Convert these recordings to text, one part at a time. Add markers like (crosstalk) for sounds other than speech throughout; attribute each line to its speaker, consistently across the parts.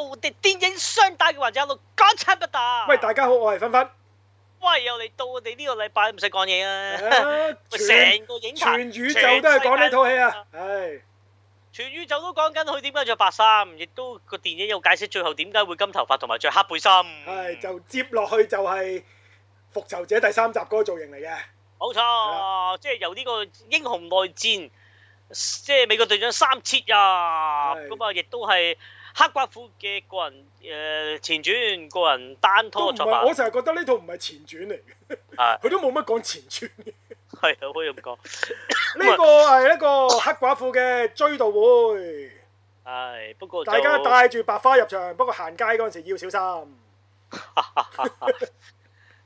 Speaker 1: 無敵電影雙打嘅環節喺度港產不打。
Speaker 2: (laughs) 喂，大家好，我係
Speaker 1: (laughs)
Speaker 2: 芬芬。
Speaker 1: 喂，又嚟到我哋呢個禮拜唔使講嘢
Speaker 2: (laughs)
Speaker 1: 啊！
Speaker 2: 啊
Speaker 1: 喂
Speaker 2: 全
Speaker 1: 成個影
Speaker 2: 全
Speaker 1: 壇
Speaker 2: 宇宙都係講呢套戲啊！唉，
Speaker 1: 全宇宙都講緊佢點解着白衫，亦都個電影有解釋最後點解會金頭髮同埋着黑背心。
Speaker 2: 係就接落去就係復仇者第三集嗰個造型嚟嘅。
Speaker 1: 冇
Speaker 2: 啦
Speaker 1: 錯，即係由呢個英雄內戰，即係美國隊長三切入咁啊，亦都係黑寡婦嘅個人誒、呃前傳個人單拖
Speaker 2: 都唔
Speaker 1: 嘅作
Speaker 2: 係，我
Speaker 1: 品，
Speaker 2: 成日覺得呢套唔係前傳嚟嘅， (laughs)
Speaker 1: 係
Speaker 2: 佢都冇乜講前傳。
Speaker 1: 係啊可以咁講，
Speaker 2: 呢個係一個黑寡婦嘅追悼會，
Speaker 1: 係不過就
Speaker 2: 大家帶住白花入場，不過行街嗰陣時要小心。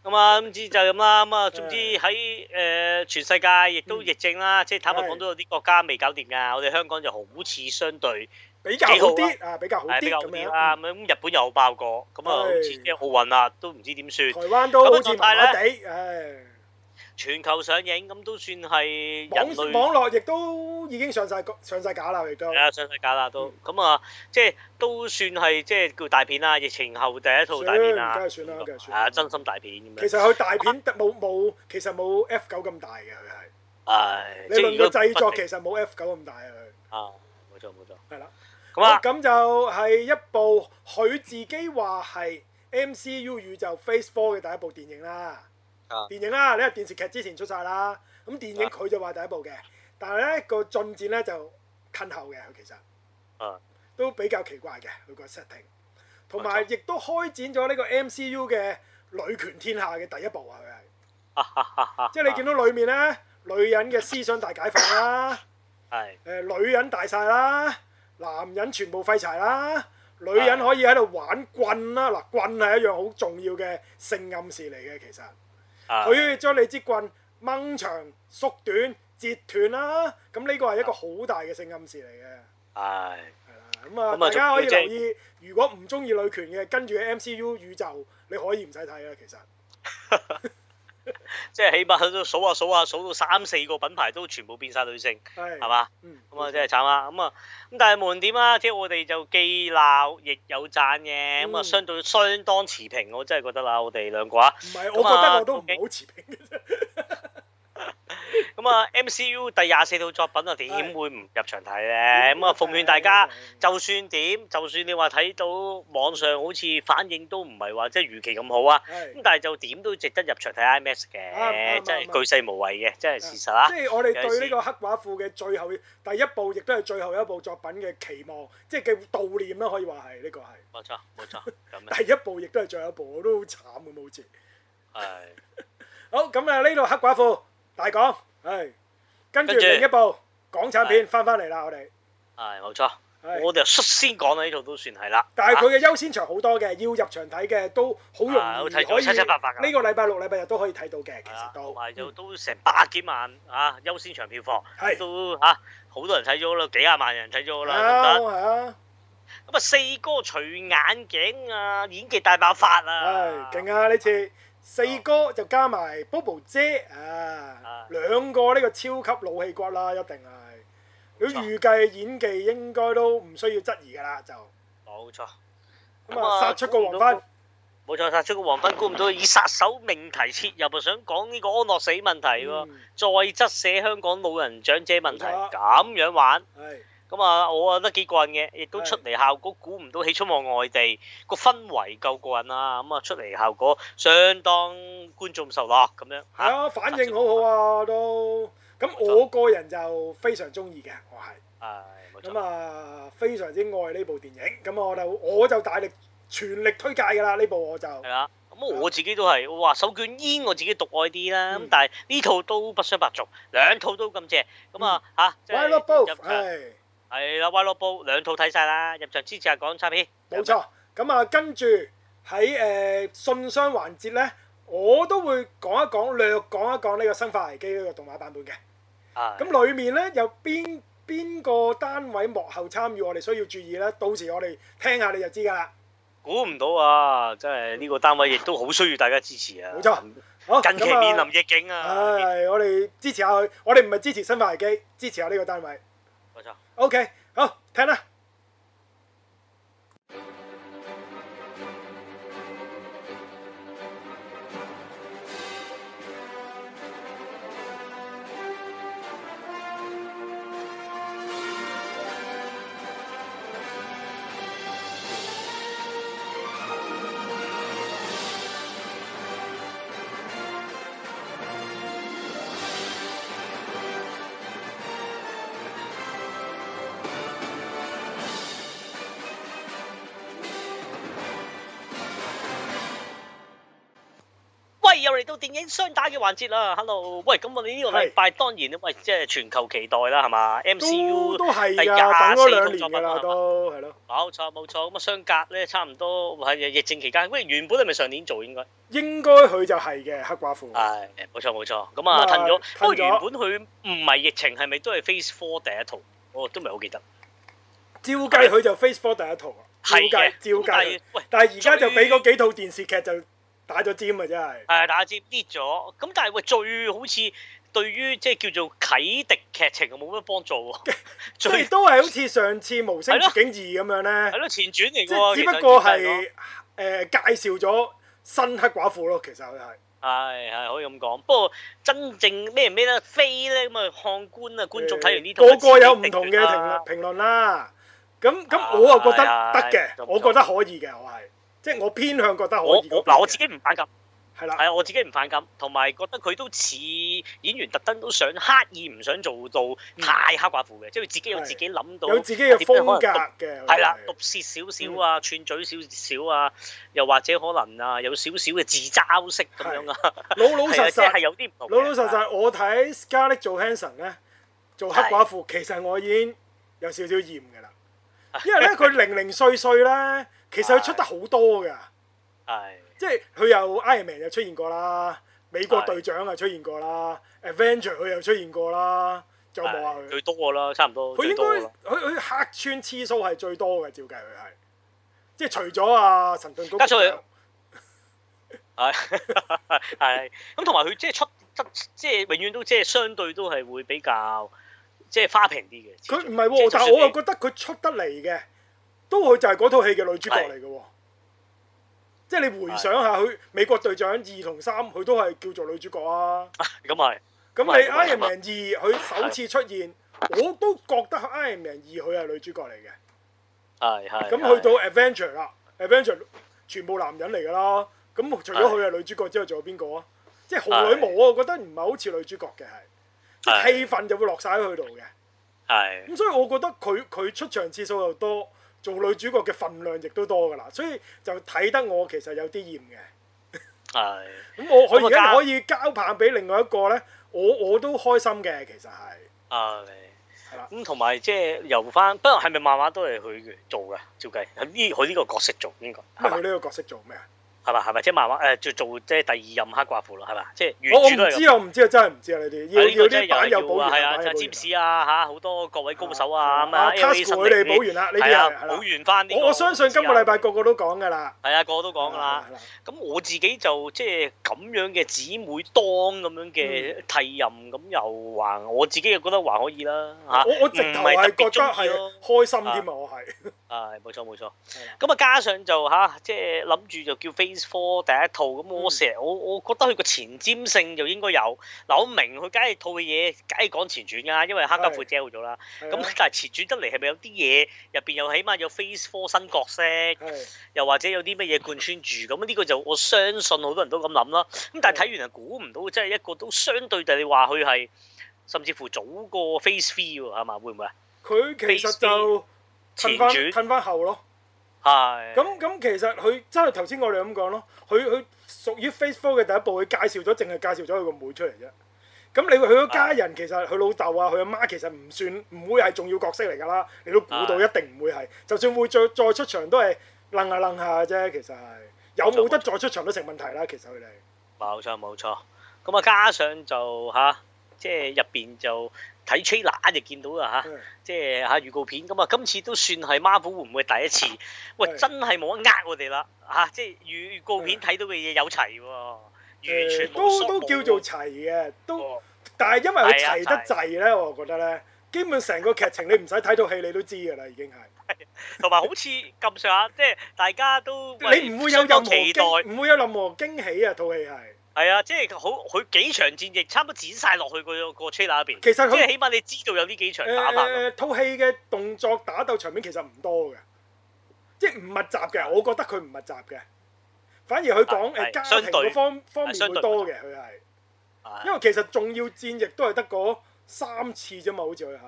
Speaker 1: 咁啊，咁之就咁啦。咁啊，總之喺誒、呃全世界亦都疫症啦，即係坦白講
Speaker 2: 嗯係
Speaker 1: 都有啲國家未搞掂㗎。我哋香港就好似相對
Speaker 2: 比較好啲啊，比較好
Speaker 1: 係比
Speaker 2: 啲
Speaker 1: 較
Speaker 2: 咁
Speaker 1: 好啲
Speaker 2: 樣。
Speaker 1: 啦。
Speaker 2: 嗯
Speaker 1: 咁日本又爆過，咁啊
Speaker 2: 係
Speaker 1: 好似即係奧運啦，都唔知點算。
Speaker 2: 台灣都好似麻麻地，唉。
Speaker 1: 全球上映咁都算係人
Speaker 2: 網
Speaker 1: 類
Speaker 2: 網絡亦都已經上晒上晒架啦，亦都
Speaker 1: 係啊，上世界啦
Speaker 2: 嗯
Speaker 1: 都。咁啊，即係都算係即係叫大片啦，疫情後第一套大片啦。
Speaker 2: 算梗係算啦梗係算啦
Speaker 1: 啊，真心大片咁
Speaker 2: 其
Speaker 1: 樣。
Speaker 2: 實佢大片得冇冇，其實冇 F 九咁大嘅佢係。
Speaker 1: 唉，
Speaker 2: 你
Speaker 1: 即係
Speaker 2: 論
Speaker 1: 如
Speaker 2: 個
Speaker 1: 果
Speaker 2: 製作，
Speaker 1: 不
Speaker 2: 其
Speaker 1: 停
Speaker 2: 實冇 F 九咁大啊
Speaker 1: 啊，冇錯冇錯。
Speaker 2: 佢。係啦。
Speaker 1: 咁啊
Speaker 2: 好。咁就係一部佢自己話係 MCU 宇宙 Phase Four 嘅第一部電影啦。
Speaker 1: 啊
Speaker 2: 電影啦，你係電視劇之前出晒啦。咁電影
Speaker 1: 啊
Speaker 2: 佢就話第一部嘅，但係咧個進展咧就褪後嘅，佢其實。
Speaker 1: 啊
Speaker 2: 都比較奇怪嘅佢個 setting，同埋
Speaker 1: 冇
Speaker 2: 亦都開展咗呢個 MCU 嘅女權天下嘅第一步啊！佢
Speaker 1: 哈
Speaker 2: 係，
Speaker 1: 哈哈哈
Speaker 2: 即係你見到裡面咧，女人嘅思想大解放啦，誒、
Speaker 1: 係
Speaker 2: 女人大晒啦，男人全部廢柴啦，女
Speaker 1: 啊
Speaker 2: 人可以喺度玩棍啦，嗱棍係一樣好重要嘅性暗示嚟嘅其實。佢
Speaker 1: 係
Speaker 2: 可以將你支棍掹長、縮短、截斷啦，咁呢個係一個好大嘅性暗示嚟嘅。
Speaker 1: 係
Speaker 2: 係啦咁啊，
Speaker 1: 咁啊
Speaker 2: 大家可以
Speaker 1: 仲
Speaker 2: 留
Speaker 1: 要
Speaker 2: 意，如果唔中意女權嘅，跟住 MCU 宇宙，你可以唔使睇啦。啊其實
Speaker 1: 即係起碼都數下數下數到三四個品牌都全部變晒女性，
Speaker 2: 係
Speaker 1: 係？嘛？
Speaker 2: 嗯，
Speaker 1: 咁啊，真係慘啦！咁啊，咁但係無論點啊，即係我哋就既鬧亦有讚嘅，咁啊，
Speaker 2: 嗯
Speaker 1: 相對相當持平，我真係覺得啦，我哋兩個啊，
Speaker 2: 唔係，我
Speaker 1: 咁
Speaker 2: 覺
Speaker 1: 啊
Speaker 2: 得我都唔係好持平嘅啫。
Speaker 1: 咁啊，MCU 第廿四套作品啊，點
Speaker 2: 係
Speaker 1: 會唔入場睇咧？咁啊，奉勸大家。
Speaker 2: 就
Speaker 1: 就算點，就算你話睇到網上好似反應都唔係話即係預期咁好啊，咁
Speaker 2: 係
Speaker 1: 但係就點都值得入場睇 IMAX
Speaker 2: 啱
Speaker 1: 嘅，
Speaker 2: 啱
Speaker 1: 真係
Speaker 2: 啱啊
Speaker 1: 巨細無遺嘅，真係 (laughs) 事實啊啦
Speaker 2: 即。係我
Speaker 1: 有
Speaker 2: 哋
Speaker 1: 時
Speaker 2: 對呢個黑寡婦嘅最後第一部，亦都係最後一部作品嘅期望，即係嘅悼念啦，可以話係呢個係
Speaker 1: 冇錯，冇錯，咁啊樣
Speaker 2: 第一部，亦都係最後一部，我都好慘咁好似。
Speaker 1: 係
Speaker 2: 好咁啊，呢度黑寡婦大講，係跟住
Speaker 1: 跟住
Speaker 2: 另一部港產片翻返嚟啦，我哋
Speaker 1: 係冇錯。
Speaker 2: 係
Speaker 1: 我哋就率先講啦，呢度都算係啦。
Speaker 2: 但係佢嘅優先場好多嘅，要入場睇嘅都好容
Speaker 1: 啊都
Speaker 2: 易
Speaker 1: 睇咗
Speaker 2: 可以
Speaker 1: 七七八八㗎
Speaker 2: 呢個禮拜六、禮拜日都可以睇到嘅，其
Speaker 1: 係啊
Speaker 2: 實都嗯
Speaker 1: 同埋就
Speaker 2: 係
Speaker 1: 都成百幾萬啊，優先場票房都嚇好多人睇咗啦，幾廿萬人睇咗
Speaker 2: 係
Speaker 1: 啦。
Speaker 2: 啊，
Speaker 1: 得
Speaker 2: 係啊，
Speaker 1: 咁啊，四哥除眼鏡啊，演技大爆發啊，
Speaker 2: 係勁啊！呢次四哥就加埋 Bobo 姐啊
Speaker 1: 啊，
Speaker 2: 兩個呢個超級老戲骨啦，一定係。你
Speaker 1: 冇錯
Speaker 2: 預計演技應該都唔需要質疑㗎啦，就咁
Speaker 1: 冇錯，
Speaker 2: 啊殺出個黃昏，
Speaker 1: 冇錯，殺出個黃昏，估唔到以殺手命題切入啊，想講呢個安樂死問題喎，
Speaker 2: 嗯
Speaker 1: 再側寫香港老人長者問題，
Speaker 2: 冇錯
Speaker 1: 咁樣玩。
Speaker 2: 係
Speaker 1: 咁啊，我覺得幾過癮嘅，亦都
Speaker 2: 係
Speaker 1: 出嚟效果估唔到，喜出望外地個氛圍夠過癮啦。咁啊，出嚟效果相當觀眾受落咁樣
Speaker 2: 係
Speaker 1: 嚇。
Speaker 2: 啊，反應好好啊都。咁我個人就非常中意嘅，我係。
Speaker 1: 係冇
Speaker 2: 咁
Speaker 1: 錯，
Speaker 2: 啊，非常之愛呢部電影，咁我就我就大力全力推介㗎啦！呢部我就
Speaker 1: 係啦。咁我自己都係，我話手捲煙我自己獨愛啲啦。咁
Speaker 2: 嗯
Speaker 1: 但係呢套都不相伯仲，兩套都咁正。咁啊嚇，即
Speaker 2: Why Not Both
Speaker 1: 入場
Speaker 2: 嗯係
Speaker 1: 係啦，《歪落布》兩套睇晒啦，入場支持下港產片。
Speaker 2: 冇錯。咁啊，跟住喺誒呃信箱環節呢，我都會講一講略講一講呢個《生化危機》呢個動畫版本嘅。
Speaker 1: 係。
Speaker 2: 咁裡面呢，有邊邊個單位幕後參與，我哋需要注意呢。到時我哋聽下你就知㗎啦。
Speaker 1: 估唔到啊！真係呢個單位亦都好需要大家支持啊。
Speaker 2: 冇錯。好，
Speaker 1: 近期
Speaker 2: 咁啊
Speaker 1: 面臨逆境啊。
Speaker 2: 唉，我哋支持下佢，我哋唔係支持《生化危機》，支持下呢個單位。
Speaker 1: 冇錯。
Speaker 2: OK，好，聽啦。
Speaker 1: 嚟到電影雙打嘅環節啦，Hello，喂，咁我哋呢個禮拜當然喂，即係全球期待啦，係嘛
Speaker 2: 都
Speaker 1: ？MCU
Speaker 2: 都係
Speaker 1: 第
Speaker 2: 㗎，
Speaker 1: 廿
Speaker 2: 等咗
Speaker 1: 四
Speaker 2: 兩
Speaker 1: 套
Speaker 2: 年
Speaker 1: 作
Speaker 2: 㗎
Speaker 1: 品啊
Speaker 2: 啦，
Speaker 1: 啦
Speaker 2: 都係咯。
Speaker 1: 冇錯冇錯，咁啊相隔咧差唔多喺疫症期間，喂原本係咪上年做應該？
Speaker 2: 應該佢就係嘅黑寡婦。
Speaker 1: 係冇錯冇錯，咁
Speaker 2: 嗯咁
Speaker 1: 啊
Speaker 2: 啊
Speaker 1: 褪咗，不過
Speaker 2: 褪咗
Speaker 1: 原本佢唔係疫情係咪都係 Phase Four 第一套？我都唔係好記得。
Speaker 2: 照計佢就 Phase Four 第一套啊，照
Speaker 1: 係
Speaker 2: 計
Speaker 1: 嘅，
Speaker 2: 照
Speaker 1: 咁但
Speaker 2: 計
Speaker 1: 係。喂。
Speaker 2: 但係而家就俾
Speaker 1: 最
Speaker 2: 嗰幾套電視劇就打咗尖啊，真係。
Speaker 1: 誒打尖跌咗，咁但係喂最好似對於即係叫做啟迪劇情冇乜幫助喎，
Speaker 2: (laughs) 即
Speaker 1: 最
Speaker 2: 係都係好似上次無聲
Speaker 1: 係咯
Speaker 2: 絕境二咁樣
Speaker 1: 係
Speaker 2: 咧，
Speaker 1: 咯前傳嚟
Speaker 2: 即
Speaker 1: 喎，
Speaker 2: 係
Speaker 1: 其
Speaker 2: 只
Speaker 1: 實
Speaker 2: 不過
Speaker 1: 應該講
Speaker 2: 係誒介紹咗新黑寡婦咯，其實佢係。
Speaker 1: 係係可以咁講，不過真正咩唔咩咧飛咧咁啊看官啊觀眾睇完呢套
Speaker 2: 個
Speaker 1: 就
Speaker 2: 個有唔
Speaker 1: 自己
Speaker 2: 同
Speaker 1: 定
Speaker 2: 嘅
Speaker 1: 奪
Speaker 2: 評
Speaker 1: 啦
Speaker 2: 論評論啦。咁
Speaker 1: 啊
Speaker 2: 咁我又覺得
Speaker 1: 係啊
Speaker 2: 得
Speaker 1: 係
Speaker 2: 嘅，
Speaker 1: 啊
Speaker 2: 我覺得可以嘅，我係即係我偏向覺得可
Speaker 1: 我
Speaker 2: 以嗰邊嘅。
Speaker 1: 我嗱我自己唔反感，
Speaker 2: 係啦，
Speaker 1: 係啊我自己唔反感，同埋覺得佢都似演員特登都想刻意唔想做到太黑寡婦嘅，即係佢自己有自己諗到
Speaker 2: 有自己嘅
Speaker 1: 點樣可能
Speaker 2: 風
Speaker 1: 獨
Speaker 2: 格嘅。
Speaker 1: 係啦
Speaker 2: 佢，
Speaker 1: 毒舌少少
Speaker 2: 嗯
Speaker 1: 啊，串嘴少少啊，又或者可能啊有少少嘅自嘲式咁樣啊，
Speaker 2: 老老
Speaker 1: 係啊，
Speaker 2: 實
Speaker 1: 即係
Speaker 2: 實，
Speaker 1: 有啲唔同嘅。
Speaker 2: 老老實實，我睇 Scarlett Johansson 咧做黑寡婦，其實我已經有少少厭
Speaker 1: (laughs)
Speaker 2: 㗎啦，因為咧佢零零碎碎咧，其實佢出得好多㗎，
Speaker 1: 係
Speaker 2: 即係佢有 Iron Man 又出現過啦，美國隊長又出現過啦，Avenger 佢又出現過啦，仲有冇啊
Speaker 1: 係
Speaker 2: 佢？
Speaker 1: 最多啦，差唔多
Speaker 2: 佢
Speaker 1: 最
Speaker 2: 應
Speaker 1: 多啦。
Speaker 2: 該佢佢客串次數係最多嘅，照計佢係，即係除咗啊神盾局
Speaker 1: 加上佢
Speaker 2: 長
Speaker 1: 係係 (laughs) 咁，同埋佢即係出得即係永遠都即係相對都係會比較即係花瓶啲嘅。
Speaker 2: 佢
Speaker 1: 始
Speaker 2: 唔係
Speaker 1: 終即 (laughs) 就
Speaker 2: 喎，但
Speaker 1: 算
Speaker 2: 係我又
Speaker 1: 你
Speaker 2: 覺得佢出得嚟嘅，都佢就係嗰套戲嘅女主角嚟嘅喎。即係你回想下，佢美國隊長二同三，佢都係叫做女主角啊。
Speaker 1: 咁係
Speaker 2: 咁
Speaker 1: 係
Speaker 2: 你
Speaker 1: 咁係
Speaker 2: Iron Man 二，佢首次出現，我都覺得 Iron Man 二佢係女主角嚟嘅。
Speaker 1: 係係。
Speaker 2: 咁去到 Avenger 啦，Avenger 全部男人嚟㗎啦。咁除咗佢係女主角之外，仲有邊個啊？即係紅女巫啊，我覺得唔係好似女主角嘅係，即係
Speaker 1: 係
Speaker 2: 氣氛就會落晒喺佢度嘅。
Speaker 1: 係
Speaker 2: 咁所以我覺得佢佢出場次數又多，做女主角嘅份量亦都多㗎啦，所以就睇得我其實有啲厭嘅。
Speaker 1: 係
Speaker 2: 咁我
Speaker 1: 咁啊
Speaker 2: 佢而家
Speaker 1: 加
Speaker 2: 可以交棒俾另外一個呢，我我都開心嘅，其實係
Speaker 1: 係。
Speaker 2: 係啦，
Speaker 1: 咁同埋即係由翻，不過係咪漫畫都係佢嘅做㗎？照計係呢佢呢個角色做應該
Speaker 2: 咁
Speaker 1: 係
Speaker 2: 佢
Speaker 1: 嘛
Speaker 2: 呢個角色做咩啊？
Speaker 1: 係嘛係咪即係漫畫誒做做即係第二任黑寡婦啦係嘛？即係
Speaker 2: 我我
Speaker 1: 原
Speaker 2: 唔
Speaker 1: 著都係咁
Speaker 2: 知。啊，我唔知啊，真係唔知啊，你哋
Speaker 1: 啊
Speaker 2: 要
Speaker 1: 呢個
Speaker 2: 要
Speaker 1: 真係
Speaker 2: 啲
Speaker 1: 又
Speaker 2: 版
Speaker 1: 係
Speaker 2: 有
Speaker 1: 要
Speaker 2: 保完
Speaker 1: 啊，係
Speaker 2: 版
Speaker 1: 啊，就係
Speaker 2: 有保
Speaker 1: James 啊嚇，好多各位高手啊咁
Speaker 2: 啊
Speaker 1: 啊
Speaker 2: t a
Speaker 1: ，LA
Speaker 2: s
Speaker 1: 神
Speaker 2: 佢哋保
Speaker 1: 力
Speaker 2: 完啦，呢啲
Speaker 1: 係啊，
Speaker 2: 係係
Speaker 1: 補
Speaker 2: 啦。
Speaker 1: 完翻呢個
Speaker 2: 我我相信今個禮拜
Speaker 1: 知啊
Speaker 2: 個個都講㗎啦，
Speaker 1: 係啊，個個都講㗎啦
Speaker 2: 係。啦，
Speaker 1: 咁我自己就即係咁樣嘅姊妹當咁樣
Speaker 2: 嗯
Speaker 1: 嘅替任，咁又還我自己又覺得還可以啦嚇。
Speaker 2: 我我直頭
Speaker 1: 唔係
Speaker 2: 係
Speaker 1: 特
Speaker 2: 覺
Speaker 1: 別
Speaker 2: 得
Speaker 1: 中意
Speaker 2: 係
Speaker 1: 咯
Speaker 2: 開心添啊，我係
Speaker 1: 係冇錯冇錯。
Speaker 2: 係啦
Speaker 1: 咁啊，加上就吓，即係諗住就叫 Phase Four 第一套，咁
Speaker 2: 嗯
Speaker 1: 我成日我我覺得佢個前瞻性就應該有。嗱，我明佢梗係套嘅嘢，梗係講前傳㗎，因為黑寡婦
Speaker 2: 係
Speaker 1: gel 咗啦。
Speaker 2: 係啊啦
Speaker 1: 咁但係前傳得嚟係咪有啲嘢入邊又起碼有 Phase Four 新角色，
Speaker 2: 係。
Speaker 1: 又或者有啲乜嘢貫穿住？咁呢個就我相信好多人都咁諗啦。咁但係睇完係估唔到，即哦係一個都相對地你話佢係，甚至乎早過 Phase Three 喎，係嘛？會唔會啊？
Speaker 2: 佢其實就褪
Speaker 1: 前
Speaker 2: 翻
Speaker 1: 傳
Speaker 2: 褪翻後咯。
Speaker 1: 係。
Speaker 2: 咁咁其實佢真係頭先我哋咁講咯，佢佢屬於 Facebook 嘅第一步，佢介紹咗，淨係介紹咗佢個妹出嚟啫。咁你佢
Speaker 1: 啊
Speaker 2: 嗰家人其實佢老豆啊，佢阿媽其實唔算唔會係重要角色嚟㗎啦，你都估
Speaker 1: 啊
Speaker 2: 到一定唔會係，就算會再再出場都係楞下楞下啫，其實係有冇得再出場都成問題啦，其實佢哋。
Speaker 1: 冇錯冇錯，咁啊加上就吓、即係入邊就睇 trailer 就見到啦吓，
Speaker 2: 嗯
Speaker 1: 即係吓預告片咁啊，今次都算係 Marvel 會唔會第一次？喂，
Speaker 2: 係
Speaker 1: 真係冇得呃我哋啦吓，即係預告片睇到嘅嘢有齊喎，完全
Speaker 2: 誒
Speaker 1: 冇疏
Speaker 2: 都都
Speaker 1: 冇
Speaker 2: 叫做齊嘅，都。
Speaker 1: 喎
Speaker 2: 但係因為佢
Speaker 1: 係啊
Speaker 2: 齊得滯咧，我覺得咧，基本成個劇情你唔使睇套戲你都知㗎啦，已經係。
Speaker 1: 同埋好似咁上下，即係大家都喂
Speaker 2: 你唔會有
Speaker 1: 相
Speaker 2: 任
Speaker 1: 當
Speaker 2: 何
Speaker 1: 期待，
Speaker 2: 驚，唔會有任何驚喜啊！套戲係。
Speaker 1: 係啊，即係好佢幾場戰役差唔多剪晒落去個個 trailer 入邊，
Speaker 2: 其實佢
Speaker 1: 即係起碼你知道有呢幾場打法咯，
Speaker 2: 誒誒，套戲嘅動作打鬥場面其實唔多嘅，即係唔密集嘅。我覺得佢唔密集嘅，反而佢
Speaker 1: 係
Speaker 2: 講誒
Speaker 1: 啊係
Speaker 2: 家
Speaker 1: 相
Speaker 2: 庭
Speaker 1: 對
Speaker 2: 嗰方方面
Speaker 1: 相
Speaker 2: 會
Speaker 1: 對
Speaker 2: 多嘅，佢係。
Speaker 1: 係
Speaker 2: 因為其實重要戰役都係得嗰三次啫嘛，好似佢係。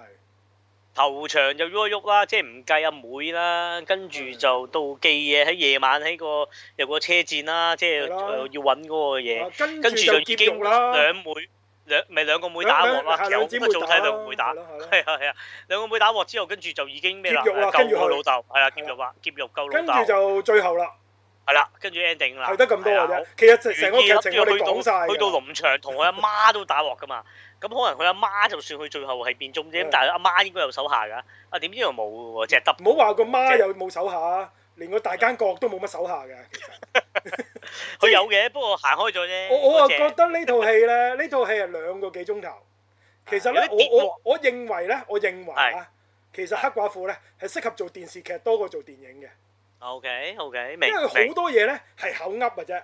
Speaker 1: 頭場就喐一喐啦，即係唔計阿妹啦，跟
Speaker 2: 嗯
Speaker 1: 住就到記嘢喺夜晚喺個有個車戰啦，即係
Speaker 2: 係啦啊
Speaker 1: 呃要揾嗰個嘢，
Speaker 2: 跟
Speaker 1: 跟
Speaker 2: 住
Speaker 1: 住就
Speaker 2: 就
Speaker 1: 已
Speaker 2: 劫
Speaker 1: 經
Speaker 2: 獄啦，
Speaker 1: 兩妹兩咪兩個妹打鑊啦，其實
Speaker 2: 兩
Speaker 1: 我覺
Speaker 2: 姊
Speaker 1: 得
Speaker 2: 妹
Speaker 1: 早睇
Speaker 2: 啦
Speaker 1: 兩個妹打
Speaker 2: 係。咯係咯
Speaker 1: 係啊係啊，兩個妹打鑊之後，跟住就已經咩啦，
Speaker 2: 劫獄啦
Speaker 1: 誒
Speaker 2: 跟住
Speaker 1: 救
Speaker 2: 佢
Speaker 1: 個老豆，係啦，劫獄啦，劫獄救
Speaker 2: 啊跟
Speaker 1: 老豆，
Speaker 2: 住就最後啦，
Speaker 1: 係啦，跟住 ending 啦，
Speaker 2: 係得咁多嘅
Speaker 1: 係啊
Speaker 2: 啫。其實成成
Speaker 1: 成
Speaker 2: 個劇情我哋講晒㗎啦
Speaker 1: 去到農場同佢阿媽都打鑊噶嘛。咁可能佢阿媽就算佢最後係變中啫，咁
Speaker 2: 係
Speaker 1: 但係阿媽應該有手下㗎。啊點知又冇喎，隻係得。
Speaker 2: 唔好話個媽有冇手下，連個大間角都冇乜手下嘅。其實
Speaker 1: 佢有嘅，不過行開咗啫。
Speaker 2: 我我啊
Speaker 1: 嗰隻
Speaker 2: 覺得呢套戲咧，呢套戲係兩個幾鐘頭。其實
Speaker 1: 有
Speaker 2: 咧
Speaker 1: 啲，跌
Speaker 2: 我我我認為咧，我認為啊，其實黑寡婦咧係適合做電視劇多過做電影嘅，
Speaker 1: OK OK，明
Speaker 2: 因為
Speaker 1: 明
Speaker 2: 好多嘢咧係口噏嘅啫。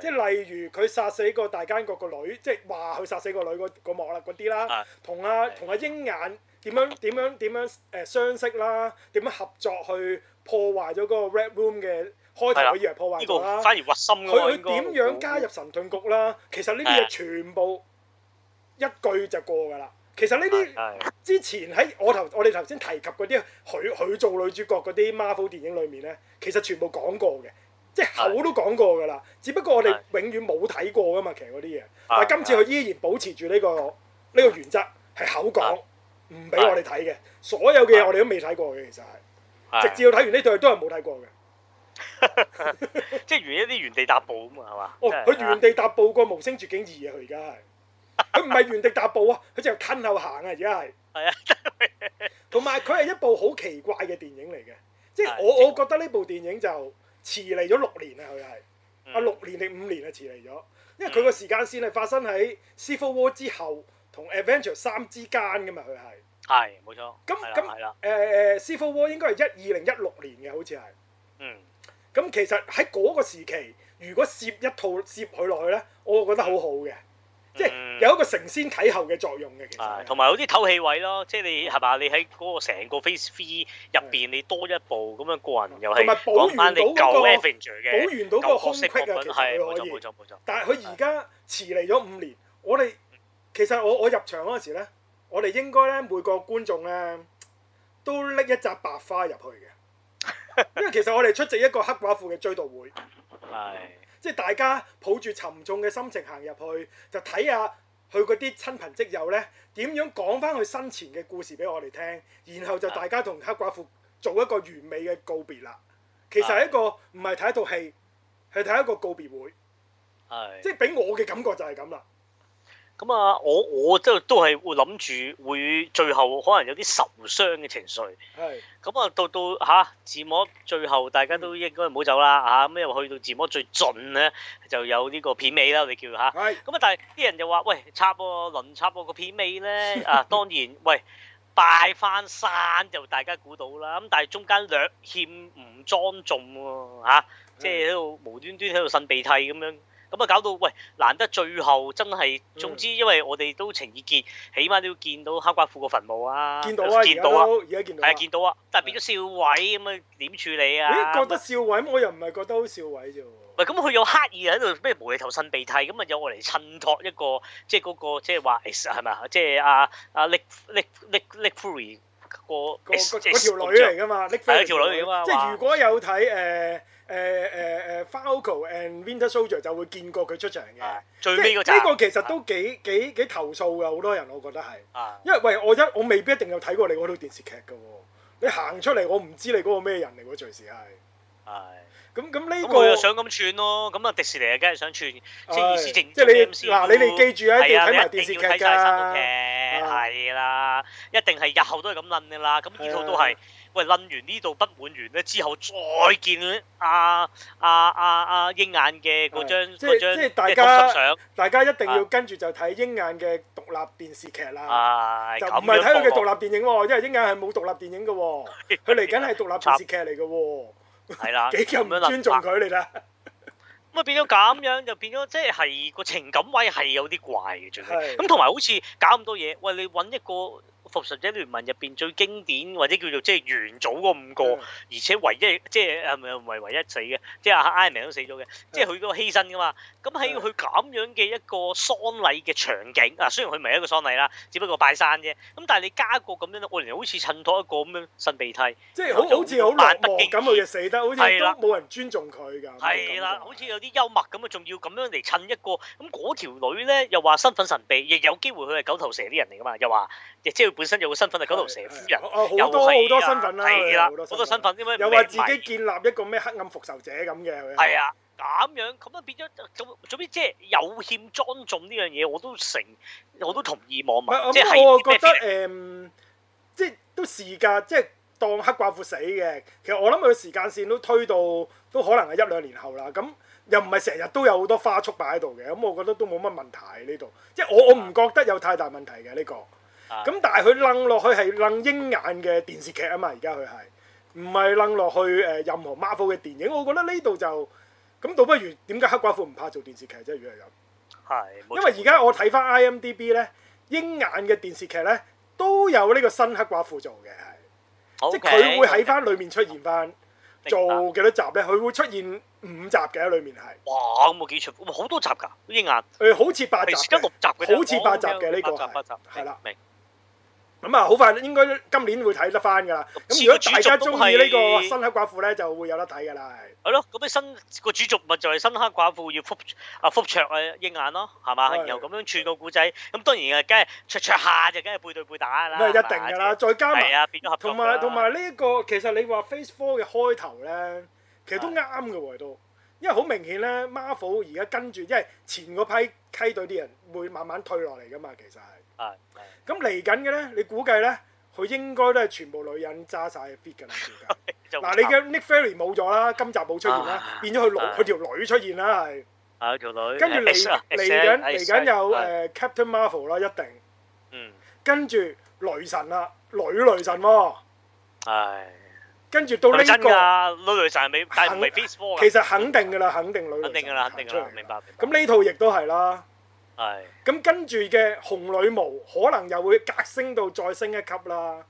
Speaker 2: 即
Speaker 1: 係
Speaker 2: 係例如佢殺死個大奸角個女，即係話佢殺死個女嗰嗰幕啦，嗰啲啦
Speaker 1: 係，
Speaker 2: 同啊
Speaker 1: 係
Speaker 2: 同啊鷹眼點樣點樣點樣誒相識啦，點樣合作去破壞咗嗰個 Red Room 嘅開頭，
Speaker 1: 係啦
Speaker 2: 佢以為破壞
Speaker 1: 呢
Speaker 2: 咗
Speaker 1: 個
Speaker 2: 啦。
Speaker 1: 反而核心㗎喎。
Speaker 2: 佢
Speaker 1: 應該
Speaker 2: 佢點樣加入神盾局啦？其實呢啲嘢全部一句就過㗎啦。其實呢
Speaker 1: 係
Speaker 2: 啲
Speaker 1: 係
Speaker 2: 之前喺我頭我哋頭先提及嗰啲佢佢做女主角嗰啲 Marvel 電影裏面咧，其實全部講過嘅，即係口都講過㗎啦。只不過我哋永遠冇睇過㗎嘛，其實嗰啲嘢。但啊係今次佢依然保持住呢個呢個原則，係口講，唔俾我哋睇嘅。所有嘅嘢我哋都未睇過嘅，其實係
Speaker 1: 係
Speaker 2: 直至到睇完呢套戲都係冇睇過嘅。
Speaker 1: 即係原一啲原地踏步咁啊，係嘛？
Speaker 2: 哦，
Speaker 1: 真係
Speaker 2: 佢原地踏步過無聲絕境二啊！佢而家係，佢唔
Speaker 1: (laughs)
Speaker 2: 係原地踏步啊，佢就吞後行啊！而家係。
Speaker 1: 係啊，
Speaker 2: 同埋佢係一部好奇怪嘅電影嚟嘅，即係
Speaker 1: 係
Speaker 2: 我我覺得呢部電影就遲嚟咗六年啦，佢係
Speaker 1: 嗯
Speaker 2: 啊六年定五年啊遲嚟咗，因為佢個時間線係發生喺 Civil War 之後同 Avenger 三之間噶嘛，佢係
Speaker 1: 係冇錯。
Speaker 2: 咁
Speaker 1: 係啦係
Speaker 2: 咁
Speaker 1: 啦，
Speaker 2: 誒誒 Civil War 應該係一二零一六年嘅好似係，
Speaker 1: 嗯
Speaker 2: 咁其實喺嗰個時期，如果攝一套攝佢落去咧，我覺得好好嘅，即係
Speaker 1: 嗯
Speaker 2: 有一個承先啟後嘅作用嘅其實
Speaker 1: 係
Speaker 2: 係。啊
Speaker 1: 同埋有啲透氣位咯，即係你係啊嘛？你喺嗰個成個 Phase Three 入邊，你多一步咁樣個人又
Speaker 2: 嗯同埋
Speaker 1: 係
Speaker 2: 補
Speaker 1: 講
Speaker 2: 完
Speaker 1: 翻你
Speaker 2: 到
Speaker 1: 舊
Speaker 2: 嗰個
Speaker 1: Avenger 嘅
Speaker 2: 補完到個
Speaker 1: 舊角
Speaker 2: 空
Speaker 1: 色
Speaker 2: 隙啊，
Speaker 1: 作
Speaker 2: 其
Speaker 1: 品
Speaker 2: 實
Speaker 1: 係冇
Speaker 2: 佢可
Speaker 1: 錯
Speaker 2: 以
Speaker 1: 冇。錯冇錯。
Speaker 2: 但係佢而家遲嚟咗五年，我哋其實我我入場嗰陣時咧，我哋應該咧每個觀眾咧都拎一扎白花入去
Speaker 1: (laughs)
Speaker 2: 嘅，因為其實我哋出席一個黑寡婦嘅追悼會，
Speaker 1: 係
Speaker 2: 即係大家抱住沉重嘅心情行入去，就睇下佢嗰啲親朋戚友咧點樣講翻佢生前嘅故事俾我哋聽，然後
Speaker 1: 啊
Speaker 2: 就大家同黑寡婦做一個完美嘅告別啦。其實係一個唔係睇一套戲，係睇一個告別會。
Speaker 1: 係。
Speaker 2: 即係俾我嘅感覺就係咁啦。
Speaker 1: 咁啊，我我都都係會諗住會最後可能有啲受傷嘅情緒。
Speaker 2: 係
Speaker 1: 咁啊，到到嚇字幕最後，大家都應該唔好走啦嚇。咁又去到字幕最盡咧，就有呢個片尾啦，我哋叫嚇。
Speaker 2: 係
Speaker 1: 咁啊，但係啲人就話：喂，插喎，輪插喎個片尾咧
Speaker 2: (laughs)
Speaker 1: 啊，當然，喂，拜翻山就大家估到啦。咁但係中間略欠唔莊重喎、吓
Speaker 2: 嗯
Speaker 1: 即係喺度無端端喺度呻鼻涕咁樣。咁啊，搞到喂，難得最後真係，
Speaker 2: 嗯
Speaker 1: 總之因為我哋都情意結，起碼都要見到黑寡婦個墳墓啊，
Speaker 2: 見到啊，而
Speaker 1: 見
Speaker 2: 家
Speaker 1: 到啊，
Speaker 2: 都而家見到
Speaker 1: 係
Speaker 2: 啊
Speaker 1: 啊，。見到啊，但係變咗少位咁啊，點處理啊？
Speaker 2: 咦，覺得笑位，我又唔係覺得好笑位啫喎。
Speaker 1: 喂，咁佢有刻意喺度咩無厘頭擤鼻涕，咁啊有我嚟襯托一個即係嗰、個即係話 S 係咪啊？即係阿阿 Nick Nick Nick Nick Fury 個
Speaker 2: 個
Speaker 1: S-
Speaker 2: 個嗰
Speaker 1: S
Speaker 2: 條
Speaker 1: 動
Speaker 2: 女
Speaker 1: 作
Speaker 2: 嚟㗎嘛
Speaker 1: 係
Speaker 2: ，Nick Fury
Speaker 1: 啊條女嚟㗎嘛
Speaker 2: 即係
Speaker 1: 話
Speaker 2: 如果有睇誒誒誒誒 Falco and Winter Soldier 就會見過佢出場嘅
Speaker 1: 啊。最
Speaker 2: 即
Speaker 1: 尾
Speaker 2: 係
Speaker 1: 嗰集
Speaker 2: 呢個其實都幾幾幾投訴㗎，好多人我覺得係，
Speaker 1: 啊
Speaker 2: 因為喂我一我未必一定有睇過你嗰套電視劇㗎喎。你行出嚟，我唔知你嗰個咩人嚟喎，隨時係。
Speaker 1: 係
Speaker 2: 咁咁呢
Speaker 1: 咁
Speaker 2: 個
Speaker 1: 佢又想咁串咯，咁啊迪士尼啊梗係想串，即係意思正
Speaker 2: 即係你
Speaker 1: 正
Speaker 2: 嗱，你哋記住啊，一定
Speaker 1: 係
Speaker 2: 要
Speaker 1: 啊，
Speaker 2: 睇埋
Speaker 1: 你
Speaker 2: 電
Speaker 1: 一
Speaker 2: 視
Speaker 1: 定
Speaker 2: 劇
Speaker 1: 要睇晒三部劇，
Speaker 2: 㗎。啊
Speaker 1: 係啦，一定係日後都係咁撚嘅啦。咁呢套都
Speaker 2: 係啊
Speaker 1: 係，喂撚完呢度不滿完咧，之後再見啊阿阿阿阿啊鷹眼嘅嗰張
Speaker 2: 係即係
Speaker 1: 嗰張
Speaker 2: 即係大家
Speaker 1: 通緝相，
Speaker 2: 大家一定要跟住就睇鷹眼嘅獨立電視劇啦，
Speaker 1: 啊
Speaker 2: 就
Speaker 1: 咁
Speaker 2: 唔係睇佢嘅獨
Speaker 1: 立，
Speaker 2: 立電影喎，因為鷹眼係冇獨立電影嘅喎，佢嚟緊係獨立電視劇嚟嘅
Speaker 1: 係啦，
Speaker 2: (laughs) 喎，幾咁
Speaker 1: 啊咁樣
Speaker 2: 唔
Speaker 1: 啦
Speaker 2: 尊重佢你啦，
Speaker 1: 咁啊變咗咁樣，就變咗即係係個情感位係有啲怪嘅最尾。
Speaker 2: 係
Speaker 1: 咁同埋好似搞咁多嘢，喂你揾一個復仇者聯盟入邊最經典或者叫做即係元祖嗰五個，
Speaker 2: 嗯
Speaker 1: 而且唯一即係呃誒唔係唔係唯一死嘅，即係阿 Iron Man 都死咗嘅，即係佢嗰個犧牲噶嘛。咁喺
Speaker 2: 嗯
Speaker 1: 佢咁樣嘅一個喪禮嘅場景啊，雖然佢唔係一個喪禮啦，只不過拜山啫。咁但係你加個咁樣咧，我連好似襯托一個咁樣新鼻涕。
Speaker 2: 即係好好似好落寞咁，佢嘅死得好似都
Speaker 1: 係啦
Speaker 2: 冇人尊重佢㗎。
Speaker 1: 係啦，
Speaker 2: 冇
Speaker 1: 好
Speaker 2: 人
Speaker 1: 似有啲幽默咁啊，仲要咁樣嚟襯一個咁嗰條女咧，又話身份神秘，亦有機會佢係九頭蛇啲人嚟噶嘛，又話亦即係佢本身有個身份係
Speaker 2: 感
Speaker 1: 九
Speaker 2: 動
Speaker 1: 頭蛇夫人
Speaker 2: 係，係
Speaker 1: 又
Speaker 2: 好多好
Speaker 1: 係
Speaker 2: 多
Speaker 1: 啊
Speaker 2: 身份啦，
Speaker 1: 係啦，
Speaker 2: 佢
Speaker 1: 好多身，份因為
Speaker 2: 又話自
Speaker 1: 名牌
Speaker 2: 己建立一個咩黑暗復仇者咁嘅佢。
Speaker 1: 係啊，咁樣咁啊變咗總總之即係有欠莊重呢樣嘢，我都成我都同意網
Speaker 2: 唔係，
Speaker 1: 民，即
Speaker 2: 咁我
Speaker 1: 係
Speaker 2: 覺
Speaker 1: 咩
Speaker 2: 得誒，即係都時間即係當黑寡婦死嘅。其實我諗佢時間線都推到都可能係一兩年後啦。咁又唔係成日都有好多花束擺喺度嘅，咁我覺得都冇乜問題呢度。即係我我唔覺得有太大問題嘅呢個。
Speaker 1: 啊
Speaker 2: 咁但係佢楞落去係楞鷹眼嘅電視劇啊嘛，而家佢係唔係楞落去誒、呃任何 Marvel 嘅電影？我覺得呢度就咁，倒不如點解黑寡婦唔怕做電視劇啫？如果係咁。
Speaker 1: 係冇
Speaker 2: 因
Speaker 1: 錯
Speaker 2: 為而家我睇翻 IMDB 咧，鷹眼嘅電視劇咧都有呢個新黑寡婦做嘅，係
Speaker 1: OK，
Speaker 2: 即係佢會喺翻裡面出現翻，
Speaker 1: 白
Speaker 2: 做幾多集咧？佢會出現五集嘅喺裡面係，
Speaker 1: 哇咁啊幾出哇好多集㗎，鷹眼
Speaker 2: 誒、好似八集
Speaker 1: 平時得
Speaker 2: 嘅
Speaker 1: 六集嘅啫，
Speaker 2: 好似八集嘅呢個
Speaker 1: 八集八集
Speaker 2: 係啦
Speaker 1: 明。
Speaker 2: 咁啊，好快應該今年會睇得翻㗎啦。咁如果大家中意呢個新黑寡婦咧，就會有得睇㗎啦，係。
Speaker 1: 係咯，咁你新個主軸咪就係新黑寡婦要覆啊覆卓啊鷹眼咯，係嘛？
Speaker 2: 係
Speaker 1: 然後咁樣串個古仔，咁當然啊，梗係
Speaker 2: (laughs)
Speaker 1: 卓卓下就梗係背對背打啦，
Speaker 2: 咁啊，一定㗎啦，
Speaker 1: 係
Speaker 2: 再加
Speaker 1: 嘛，
Speaker 2: 埋
Speaker 1: 係。啊，變咗合作
Speaker 2: 同
Speaker 1: 㗎
Speaker 2: 埋
Speaker 1: 啦
Speaker 2: 同埋呢一個其實你話 Phase Four 嘅開頭咧，其實都啱嘅喎都，因為好明顯咧，Marvel 而家跟住，因為前嗰批梯隊啲人會慢慢退落嚟噶嘛，其實係。
Speaker 1: 係係 (laughs)
Speaker 2: 咁嚟緊嘅咧，你估計咧，佢應該都係全部女人揸晒 fit 㗎啦，估計。
Speaker 1: (laughs) 就
Speaker 2: 嗱，你嘅 Nick Fury 冇咗啦，今集冇出現啦
Speaker 1: 啊，
Speaker 2: 變咗佢女
Speaker 1: 啊
Speaker 2: 佢條女出現啦，係。
Speaker 1: 係有條女，
Speaker 2: 跟住嚟
Speaker 1: S 啊
Speaker 2: 嚟
Speaker 1: S
Speaker 2: 緊
Speaker 1: 啊
Speaker 2: 嚟
Speaker 1: S
Speaker 2: 緊有
Speaker 1: 啊
Speaker 2: 誒 Captain Marvel 啦，一定。
Speaker 1: 嗯
Speaker 2: 跟住雷神啦，女雷神喎，
Speaker 1: 係
Speaker 2: 跟住到
Speaker 1: 係
Speaker 2: 呢
Speaker 1: 咪真
Speaker 2: 個。
Speaker 1: 㗎？女雷神係咪？但係唔係
Speaker 2: 肯
Speaker 1: Face Four 㗎？
Speaker 2: 其實肯定㗎啦，肯定女女
Speaker 1: 啊肯定㗎啦，肯定㗎啦，明。白明白。
Speaker 2: 咁呢套亦都係啦。
Speaker 1: 係
Speaker 2: 咁跟住嘅紅女巫可能又會隔升到再升一級啦。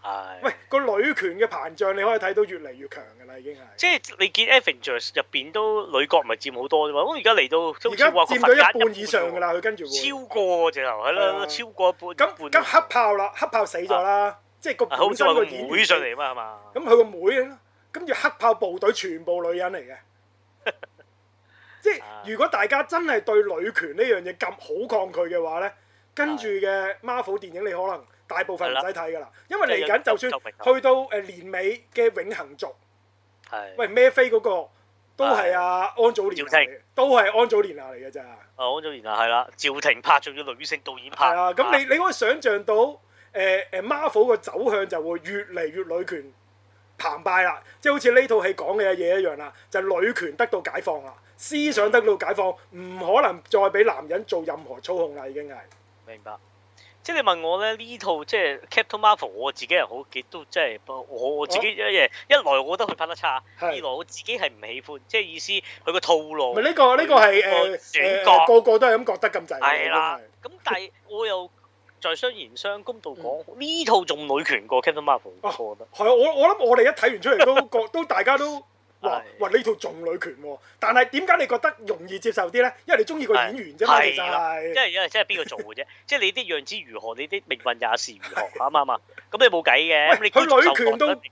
Speaker 1: 係。
Speaker 2: 喂，個女權嘅膨脹你可以睇到越嚟越強㗎啦，已經係。
Speaker 1: 即係你見 Avengers 入邊都女角咪佔好多啫嘛，咁而家嚟到都
Speaker 2: 而家
Speaker 1: 好似話個
Speaker 2: 佔
Speaker 1: 份
Speaker 2: 咗
Speaker 1: 額
Speaker 2: 一半以上㗎啦，佢跟住會。
Speaker 1: 超過直頭係
Speaker 2: 係
Speaker 1: 啦，
Speaker 2: 啊
Speaker 1: 超過一半。
Speaker 2: 咁
Speaker 1: 半
Speaker 2: 咁黑豹啦，黑豹死咗啦，即係個
Speaker 1: 啊好
Speaker 2: 本
Speaker 1: 在
Speaker 2: 身
Speaker 1: 個
Speaker 2: 個演
Speaker 1: 妹
Speaker 2: 員
Speaker 1: 上。嚟嘛係嘛？
Speaker 2: 咁佢個妹咧，跟住黑豹部隊全部女人嚟嘅。 (laughs) 即係
Speaker 1: 啊
Speaker 2: 如果大家真係對女權呢樣嘢咁好抗拒嘅話咧，跟住嘅 Marvel 電影你可能大部分唔使睇㗎啦，因為嚟啊緊就算
Speaker 1: 就就
Speaker 2: 去到誒年尾嘅永恆族，
Speaker 1: 係
Speaker 2: 喂孭飛嗰個都係阿安祖蓮娜嚟嘅，都係安祖蓮娜嚟嘅咋，
Speaker 1: 啊，安祖賢啊係啦，趙婷拍仲要女性導演拍。
Speaker 2: 係啊，咁你你可以想象到誒誒 Marvel 個走向就會越嚟越女權澎湃啦，即係好似呢套戲講嘅嘢一樣啦，就係女權得到解放啦，思想得到解放，唔可能再俾男人做任何操控啦，已經係。
Speaker 1: 明白。即係你問我咧，呢套即係 Captain Marvel，我自己係好幾都即係我我自己一嘢一來我覺得佢拍得差，
Speaker 2: 哦係
Speaker 1: 二來我自己係唔喜歡，即係意思佢個套路
Speaker 2: 咪。呢個呢個係誒
Speaker 1: 選
Speaker 2: 誒
Speaker 1: 角
Speaker 2: 個個都係咁覺得咁滯嘅，
Speaker 1: 係啦
Speaker 2: 真係，嗯
Speaker 1: 咁但係我又在商言商，公道講呢套仲女權過 Captain Marvel，
Speaker 2: 哦
Speaker 1: 我覺得
Speaker 2: 係啊我我諗我哋一睇完出
Speaker 1: (laughs)
Speaker 2: 嚟都覺都大家都話
Speaker 1: 係
Speaker 2: 哇呢套重女權喎，但係點解你覺得容易接受啲咧？因為你中意個演員啫嘛，其
Speaker 1: 係啊
Speaker 2: 實
Speaker 1: 啦即
Speaker 2: 係
Speaker 1: 係因為真係邊個做嘅啫？ (laughs) 即係你啲樣子如何，你啲命運也是如
Speaker 2: (laughs)
Speaker 1: 何，啱唔啱啊？咁你冇計嘅，咁
Speaker 2: 喂
Speaker 1: 你
Speaker 2: 佢女
Speaker 1: 觀眾
Speaker 2: 權都
Speaker 1: 受落得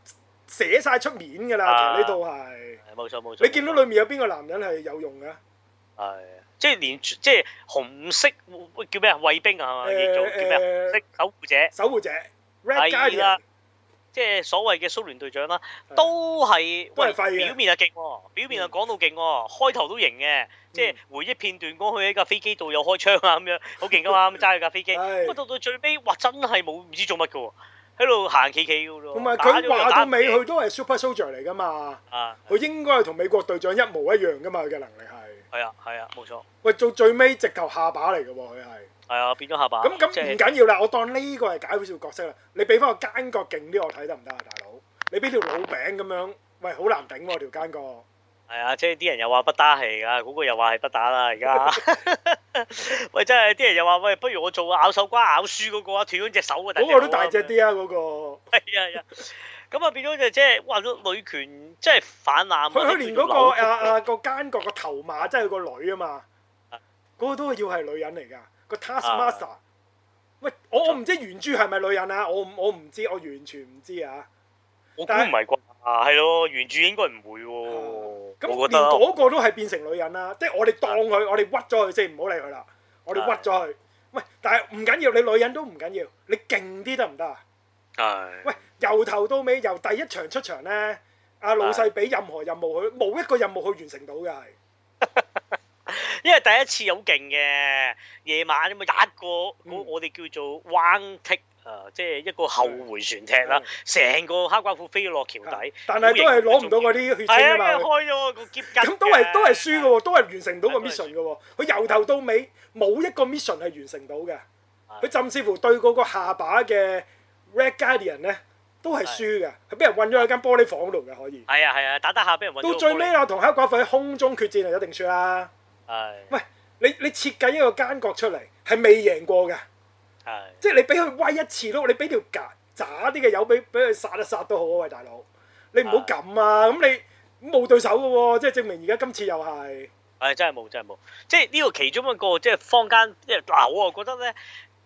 Speaker 2: 寫晒出面㗎啦，其實呢度係
Speaker 1: 冇錯冇錯。
Speaker 2: 你見到裡面有邊個男人係有用嘅？
Speaker 1: 係，啊即係連即係紅色喂叫咩啊？衛兵啊，係嘛？叫做叫咩啊？紅
Speaker 2: 誒
Speaker 1: 色
Speaker 2: 誒
Speaker 1: 守護者，
Speaker 2: 守護者 Red
Speaker 1: 係啦
Speaker 2: Guardian
Speaker 1: 即係所謂嘅蘇聯隊長啦，
Speaker 2: 係
Speaker 1: 都係
Speaker 2: 都係
Speaker 1: 喂
Speaker 2: 廢嘅
Speaker 1: 表面啊勁喎，表面啊
Speaker 2: 嗯
Speaker 1: 講到勁喎，開頭都型嘅，即係回憶片段講佢喺架飛機度又開槍啊咁
Speaker 2: (laughs)
Speaker 1: 樣，好勁噶嘛，咁揸佢架飛機，
Speaker 2: 係
Speaker 1: 咁啊到到最尾哇真係冇唔知做乜嘅喎，喺度行企企嘅喎，
Speaker 2: 同埋
Speaker 1: 打咗
Speaker 2: 佢
Speaker 1: 又
Speaker 2: 話
Speaker 1: 打
Speaker 2: 到
Speaker 1: 唔
Speaker 2: 尾
Speaker 1: 贏
Speaker 2: 佢都係 Super Soldier 嚟㗎嘛，
Speaker 1: 啊，
Speaker 2: 佢應該係同美國隊長一模一樣㗎嘛，佢嘅能力係。
Speaker 1: 係啊係啊冇錯，
Speaker 2: 喂，到最尾直頭下巴嚟嘅喎，佢係。
Speaker 1: 係啊變咗下巴，
Speaker 2: 咁咁
Speaker 1: 即係
Speaker 2: 唔緊要啦，我當呢個係解笑角色啦。你俾翻個奸角勁啲我睇得唔得啊，大佬？你俾條老餅咁樣，喂，好難頂喎條奸角。
Speaker 1: 係啊，即係啲人又話不打係㗎，嗰、個又話係不打啦，而
Speaker 2: (laughs)
Speaker 1: 家。喂，真係啲人又話喂，不如我做咬手瓜咬書嗰個啊，斷咗隻手啊！
Speaker 2: 嗰個都大隻。啲啊，嗰個
Speaker 1: 係啊係啊，咁啊變咗就即係哇，女權即係反濫。
Speaker 2: 佢佢連嗰個
Speaker 1: 個
Speaker 2: 啊啊個奸角個頭馬真係個女啊嘛，嗰個都要係女人嚟㗎，個 Taskmaster。喂，
Speaker 1: 啊
Speaker 2: 我我唔知原著係咪女人啊，我唔我唔知，我完全唔知啊。
Speaker 1: 我估唔係啩？係咯，原著應該唔會喎。
Speaker 2: 咁
Speaker 1: 我覺
Speaker 2: 連
Speaker 1: 得啊
Speaker 2: 嗰個都係變成女人啦，即係我哋當佢，我哋屈咗佢先，唔好理佢啦。我哋屈咗佢，喂，但係唔緊要，你女人都唔緊要，你勁啲得唔得啊？
Speaker 1: 係。
Speaker 2: 喂，由頭到尾，由第一場出場呢，阿老細俾任何任務佢，冇一個任務佢完成到嘅係。
Speaker 1: 因為第一次好勁嘅，夜晚咁嘛，一個嗰
Speaker 2: 嗯
Speaker 1: 我哋叫做彎踢啊，即係一個後回旋踢
Speaker 2: 嗯
Speaker 1: 啦，成個黑寡婦飛咗落橋底，
Speaker 2: 但係都係攞唔到嗰啲血
Speaker 1: 係啊，
Speaker 2: 清
Speaker 1: 因
Speaker 2: 啊
Speaker 1: 為
Speaker 2: 嘛。佢
Speaker 1: 開咗個劫
Speaker 2: 咁都係都係輸嘅
Speaker 1: 喎。
Speaker 2: 喎，都係完成唔到個
Speaker 1: 係都係
Speaker 2: mission 嘅喎。佢由頭到尾冇一個 mission 係完成到嘅。
Speaker 1: 係
Speaker 2: 佢甚至乎對嗰個下巴嘅 Red Guardian 呢，都係輸嘅，佢俾人韞咗喺間玻璃房度嘅可以。
Speaker 1: 係啊係啊，打打下俾人揾
Speaker 2: 到最尾啦，同黑寡婦喺空中決戰就一定輸啦。
Speaker 1: 係
Speaker 2: 你你設計一個奸角出嚟係未贏過嘅，
Speaker 1: 係
Speaker 2: 即係你俾佢威一次都，你俾條假渣啲嘅友俾俾佢殺一殺都好啊，喂大佬，你唔好咁啊！咁你冇對手嘅喎，即係證明而家今次又係
Speaker 1: 係真係冇真係冇，即係呢個其中一個即係坊間即係嗱，我啊覺得咧。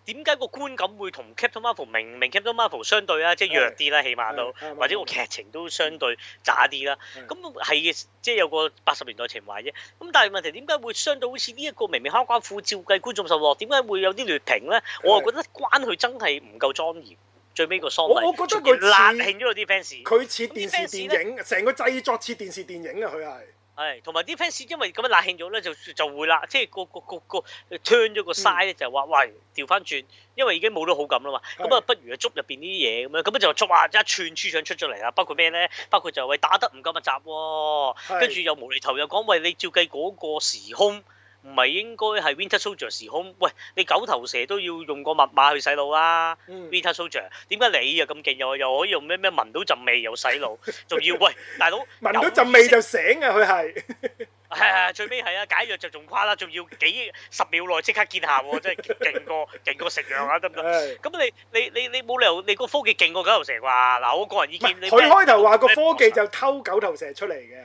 Speaker 1: 點解個觀感會同 Captain Marvel 明明 Captain Marvel 相對啊，即係弱啲啦，起碼都
Speaker 2: 係係
Speaker 1: 或者個劇情都相對渣啲啦。
Speaker 2: 係
Speaker 1: 咁係即係有個八十年代情懷啫。咁但係問題點解會相對好似呢一個明明黑寡婦照計觀眾受落，點解會有啲劣評咧？我啊又覺得關佢真係唔夠莊嚴。最尾個喪禮，
Speaker 2: 我我覺得佢
Speaker 1: 仲要辣
Speaker 2: 似
Speaker 1: 慶咗啲 fans，
Speaker 2: 佢似電視電影，成個製作似電視電影啊！佢係
Speaker 1: 係同埋啲 fans 因為咁樣辣慶咗咧，就就會啦，即係個個個個 turn 咗個
Speaker 2: 嗯
Speaker 1: side 咧，就話喂調翻轉，因為已經冇咗好感啦嘛，
Speaker 2: 係
Speaker 1: 咁啊不如啊捉入邊啲嘢咁樣，咁啊就捉啊一串豬腸出咗嚟啦，包括咩咧？包括就喂打得唔夠密集喎、
Speaker 2: 係
Speaker 1: 跟住又無厘頭又講，喂，你照計嗰個時空唔係應該係 Winter Soldier 時空？喂，你九頭蛇都要用個密碼去洗腦啦。
Speaker 2: 嗯
Speaker 1: Winter Soldier 點解你又咁勁又又可以用咩咩聞到陣味又洗腦，仲要
Speaker 2: (laughs)
Speaker 1: 喂大佬
Speaker 2: 聞到陣味就醒啊！佢係
Speaker 1: 係係係最尾係啊解藥就仲誇啦，仲要幾十秒內即刻見效
Speaker 2: (laughs)
Speaker 1: 喎，真係勁過勁過食藥啊，得唔得？
Speaker 2: 係
Speaker 1: 咁你你你你冇理由你個科技勁過九頭蛇啩？嗱，我個人意
Speaker 2: 唔係
Speaker 1: 見，你
Speaker 2: 佢
Speaker 1: 咩
Speaker 2: 開頭話個
Speaker 1: 咩
Speaker 2: 科技就偷九頭蛇出嚟嘅。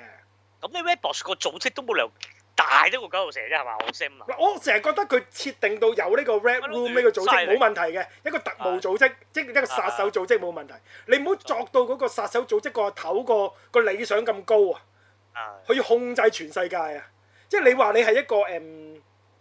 Speaker 1: 咁你 Red Box 個組織都冇理由大得過九頭蛇啫係嘛？我 Sam 啊。
Speaker 2: 嗱，我成日覺得佢設定到有呢個 Red
Speaker 1: 係咯
Speaker 2: Room 呢個組
Speaker 1: 犀
Speaker 2: 織
Speaker 1: 利
Speaker 2: 冇問題嘅，一個特務組織，即
Speaker 1: 啊
Speaker 2: 係一個殺手組織冇問題。你唔好作到嗰個殺手組織個頭個個理想咁高啊！
Speaker 1: 啊
Speaker 2: 佢要控制全世界啊！即係你話你係一個誒、嗯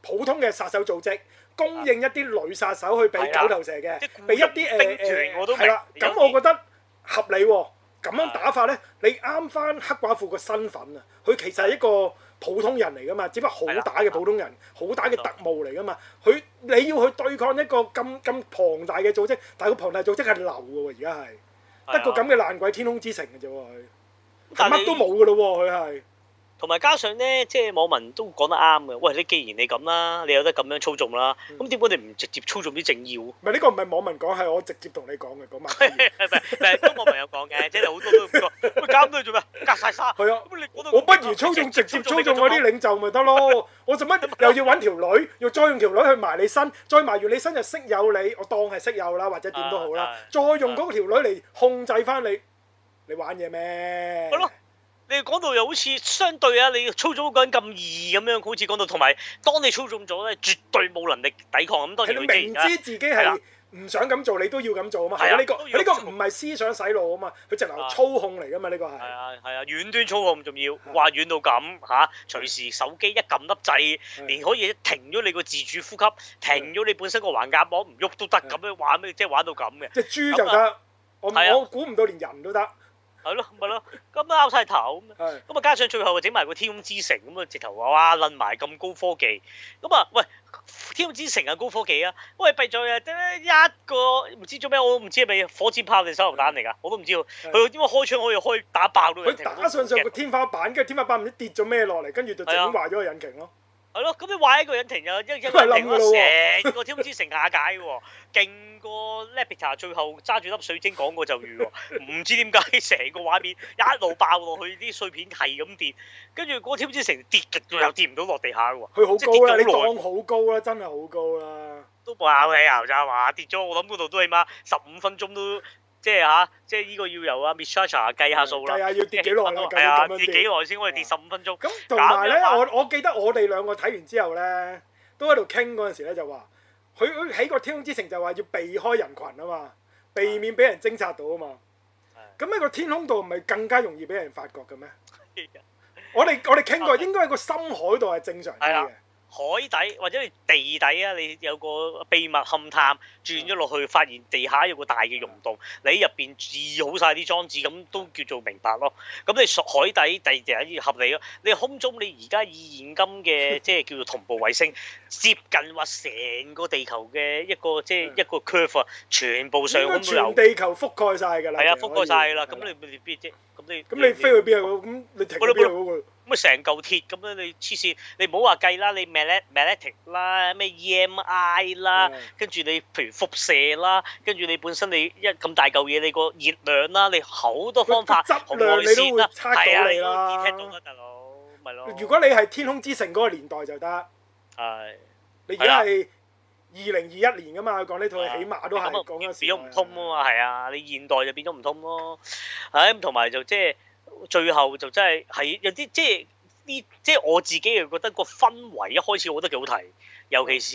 Speaker 2: 普通嘅殺手組織，供應一啲女殺手去俾
Speaker 1: 啊係啦
Speaker 2: 九頭蛇嘅
Speaker 1: 啊即係，
Speaker 2: 俾一啲誒
Speaker 1: 僱傭兵團我都
Speaker 2: 誒
Speaker 1: 明
Speaker 2: 係啦。
Speaker 1: 有啲啊
Speaker 2: 咁我覺得合理喎、咁樣打法呢，你啱翻黑寡婦個身份啊！佢其實係一個普通人嚟噶嘛，只不過好打嘅普通人，好打嘅特務嚟噶嘛。佢你要去對抗一個咁咁龐大嘅組織，但係個龐大組織係流嘅喎，而家係得個咁嘅爛鬼天空之城嘅啫喎，佢
Speaker 1: 啊但
Speaker 2: 乜都冇嘅咯喎，佢係。
Speaker 1: 同埋加上咧，即係網民都講得啱嘅。喂，你既然你咁啦，你有得咁樣操縱啦，
Speaker 2: 嗯
Speaker 1: 咁點解你唔直接操縱啲政要？ (laughs)
Speaker 2: 唔係呢個唔係網民講，係我直接同你講嘅嗰晚。
Speaker 1: 係咪？但係都網民有講嘅，即係好多都咁講。喂，搞咁多做咩？隔晒沙。
Speaker 2: 係啊，
Speaker 1: 咁你講到
Speaker 2: 我不如操縱直接操縱嗰啲領袖咪
Speaker 1: (laughs)
Speaker 2: 得咯。我做乜又要揾條女，要再用條女去埋你身，再埋完你身就識有你，我當係識有啦，或者點都好啦
Speaker 1: 啊。
Speaker 2: 再用嗰條女嚟控制翻你，你玩嘢咩？
Speaker 1: 係咯你講到又好似相對啊，你操縱嗰個人咁易咁樣，好似講到同埋，當你操縱咗咧，絕對冇能力抵抗。咁當
Speaker 2: 係
Speaker 1: 然
Speaker 2: 你
Speaker 1: 佢即
Speaker 2: 明
Speaker 1: 係而
Speaker 2: 知
Speaker 1: 家
Speaker 2: 自己
Speaker 1: 係啦
Speaker 2: 係唔想咁做，你都要咁做啊嘛。
Speaker 1: 係
Speaker 2: 係
Speaker 1: 啊
Speaker 2: 啊，呢個
Speaker 1: 都要
Speaker 2: 呢個唔係思想洗腦啊嘛，佢直頭
Speaker 1: 啊
Speaker 2: 操控嚟噶嘛，呢個係
Speaker 1: 係。啊係啊，遠端操控仲要，哇遠到咁嚇，隨時手機一撳粒掣。連可以停咗你個自主呼吸，停咗你本身個橫膈膜唔喐都得，
Speaker 2: 嗯
Speaker 1: 咁樣玩咩？即係玩到咁嘅，
Speaker 2: 只豬就
Speaker 1: 咁
Speaker 2: 得，我
Speaker 1: 係啊
Speaker 2: 我估唔到連人都得，
Speaker 1: 係咯，咪咯，咁都拗晒頭咁樣。
Speaker 2: 係
Speaker 1: 咁啊，加上最後整埋個天空之城咁啊，直頭話哇，撚埋咁高科技，咁啊，喂，天空之城啊，高科技啊，喂，弊在啊，得一個唔知做咩，我唔知係咪火箭炮定手榴彈嚟㗎，我都唔知喎。佢點解開槍可以開打爆到人
Speaker 2: 佢打上上個天花板，跟住天花板唔知跌咗咩落嚟，跟住就整
Speaker 1: 係啊
Speaker 2: 壞咗個引擎咯。
Speaker 1: 係係咯，咁你話一個人停就一一個人停啦，成個天空之城瓦解喎，勁過 Lepita 最後揸住粒水晶講過就遇喎，唔知點解成個畫面一路爆落去啲碎片係咁跌，跟住嗰個天空之城跌極又跌唔到落地下喎，
Speaker 2: 佢好
Speaker 1: 即係跌
Speaker 2: 高啦，啊你
Speaker 1: 咗好耐
Speaker 2: 當好高啦，真係好高啦。
Speaker 1: 都爆你油咋話跌咗，我諗嗰度都起碼十五分鐘都即係嚇，即係呢個要由阿 Mishacha 計下數
Speaker 2: 計
Speaker 1: 啦，
Speaker 2: 下要跌幾耐啦，
Speaker 1: (laughs) 係啊，跌
Speaker 2: 計咁樣
Speaker 1: 幾
Speaker 2: 跌。
Speaker 1: 耐先可以跌十五分鐘？
Speaker 2: 咁同埋咧
Speaker 1: 搞咗，
Speaker 2: 我我記得我哋兩個睇完之後咧，都喺度傾嗰陣時咧就話，佢佢喺個天空之城就話要避開人群啊嘛，避免俾人偵察到啊嘛。咁喺個天空度唔係更加容易俾人發覺嘅咩？我哋我哋傾過，
Speaker 1: 啊
Speaker 2: 應該喺個深海度係正常啲
Speaker 1: 係啊
Speaker 2: 嘅。
Speaker 1: 海底或者你地底啊，你有個秘密勘探轉咗落去，發現地下有個大嘅溶洞，你喺入邊置好晒啲裝置，咁都叫做明白咯。咁你熟海底第第合理咯。你空中你而家以現今嘅即係叫做同步衛星，接近話成個地球嘅一個即係一個 curve 啊，全部上
Speaker 2: 嗯應該
Speaker 1: 空都
Speaker 2: 全
Speaker 1: 有，
Speaker 2: 地球覆蓋晒㗎啦。
Speaker 1: 係啊，
Speaker 2: 其實
Speaker 1: 覆
Speaker 2: 可
Speaker 1: 蓋
Speaker 2: 以
Speaker 1: 晒啦。咁
Speaker 2: 係啦
Speaker 1: 你你邊啫？咁你
Speaker 2: 咁你飛去邊啊？咁你停喺邊啊？嗰個
Speaker 1: 咁啊成嚿鐵咁樣你黐線，你唔好話計啦，你 magnet- magnetic 啦，咩 EMI 啦，
Speaker 2: 嗯
Speaker 1: 跟住你譬如輻射啦，跟住你本身你一咁大嚿嘢，你個熱量啦，你好多方法，
Speaker 2: 個質
Speaker 1: 紅
Speaker 2: 量
Speaker 1: 外線啦
Speaker 2: 你都會，測到
Speaker 1: 係啊，
Speaker 2: 你
Speaker 1: 你都
Speaker 2: 啦
Speaker 1: detect 到啦，大佬，咪咯，
Speaker 2: 如果你係天空之城嗰個年代就得。
Speaker 1: 係
Speaker 2: 你而家係二零二一年噶嘛？佢講呢套
Speaker 1: 係啊
Speaker 2: 起碼都係
Speaker 1: 咁啊
Speaker 2: 講緊時代
Speaker 1: 變咗唔通啊嘛，係啊，你現代就變咗唔通咯，唉，咁同埋就即係最後就真係係有啲即係呢，即係我自己又覺得個氛圍一開始我覺得幾好睇，尤其是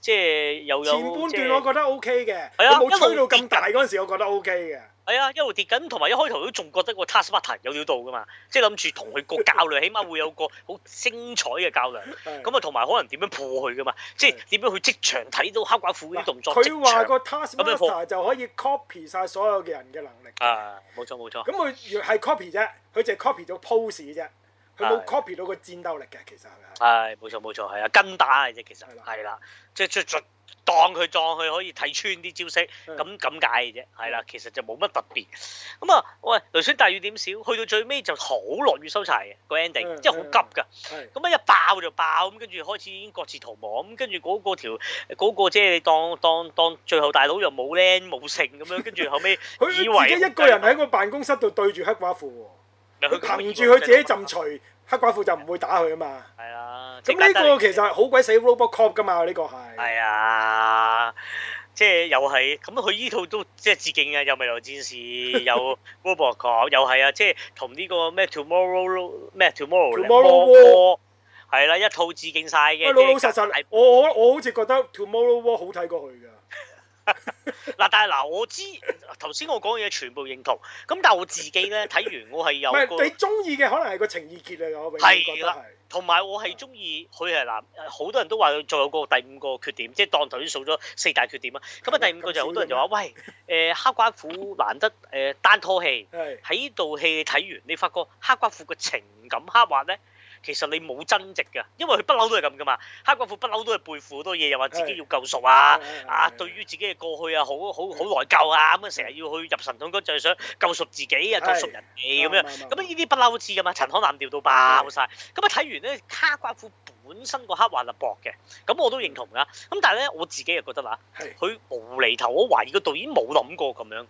Speaker 1: 即係又有
Speaker 2: 前半
Speaker 1: 即係
Speaker 2: 段我覺得 O K 嘅，
Speaker 1: 係啊
Speaker 2: 佢冇吹到
Speaker 1: 一路
Speaker 2: 咁大嗰陣時，我覺得 O K 嘅。
Speaker 1: 係啊，一路跌緊，同埋一開頭都仲覺得個 Taskmaster 有料到㗎嘛，即係諗住同佢個較量，起碼會有個好精彩嘅較量。
Speaker 2: 咁
Speaker 1: 咁啊，同埋可能點樣破佢㗎嘛，即係點樣去即場睇到黑寡婦啲動作。
Speaker 2: 嗯佢話個
Speaker 1: 咁樣破
Speaker 2: Taskmaster 就可以 copy 晒所有嘅人嘅能力。
Speaker 1: 即場啊，冇錯冇錯，
Speaker 2: 咁佢係 copy 啫，佢就係 copy 到 pose 啫，佢
Speaker 1: 係
Speaker 2: 冇 copy 到個戰鬥力嘅，其實係
Speaker 1: 係冇錯冇錯，係啊，跟打嚟啫，其實
Speaker 2: 係啦
Speaker 1: 係啦，即係即係當佢當佢可以睇穿啲招式。
Speaker 2: 嗯
Speaker 1: 咁咁解嘅啫，係啦，其實就冇乜特別。咁啊，喂，雷聲大雨點少，去到最尾就好落雨收柴嘅個 ending，
Speaker 2: 嗯
Speaker 1: 即係好急㗎。
Speaker 2: 係
Speaker 1: 咁啊一爆就爆，咁跟住開始已經各自逃亡，咁跟住嗰個條嗰、個即係你當當當最後大佬又冇僆冇剩咁樣，跟住後尾
Speaker 2: 佢
Speaker 1: 以為
Speaker 2: 自己一個人喺個辦公室度對住黑寡婦喎，
Speaker 1: 咪
Speaker 2: 佢
Speaker 1: 佢
Speaker 2: 憑住佢自己浸除，黑寡婦就唔會打佢啊嘛。
Speaker 1: 係啦，
Speaker 2: 咁呢個其實好鬼死 RoboCop 噶嘛，呢個係。
Speaker 1: 係啊。即係又係咁，佢依套都即係致敬啊，有未來戰士，有
Speaker 2: (laughs)
Speaker 1: RoboCop，又係啊，即係同呢個咩 Tomorrow 咩 Tomorrow
Speaker 2: Tomorrow
Speaker 1: War 係啦，一套致敬晒嘅。
Speaker 2: 喂，老老
Speaker 1: 即係
Speaker 2: 實實
Speaker 1: 大，
Speaker 2: 我我我好似覺得 Tomorrow War 好睇過佢㗎。
Speaker 1: 嗱，但係嗱，我知頭先我講嘅嘢全部認同，咁但係我自己咧睇完，我係有
Speaker 2: 唔係你
Speaker 1: 個
Speaker 2: 中意嘅可能係個情意結嚟㗎，我永遠覺
Speaker 1: 係
Speaker 2: 得
Speaker 1: 啦
Speaker 2: 係。
Speaker 1: 同埋我係中意佢係嗱，好多人都話佢仲有個第五個缺點，即係當頭先數咗四大缺點啊。咁啊，第五個就好多人就
Speaker 2: (laughs)
Speaker 1: 話，喂，誒黑寡婦難得誒單拖戲，
Speaker 2: 係
Speaker 1: 喺呢套戲你睇完，你發覺黑寡婦嘅情感刻畫咧。其實你冇增值㗎，因為佢不嬲都係咁㗎嘛。黑寡婦不嬲都係背負好多嘢，又話自己要救贖啊，啊，對於自己嘅過去啊，好好好內疚啊，咁啊，成日要去入神通嗰就係想救贖自己啊，
Speaker 2: 係
Speaker 1: 救贖人哋咁樣。
Speaker 2: 樣
Speaker 1: 咁啊呢啲不嬲知噶嘛，陳腔濫調到爆晒。咁啊睇完咧，卡瓜夫本身個刻畫力薄嘅，咁我都認同噶。咁但係咧，我自己又覺得啦，
Speaker 2: 係
Speaker 1: 佢無厘頭，我懷疑個導演冇諗過咁樣。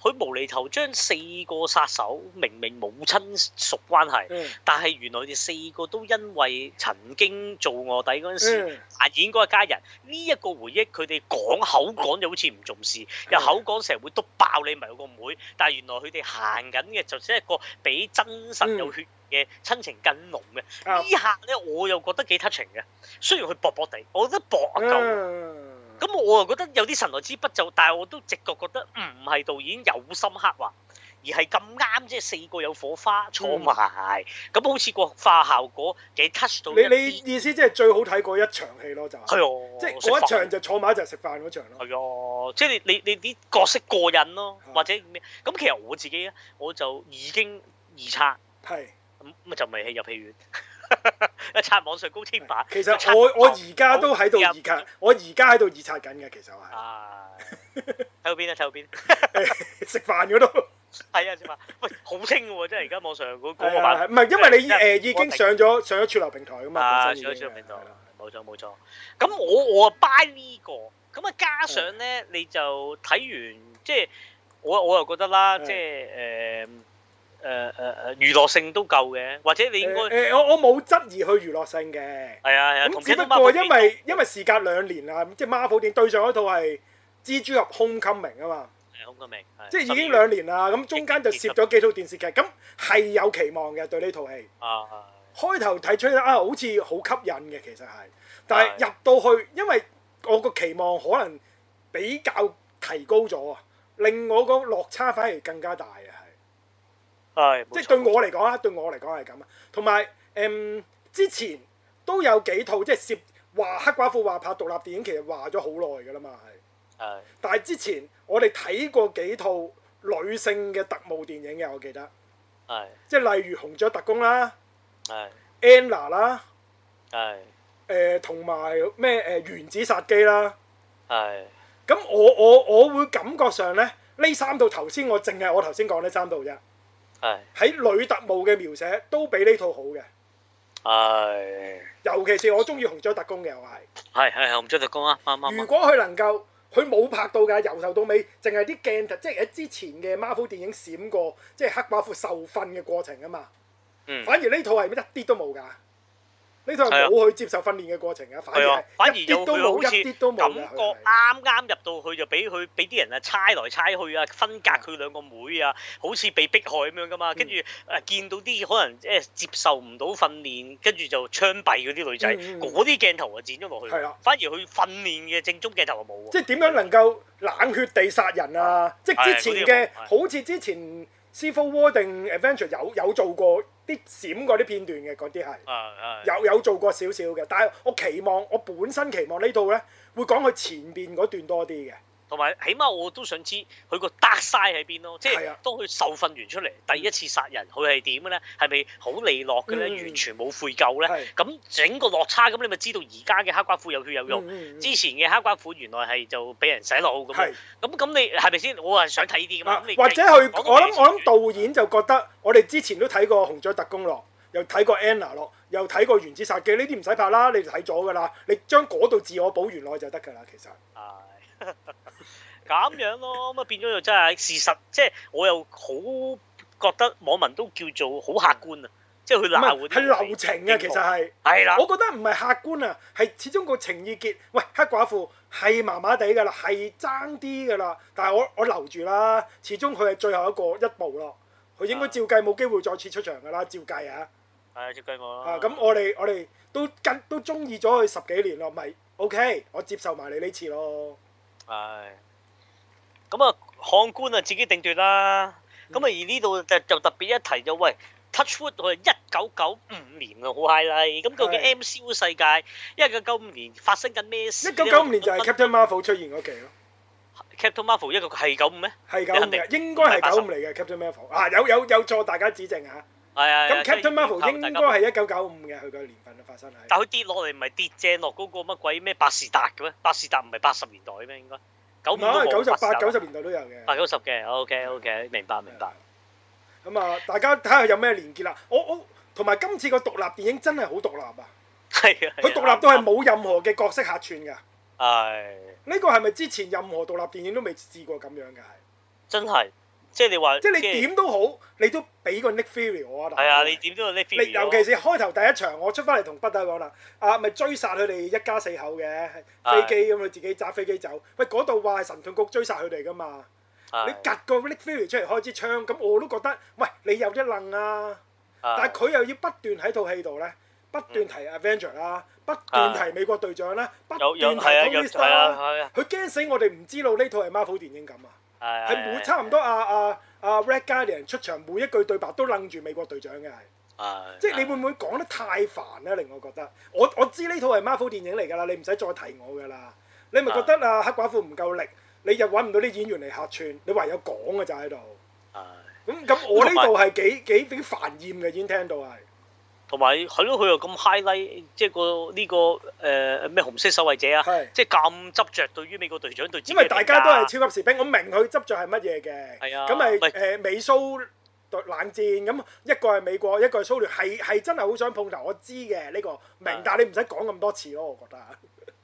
Speaker 1: 佢無厘頭將四個殺手明明冇親屬關係，
Speaker 2: 嗯
Speaker 1: 但係原來佢哋四個都因為曾經做卧底嗰陣時。
Speaker 2: 嗯
Speaker 1: 扮演嗰一家人呢一個回憶，佢哋講口講就好似唔重視，
Speaker 2: 嗯
Speaker 1: 又口講成日會篤爆你咪有個妹，但係原來佢哋行緊嘅就只係一個比真實有血嘅親情更濃嘅。
Speaker 2: 嗯啊
Speaker 1: 呢下咧我又覺得幾 touching 嘅，雖然佢薄薄地，我覺得薄啊夠。
Speaker 2: 嗯
Speaker 1: 咁我又覺得有啲神來之筆就，但係我都直覺覺得唔係導演有心刻畫，而係咁啱即係四個有火花坐埋，咁、好似個化效果幾 touch 到一
Speaker 2: 嗯你你
Speaker 1: 啲。
Speaker 2: 意思即係最好睇嗰一場戲咯，就係。
Speaker 1: 係啊，
Speaker 2: 即係
Speaker 1: 食
Speaker 2: 嗰一
Speaker 1: 飯
Speaker 2: 場就坐埋一齊食飯嗰場
Speaker 1: 係
Speaker 2: 咯。
Speaker 1: 啊，即係你你你啲角色過癮咯，
Speaker 2: 啊
Speaker 1: 或者咩？咁其實我自己咧，我就已經二刷，
Speaker 2: 係。
Speaker 1: 咁咪就未入戲院， (laughs) 一刷網上高清版。
Speaker 2: 其
Speaker 1: 一
Speaker 2: 實
Speaker 1: 刷
Speaker 2: 我我而家都喺度
Speaker 1: 好
Speaker 2: 二刷，我而家喺度二刷緊嘅，其實係
Speaker 1: 啊，睇到邊啊？睇到邊？(laughs)
Speaker 2: (laughs) 食飯嗰度。
Speaker 1: 係啊，先話喂，好清喎！真係而家網上嗰嗰個
Speaker 2: 係啊
Speaker 1: 版
Speaker 2: 係唔係因為你
Speaker 1: 即係
Speaker 2: 誒已經上咗上咗主流平台噶嘛？
Speaker 1: 啊
Speaker 2: 本身
Speaker 1: 上
Speaker 2: 已經
Speaker 1: 咗串流平台
Speaker 2: 係啦
Speaker 1: 冇錯冇錯。咁我我 buy 呢、個，咁啊加上咧，你就睇完即係我我又覺得啦，
Speaker 2: 嗯
Speaker 1: 即係誒誒誒誒娛樂性都夠嘅，或者你應該
Speaker 2: 誒誒我我冇質疑佢娛樂性嘅，
Speaker 1: 係啊係啊，同
Speaker 2: 咁只
Speaker 1: Captain
Speaker 2: 不過
Speaker 1: Marvel
Speaker 2: 因為因為時隔兩年啦，即係 Marvel 電對上嗰套係蜘蛛俠 Homecoming 啊嘛，
Speaker 1: 係空嘅明，
Speaker 2: 即係已經
Speaker 1: 12
Speaker 2: 兩年啦，咁中間就攝咗幾套電視劇，咁係有期望嘅對呢套戲。
Speaker 1: 啊
Speaker 2: 開頭睇出啊，好似好吸引嘅，其實係，但係入到去，因為我個期望可能比較提高咗啊，令我個落差反而更加大啊，係，
Speaker 1: 係
Speaker 2: 即係對我嚟講啊，對我嚟講係咁啊，同埋誒之前都有幾套即係涉話黑寡婦話拍獨立電影，其實話咗好耐㗎啦嘛，係，
Speaker 1: 係
Speaker 2: 但係之前我哋睇過幾套女性嘅特務電影嘅，我記得，
Speaker 1: 係
Speaker 2: 即係例如《紅雀特工》啦，
Speaker 1: 係
Speaker 2: 《Anna》啦。
Speaker 1: 係
Speaker 2: 誒同埋咩誒原子殺機啦。
Speaker 1: 係
Speaker 2: 咁我我我會感覺上咧，呢三套頭先我淨係我頭先講呢三套啫，
Speaker 1: 係
Speaker 2: 喺女特務嘅描寫都比呢套好嘅。
Speaker 1: 係。
Speaker 2: 尤其是我中意紅雀特工嘅，我係。
Speaker 1: 係係係，我唔追特工啊，啱啱
Speaker 2: 如
Speaker 1: 啱
Speaker 2: 果佢能夠，佢冇拍到㗎，由頭到尾，淨係啲鏡頭，即係喺之前嘅 Marvel 電影閃過，即係黑寡婦受訓嘅過程啊嘛。
Speaker 1: 嗯，
Speaker 2: 反而呢套係一啲都冇㗎。呢套
Speaker 1: 係啊
Speaker 2: 係冇去接受訓練嘅過程啊，反
Speaker 1: 係
Speaker 2: 而
Speaker 1: 啊，反而
Speaker 2: 係一
Speaker 1: 有
Speaker 2: 啲都
Speaker 1: 佢好
Speaker 2: 冇，
Speaker 1: 似
Speaker 2: 一啲都冇
Speaker 1: 感
Speaker 2: 㗎。
Speaker 1: 覺
Speaker 2: 佢係
Speaker 1: 啱啱入到去就俾佢俾啲人啊猜來猜去
Speaker 2: 嗯
Speaker 1: 啊，分隔佢兩個妹啊，好似被迫害咁樣
Speaker 2: 嗯
Speaker 1: 噶嘛。跟住誒見到啲可能誒接受唔到訓練，跟住就槍斃嗰啲女仔，
Speaker 2: 嗯嗯
Speaker 1: 嗰啲鏡頭啊剪咗落去
Speaker 2: 係啦。
Speaker 1: 反而佢訓練嘅正宗鏡頭啊冇
Speaker 2: 即
Speaker 1: 喎。
Speaker 2: 係點樣能夠冷血地殺人啊？即係之前嘅
Speaker 1: 係嗰啲
Speaker 2: 好似之前 Civil War 定 Adventure 有有做過啲閃過啲片段嘅嗰啲係
Speaker 1: 啊係
Speaker 2: 有有做過少少嘅，但係我期望我本身期望呢套呢會講佢前邊嗰段多啲嘅，
Speaker 1: 同埋起碼我都想知佢個 dark side 喺邊咯，即係
Speaker 2: 係啊
Speaker 1: 當佢受訓完出嚟第一次殺人，佢係點嘅咧？係咪好利落嘅咧？
Speaker 2: 嗯
Speaker 1: 完全冇悔疚咧？
Speaker 2: 係
Speaker 1: 咁整個落差，咁你咪知道而家嘅黑寡婦有血有肉，
Speaker 2: 嗯嗯嗯
Speaker 1: 之前嘅黑寡婦原來係就俾人洗腦咁樣
Speaker 2: 係。
Speaker 1: 咁咁你係咪先？我係想睇呢啲噶嘛。
Speaker 2: 啊
Speaker 1: 咁你
Speaker 2: 或者
Speaker 1: 繼續
Speaker 2: 佢
Speaker 1: 講
Speaker 2: 我
Speaker 1: 到
Speaker 2: 諗我諗導演就覺得我哋之前都睇過《紅雀特工》咯，又睇過《Anna》咯，又睇過《原子殺機》，呢啲唔使拍啦，你睇咗㗎啦，你將嗰度自我補完落去就得㗎啦，其實。
Speaker 1: 係咁樣咯，咁啊變咗就真係事實，即係我又好覺得網民都叫做好客觀啊，即係佢
Speaker 2: 唔係
Speaker 1: 鬧嗰啲
Speaker 2: 係流程嘅，其實係。
Speaker 1: 係啦，
Speaker 2: 我覺得唔係客觀啊，係始終個情意結。喂，黑寡婦係麻麻地㗎啦，係爭啲㗎啦，但係我我留住啦，始終佢係最後一個一步咯。佢
Speaker 1: 啊
Speaker 2: 應該照計冇機會再次出場㗎啦，照計啊。
Speaker 1: 係啊接計我啦。
Speaker 2: 啊，咁我哋我哋都跟都中意咗佢十幾年咯，咪 OK，我接受埋你呢次咯。
Speaker 1: 係。咁啊，漢官啊自己定奪啦。
Speaker 2: 嗯
Speaker 1: 咁啊，而呢度就就特別一提就喂。Touchwood 佢係一九九五年啊，好 high 啦。咁究竟
Speaker 2: 係
Speaker 1: MCU 世界一九九五年發生緊咩事
Speaker 2: 一
Speaker 1: 呢？
Speaker 2: 九九五年就係 Captain Marvel 出現嗰期咯，
Speaker 1: Captain Marvel 一個係九五咩？
Speaker 2: 係九五嘅，應該係九五嚟嘅 Captain Marvel。啊，有有有錯，大家指正嚇。
Speaker 1: 係啊。係啊
Speaker 2: 咁 Captain Marvel 應該，
Speaker 1: 即係要靠大家
Speaker 2: 係一九九五嘅，佢個年份啊發生喺。
Speaker 1: 但佢跌落嚟唔係跌正落嗰個乜鬼咩百事達嘅咩？百事達唔係八十年代咩？應該九
Speaker 2: 唔
Speaker 1: 五都
Speaker 2: 係九
Speaker 1: 冇
Speaker 2: 十八、九十
Speaker 1: 十
Speaker 2: 年代都有嘅。
Speaker 1: 八九十嘅。OK OK，明白明白。
Speaker 2: 咁啊，大家睇下有咩連結啦。我我同埋今次個獨立電影真係好獨立啊！
Speaker 1: 係啊。
Speaker 2: 佢獨立到係冇任何嘅角色客串㗎。
Speaker 1: 係。
Speaker 2: 呢個係咪之前任何獨立電影都未試過咁樣㗎？係，
Speaker 1: 真係，即係你話，
Speaker 2: 即係你點都好，你都俾個 Nick Fury 我啊！大佬
Speaker 1: 係啊，你點都要呢 feel
Speaker 2: 你尤其是開頭第一場，我出翻嚟同北大講啦，啊咪追殺佢哋一家四口嘅
Speaker 1: 係
Speaker 2: 飛機咁，佢自己揸飛機走。喂，嗰度話係神盾局追殺佢哋㗎嘛？你夾個 Nick Fury 出嚟開支槍，咁我都覺得，喂，你有一愣啊！但係佢又要不斷喺套戲度咧，不
Speaker 1: 嗯
Speaker 2: 斷提 Avenger 啦，不斷提美國隊長啦，不斷
Speaker 1: 有有
Speaker 2: 提
Speaker 1: 係啊有
Speaker 2: Tony
Speaker 1: 係
Speaker 2: Stark
Speaker 1: 啊
Speaker 2: 啦。
Speaker 1: 係啊
Speaker 2: 佢驚死我哋唔知道呢套係 Marvel 電影咁啊！
Speaker 1: 係啊
Speaker 2: 係每差唔多啊啊啊 Red Guardian 出場每一句對白都楞住美國隊長嘅係。
Speaker 1: 係
Speaker 2: 即係你會唔會講得太煩咧？令我覺得，我我知呢套係 Marvel 電影嚟㗎啦，你唔使再提我㗎啦。你咪覺得啊黑寡婦唔夠力，你又揾唔到啲演員嚟客串，你唯有講㗎咋喺度。
Speaker 1: 係
Speaker 2: 咁咁我呢度係幾幾幾煩厭嘅，已經聽到係。
Speaker 1: 同埋係咯，佢又咁 highlight，即係個呢個誒咩紅色守衛者啊
Speaker 2: 係，
Speaker 1: 即係咁執着對於美國隊長對自己
Speaker 2: 因
Speaker 1: 嘅
Speaker 2: 為
Speaker 1: 評價，啊
Speaker 2: 大家都係超級士兵，我明佢執着係乜嘢嘅。
Speaker 1: 係啊
Speaker 2: 咁咪
Speaker 1: 喂
Speaker 2: 誒美蘇對冷戰咁，一個係美國，一個係蘇聯，係係真係好想碰頭，我知嘅呢個明
Speaker 1: 係，
Speaker 2: 但係你唔使講咁多次咯，我覺得。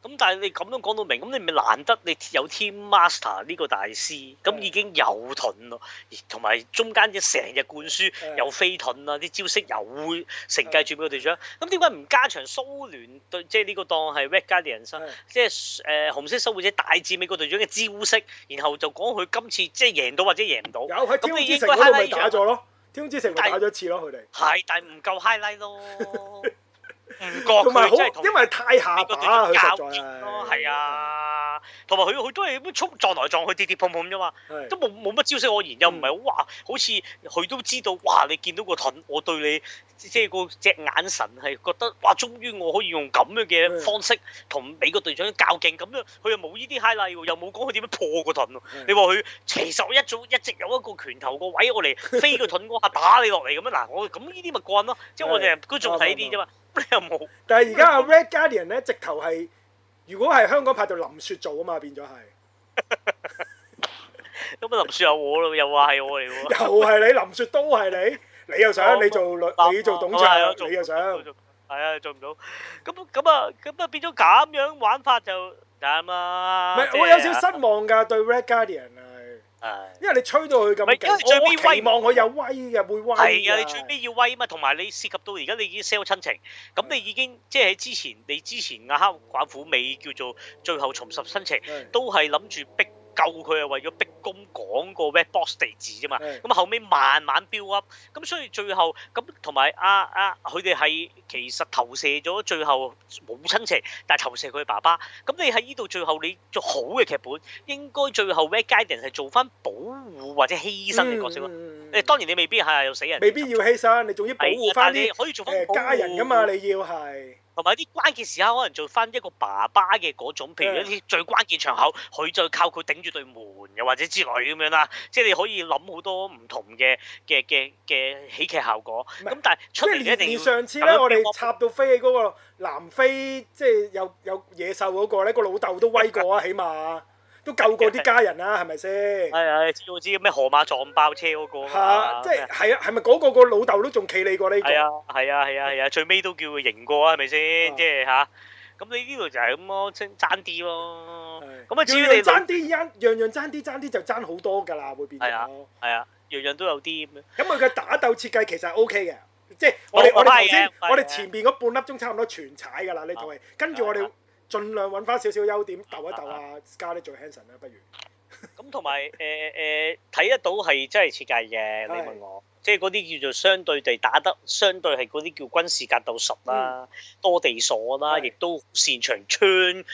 Speaker 1: 咁但係你咁樣講到明，咁你咪難得你有 Team Master 呢個大師，咁已經有盾咯，而同埋中間嘅成日灌輸
Speaker 2: 嗯
Speaker 1: 有飛盾啊，啲招式又會承繼住俾個隊長。咁點解唔加場蘇聯對即係呢個當係 Red Guardians 啊
Speaker 2: 嗯
Speaker 1: 即係誒、呃、紅色守護者大戰美國隊長嘅招式，然後就講佢今次即係贏到或者贏唔到。
Speaker 2: 有喺
Speaker 1: 咁
Speaker 2: 天空
Speaker 1: 你
Speaker 2: 之
Speaker 1: 應
Speaker 2: 城
Speaker 1: 該
Speaker 2: 嗰度咪
Speaker 1: highlight
Speaker 2: 打
Speaker 1: 咗，
Speaker 2: 咗咯，天空之城咪
Speaker 1: 但
Speaker 2: 打咗一次咯，佢哋。
Speaker 1: 係，但係唔夠 highlight 咯，唔覺
Speaker 2: 同埋
Speaker 1: 哦佢
Speaker 2: 好
Speaker 1: 真係，同
Speaker 2: 因為太下
Speaker 1: 美國隊
Speaker 2: 巴啦，
Speaker 1: 長
Speaker 2: 啊佢
Speaker 1: 交
Speaker 2: 實在
Speaker 1: 戰
Speaker 2: 係。
Speaker 1: 咯，係。啊，同埋佢佢都係咁衝撞來撞去跌跌碰碰啫嘛，
Speaker 2: 係
Speaker 1: 都冇冇乜招式可言，又唔係好話，好似佢都知道，哇！你見到個盾，我對你即係個隻眼神係覺得，哇！終於我可以用咁樣嘅方式同美國隊長較勁咁樣，佢又冇呢啲 highlight 喎，又冇講佢點樣破個盾喎。你話佢其實我一早一直有一個拳頭個位，我
Speaker 2: (laughs)
Speaker 1: 嚟飛個盾嗰下打你落嚟咁樣嗱，我咁呢啲咪慣咯，即係我哋係觀眾睇呢啲啫嘛，你又冇。
Speaker 2: 但係而家阿 Red Guardian 咧，直頭係如果係香港拍就林雪做啊嘛，
Speaker 1: (laughs)
Speaker 2: 變咗係。
Speaker 1: 咁啊，林雪有我咯，又話係我嚟
Speaker 2: 又 (laughs)
Speaker 1: 喎。
Speaker 2: 係你，林雪都係你，你又
Speaker 1: 我
Speaker 2: 想你做女，你做董
Speaker 1: 咁啊哦係啊
Speaker 2: 卓，
Speaker 1: 做
Speaker 2: 你又想。
Speaker 1: 係啊，做唔到。咁咁啊，咁啊變咗咁樣玩法就啊慘啦。
Speaker 2: 唔係，我有少少失望㗎對 Red Guardian 係，
Speaker 1: 係啊
Speaker 2: 因為你吹到佢咁
Speaker 1: 唔係因為最
Speaker 2: 勁，我
Speaker 1: 尾
Speaker 2: 我
Speaker 1: 威
Speaker 2: 期望佢有威嘅，會威㗎。
Speaker 1: 係啊，你最尾要威嘛，同埋你涉及到而家你已經 sell 親情，咁你已經即係喺之前，你之前亞黑寡婦未叫做最後重拾親情，
Speaker 2: 係
Speaker 1: 都係諗住逼救佢啊，為咗逼供講個 Red Box 地址啫嘛。
Speaker 2: 係
Speaker 1: 咁後尾慢慢 build up，咁所以最後咁同埋啊啊，佢哋係其實投射咗最後冇親情，但係投射佢爸爸。咁你喺呢度最後你做好嘅劇本，應該最後 Red Guardian 係做翻保護或者犧牲嘅角色咯。
Speaker 2: 嗯嗯
Speaker 1: 誒、當然你未必係有死人，
Speaker 2: 未必要犧牲，你仲要保
Speaker 1: 係
Speaker 2: 護
Speaker 1: 啊但
Speaker 2: 翻
Speaker 1: 係你
Speaker 2: 啲
Speaker 1: 可以做翻
Speaker 2: 誒家人㗎嘛，你要係。
Speaker 1: 同埋啲關鍵時刻可能做翻一個爸爸嘅嗰種，
Speaker 2: 嗯
Speaker 1: 譬如一啲最關鍵場口，佢就靠佢頂住對門，又或者之類咁樣啦。即係你可以諗好多唔同嘅嘅嘅嘅喜劇效果。
Speaker 2: 唔係
Speaker 1: 咁但係
Speaker 2: 即
Speaker 1: 出
Speaker 2: 係
Speaker 1: 嚟你一
Speaker 2: 連
Speaker 1: 定
Speaker 2: 連
Speaker 1: 要
Speaker 2: 上次
Speaker 1: 咁
Speaker 2: 咧，
Speaker 1: 樣
Speaker 2: 我
Speaker 1: 俾
Speaker 2: 哋插到飛起嗰個南非，即係有有野獸嗰個咧，個老豆都
Speaker 1: (laughs)
Speaker 2: 威過啊，起碼都救過啲家人啦，係咪先？
Speaker 1: 係啊係知我知咩河馬撞爆車嗰個啊
Speaker 2: 嚇！即係係啊，係咪嗰個個老豆都仲企你嗯過呢個？
Speaker 1: 係啊係啊係啊係啊，最尾都叫佢贏過啊，係咪先？
Speaker 2: 啊
Speaker 1: 即係吓，咁你呢度就係咁咯，爭爭啲咯。咁啊，至於
Speaker 2: 樣
Speaker 1: 你
Speaker 2: 樣爭啲，爭樣樣爭啲，爭啲就爭好多㗎啦，會變咗。
Speaker 1: 係啊
Speaker 2: 咁
Speaker 1: 係啊，樣樣都有啲咁樣。
Speaker 2: 啊佢嘅打鬥設計其實 O K 嘅，即係我哋
Speaker 1: 冇冇
Speaker 2: 我哋頭
Speaker 1: 哦批嘅
Speaker 2: 先
Speaker 1: 冇批嘅
Speaker 2: 我哋前邊嗰半粒鐘差唔多全踩㗎啦，呢套戲。跟住我
Speaker 1: 係
Speaker 2: 哋
Speaker 1: 啊
Speaker 2: 盡量揾翻少少優點，鬥一鬥啊 Scarlett Johansson 啦，不如。
Speaker 1: 咁同埋誒誒睇得到係真係設計嘅，你問我，即係嗰啲叫做相對地打得，相對係嗰啲叫軍事格鬥術啦、多地鎖啦，
Speaker 2: 嗯係
Speaker 1: 亦都擅長槍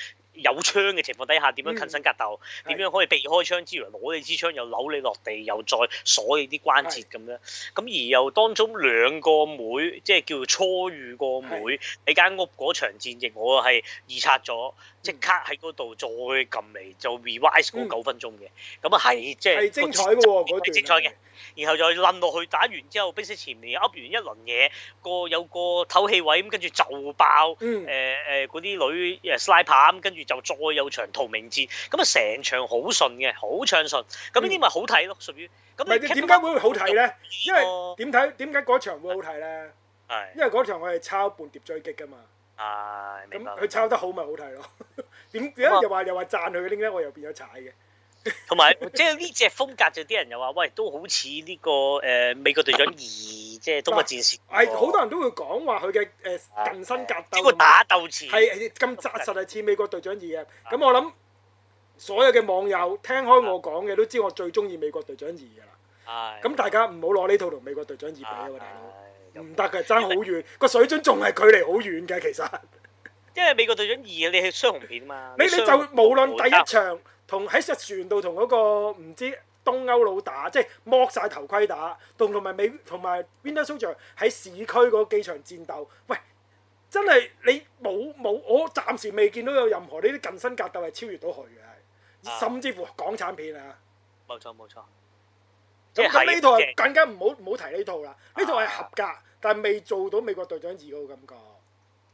Speaker 1: 有槍嘅情況底下點樣近身格鬥，
Speaker 2: 嗯
Speaker 1: 點、樣可以避開槍之餘攞你支槍又扭你落地，又再鎖你啲關節咁樣。咁而又當中兩個妹，即係叫初遇個妹喺間屋嗰場戰役，我係二刷咗，即刻喺嗰度再撳嚟就 revise 嗰
Speaker 2: 嗯
Speaker 1: 九分鐘嘅。咁啊係即係
Speaker 2: 係精彩嘅喎，嗰
Speaker 1: 係
Speaker 2: 段
Speaker 1: 精彩嘅。然後就冧落去打完之後，冰釋前面噏完一輪嘢，個有個唞氣位咁，跟住就爆。誒
Speaker 2: 嗯，
Speaker 1: 誒嗰啲女誒 slide 棒，跟住就再有場逃命戰，咁啊成場好順嘅，好暢順，咁呢啲咪好睇咯，屬於
Speaker 2: 嗯唔
Speaker 1: 咁
Speaker 2: 係
Speaker 1: 你
Speaker 2: 點解會好睇咧？因為
Speaker 1: 哦
Speaker 2: 點睇點解嗰場會好睇咧？
Speaker 1: 係
Speaker 2: 因為嗰場我哋抄半碟追擊㗎嘛，
Speaker 1: 係
Speaker 2: 咁
Speaker 1: 明白。啊
Speaker 2: 佢抄得好咪好睇咯。 (laughs) 點點解又話又話讚佢，點解我又變咗踩嘅？
Speaker 1: 同埋即係呢只風格就啲人又話，喂，都好似呢、個誒、呃美國隊長二，即係《東北戰士》
Speaker 2: 係好多人都會講話佢嘅誒近身格
Speaker 1: 呢哦個
Speaker 2: 鬥啊
Speaker 1: 打鬥詞
Speaker 2: 係啊係咁紮實係似啊美國隊長二嘅。咁我諗所有嘅網友聽開我講嘅都知我最中意美國隊長二㗎啦。
Speaker 1: 係
Speaker 2: 咁大家唔好攞呢套同美國隊長二比啊，大
Speaker 1: 係
Speaker 2: 佬唔得㗎，爭好遠，個水準仲係距離好遠嘅其實。
Speaker 1: 因為美國隊長二你係雙雄片
Speaker 2: (laughs)
Speaker 1: 嘛，
Speaker 2: 你你
Speaker 1: 雙
Speaker 2: 就
Speaker 1: 雄
Speaker 2: 無論第一場同喺隻船度同嗰個唔知東歐佬打，即係剝晒頭盔打，同同埋美同埋 Winter Soldier 喺市區嗰幾場戰鬥，喂，真係你冇冇，我暫時未見到有任何呢啲近身格鬥係超越到佢嘅，
Speaker 1: 啊
Speaker 2: 係甚至乎港產片啊！
Speaker 1: 冇錯冇錯，即
Speaker 2: 咁
Speaker 1: 係
Speaker 2: 咁呢套
Speaker 1: 正
Speaker 2: 係更加
Speaker 1: 啊
Speaker 2: 唔好唔好提呢套啦，呢套係合格，但係未做到美國隊長二嗰個感覺。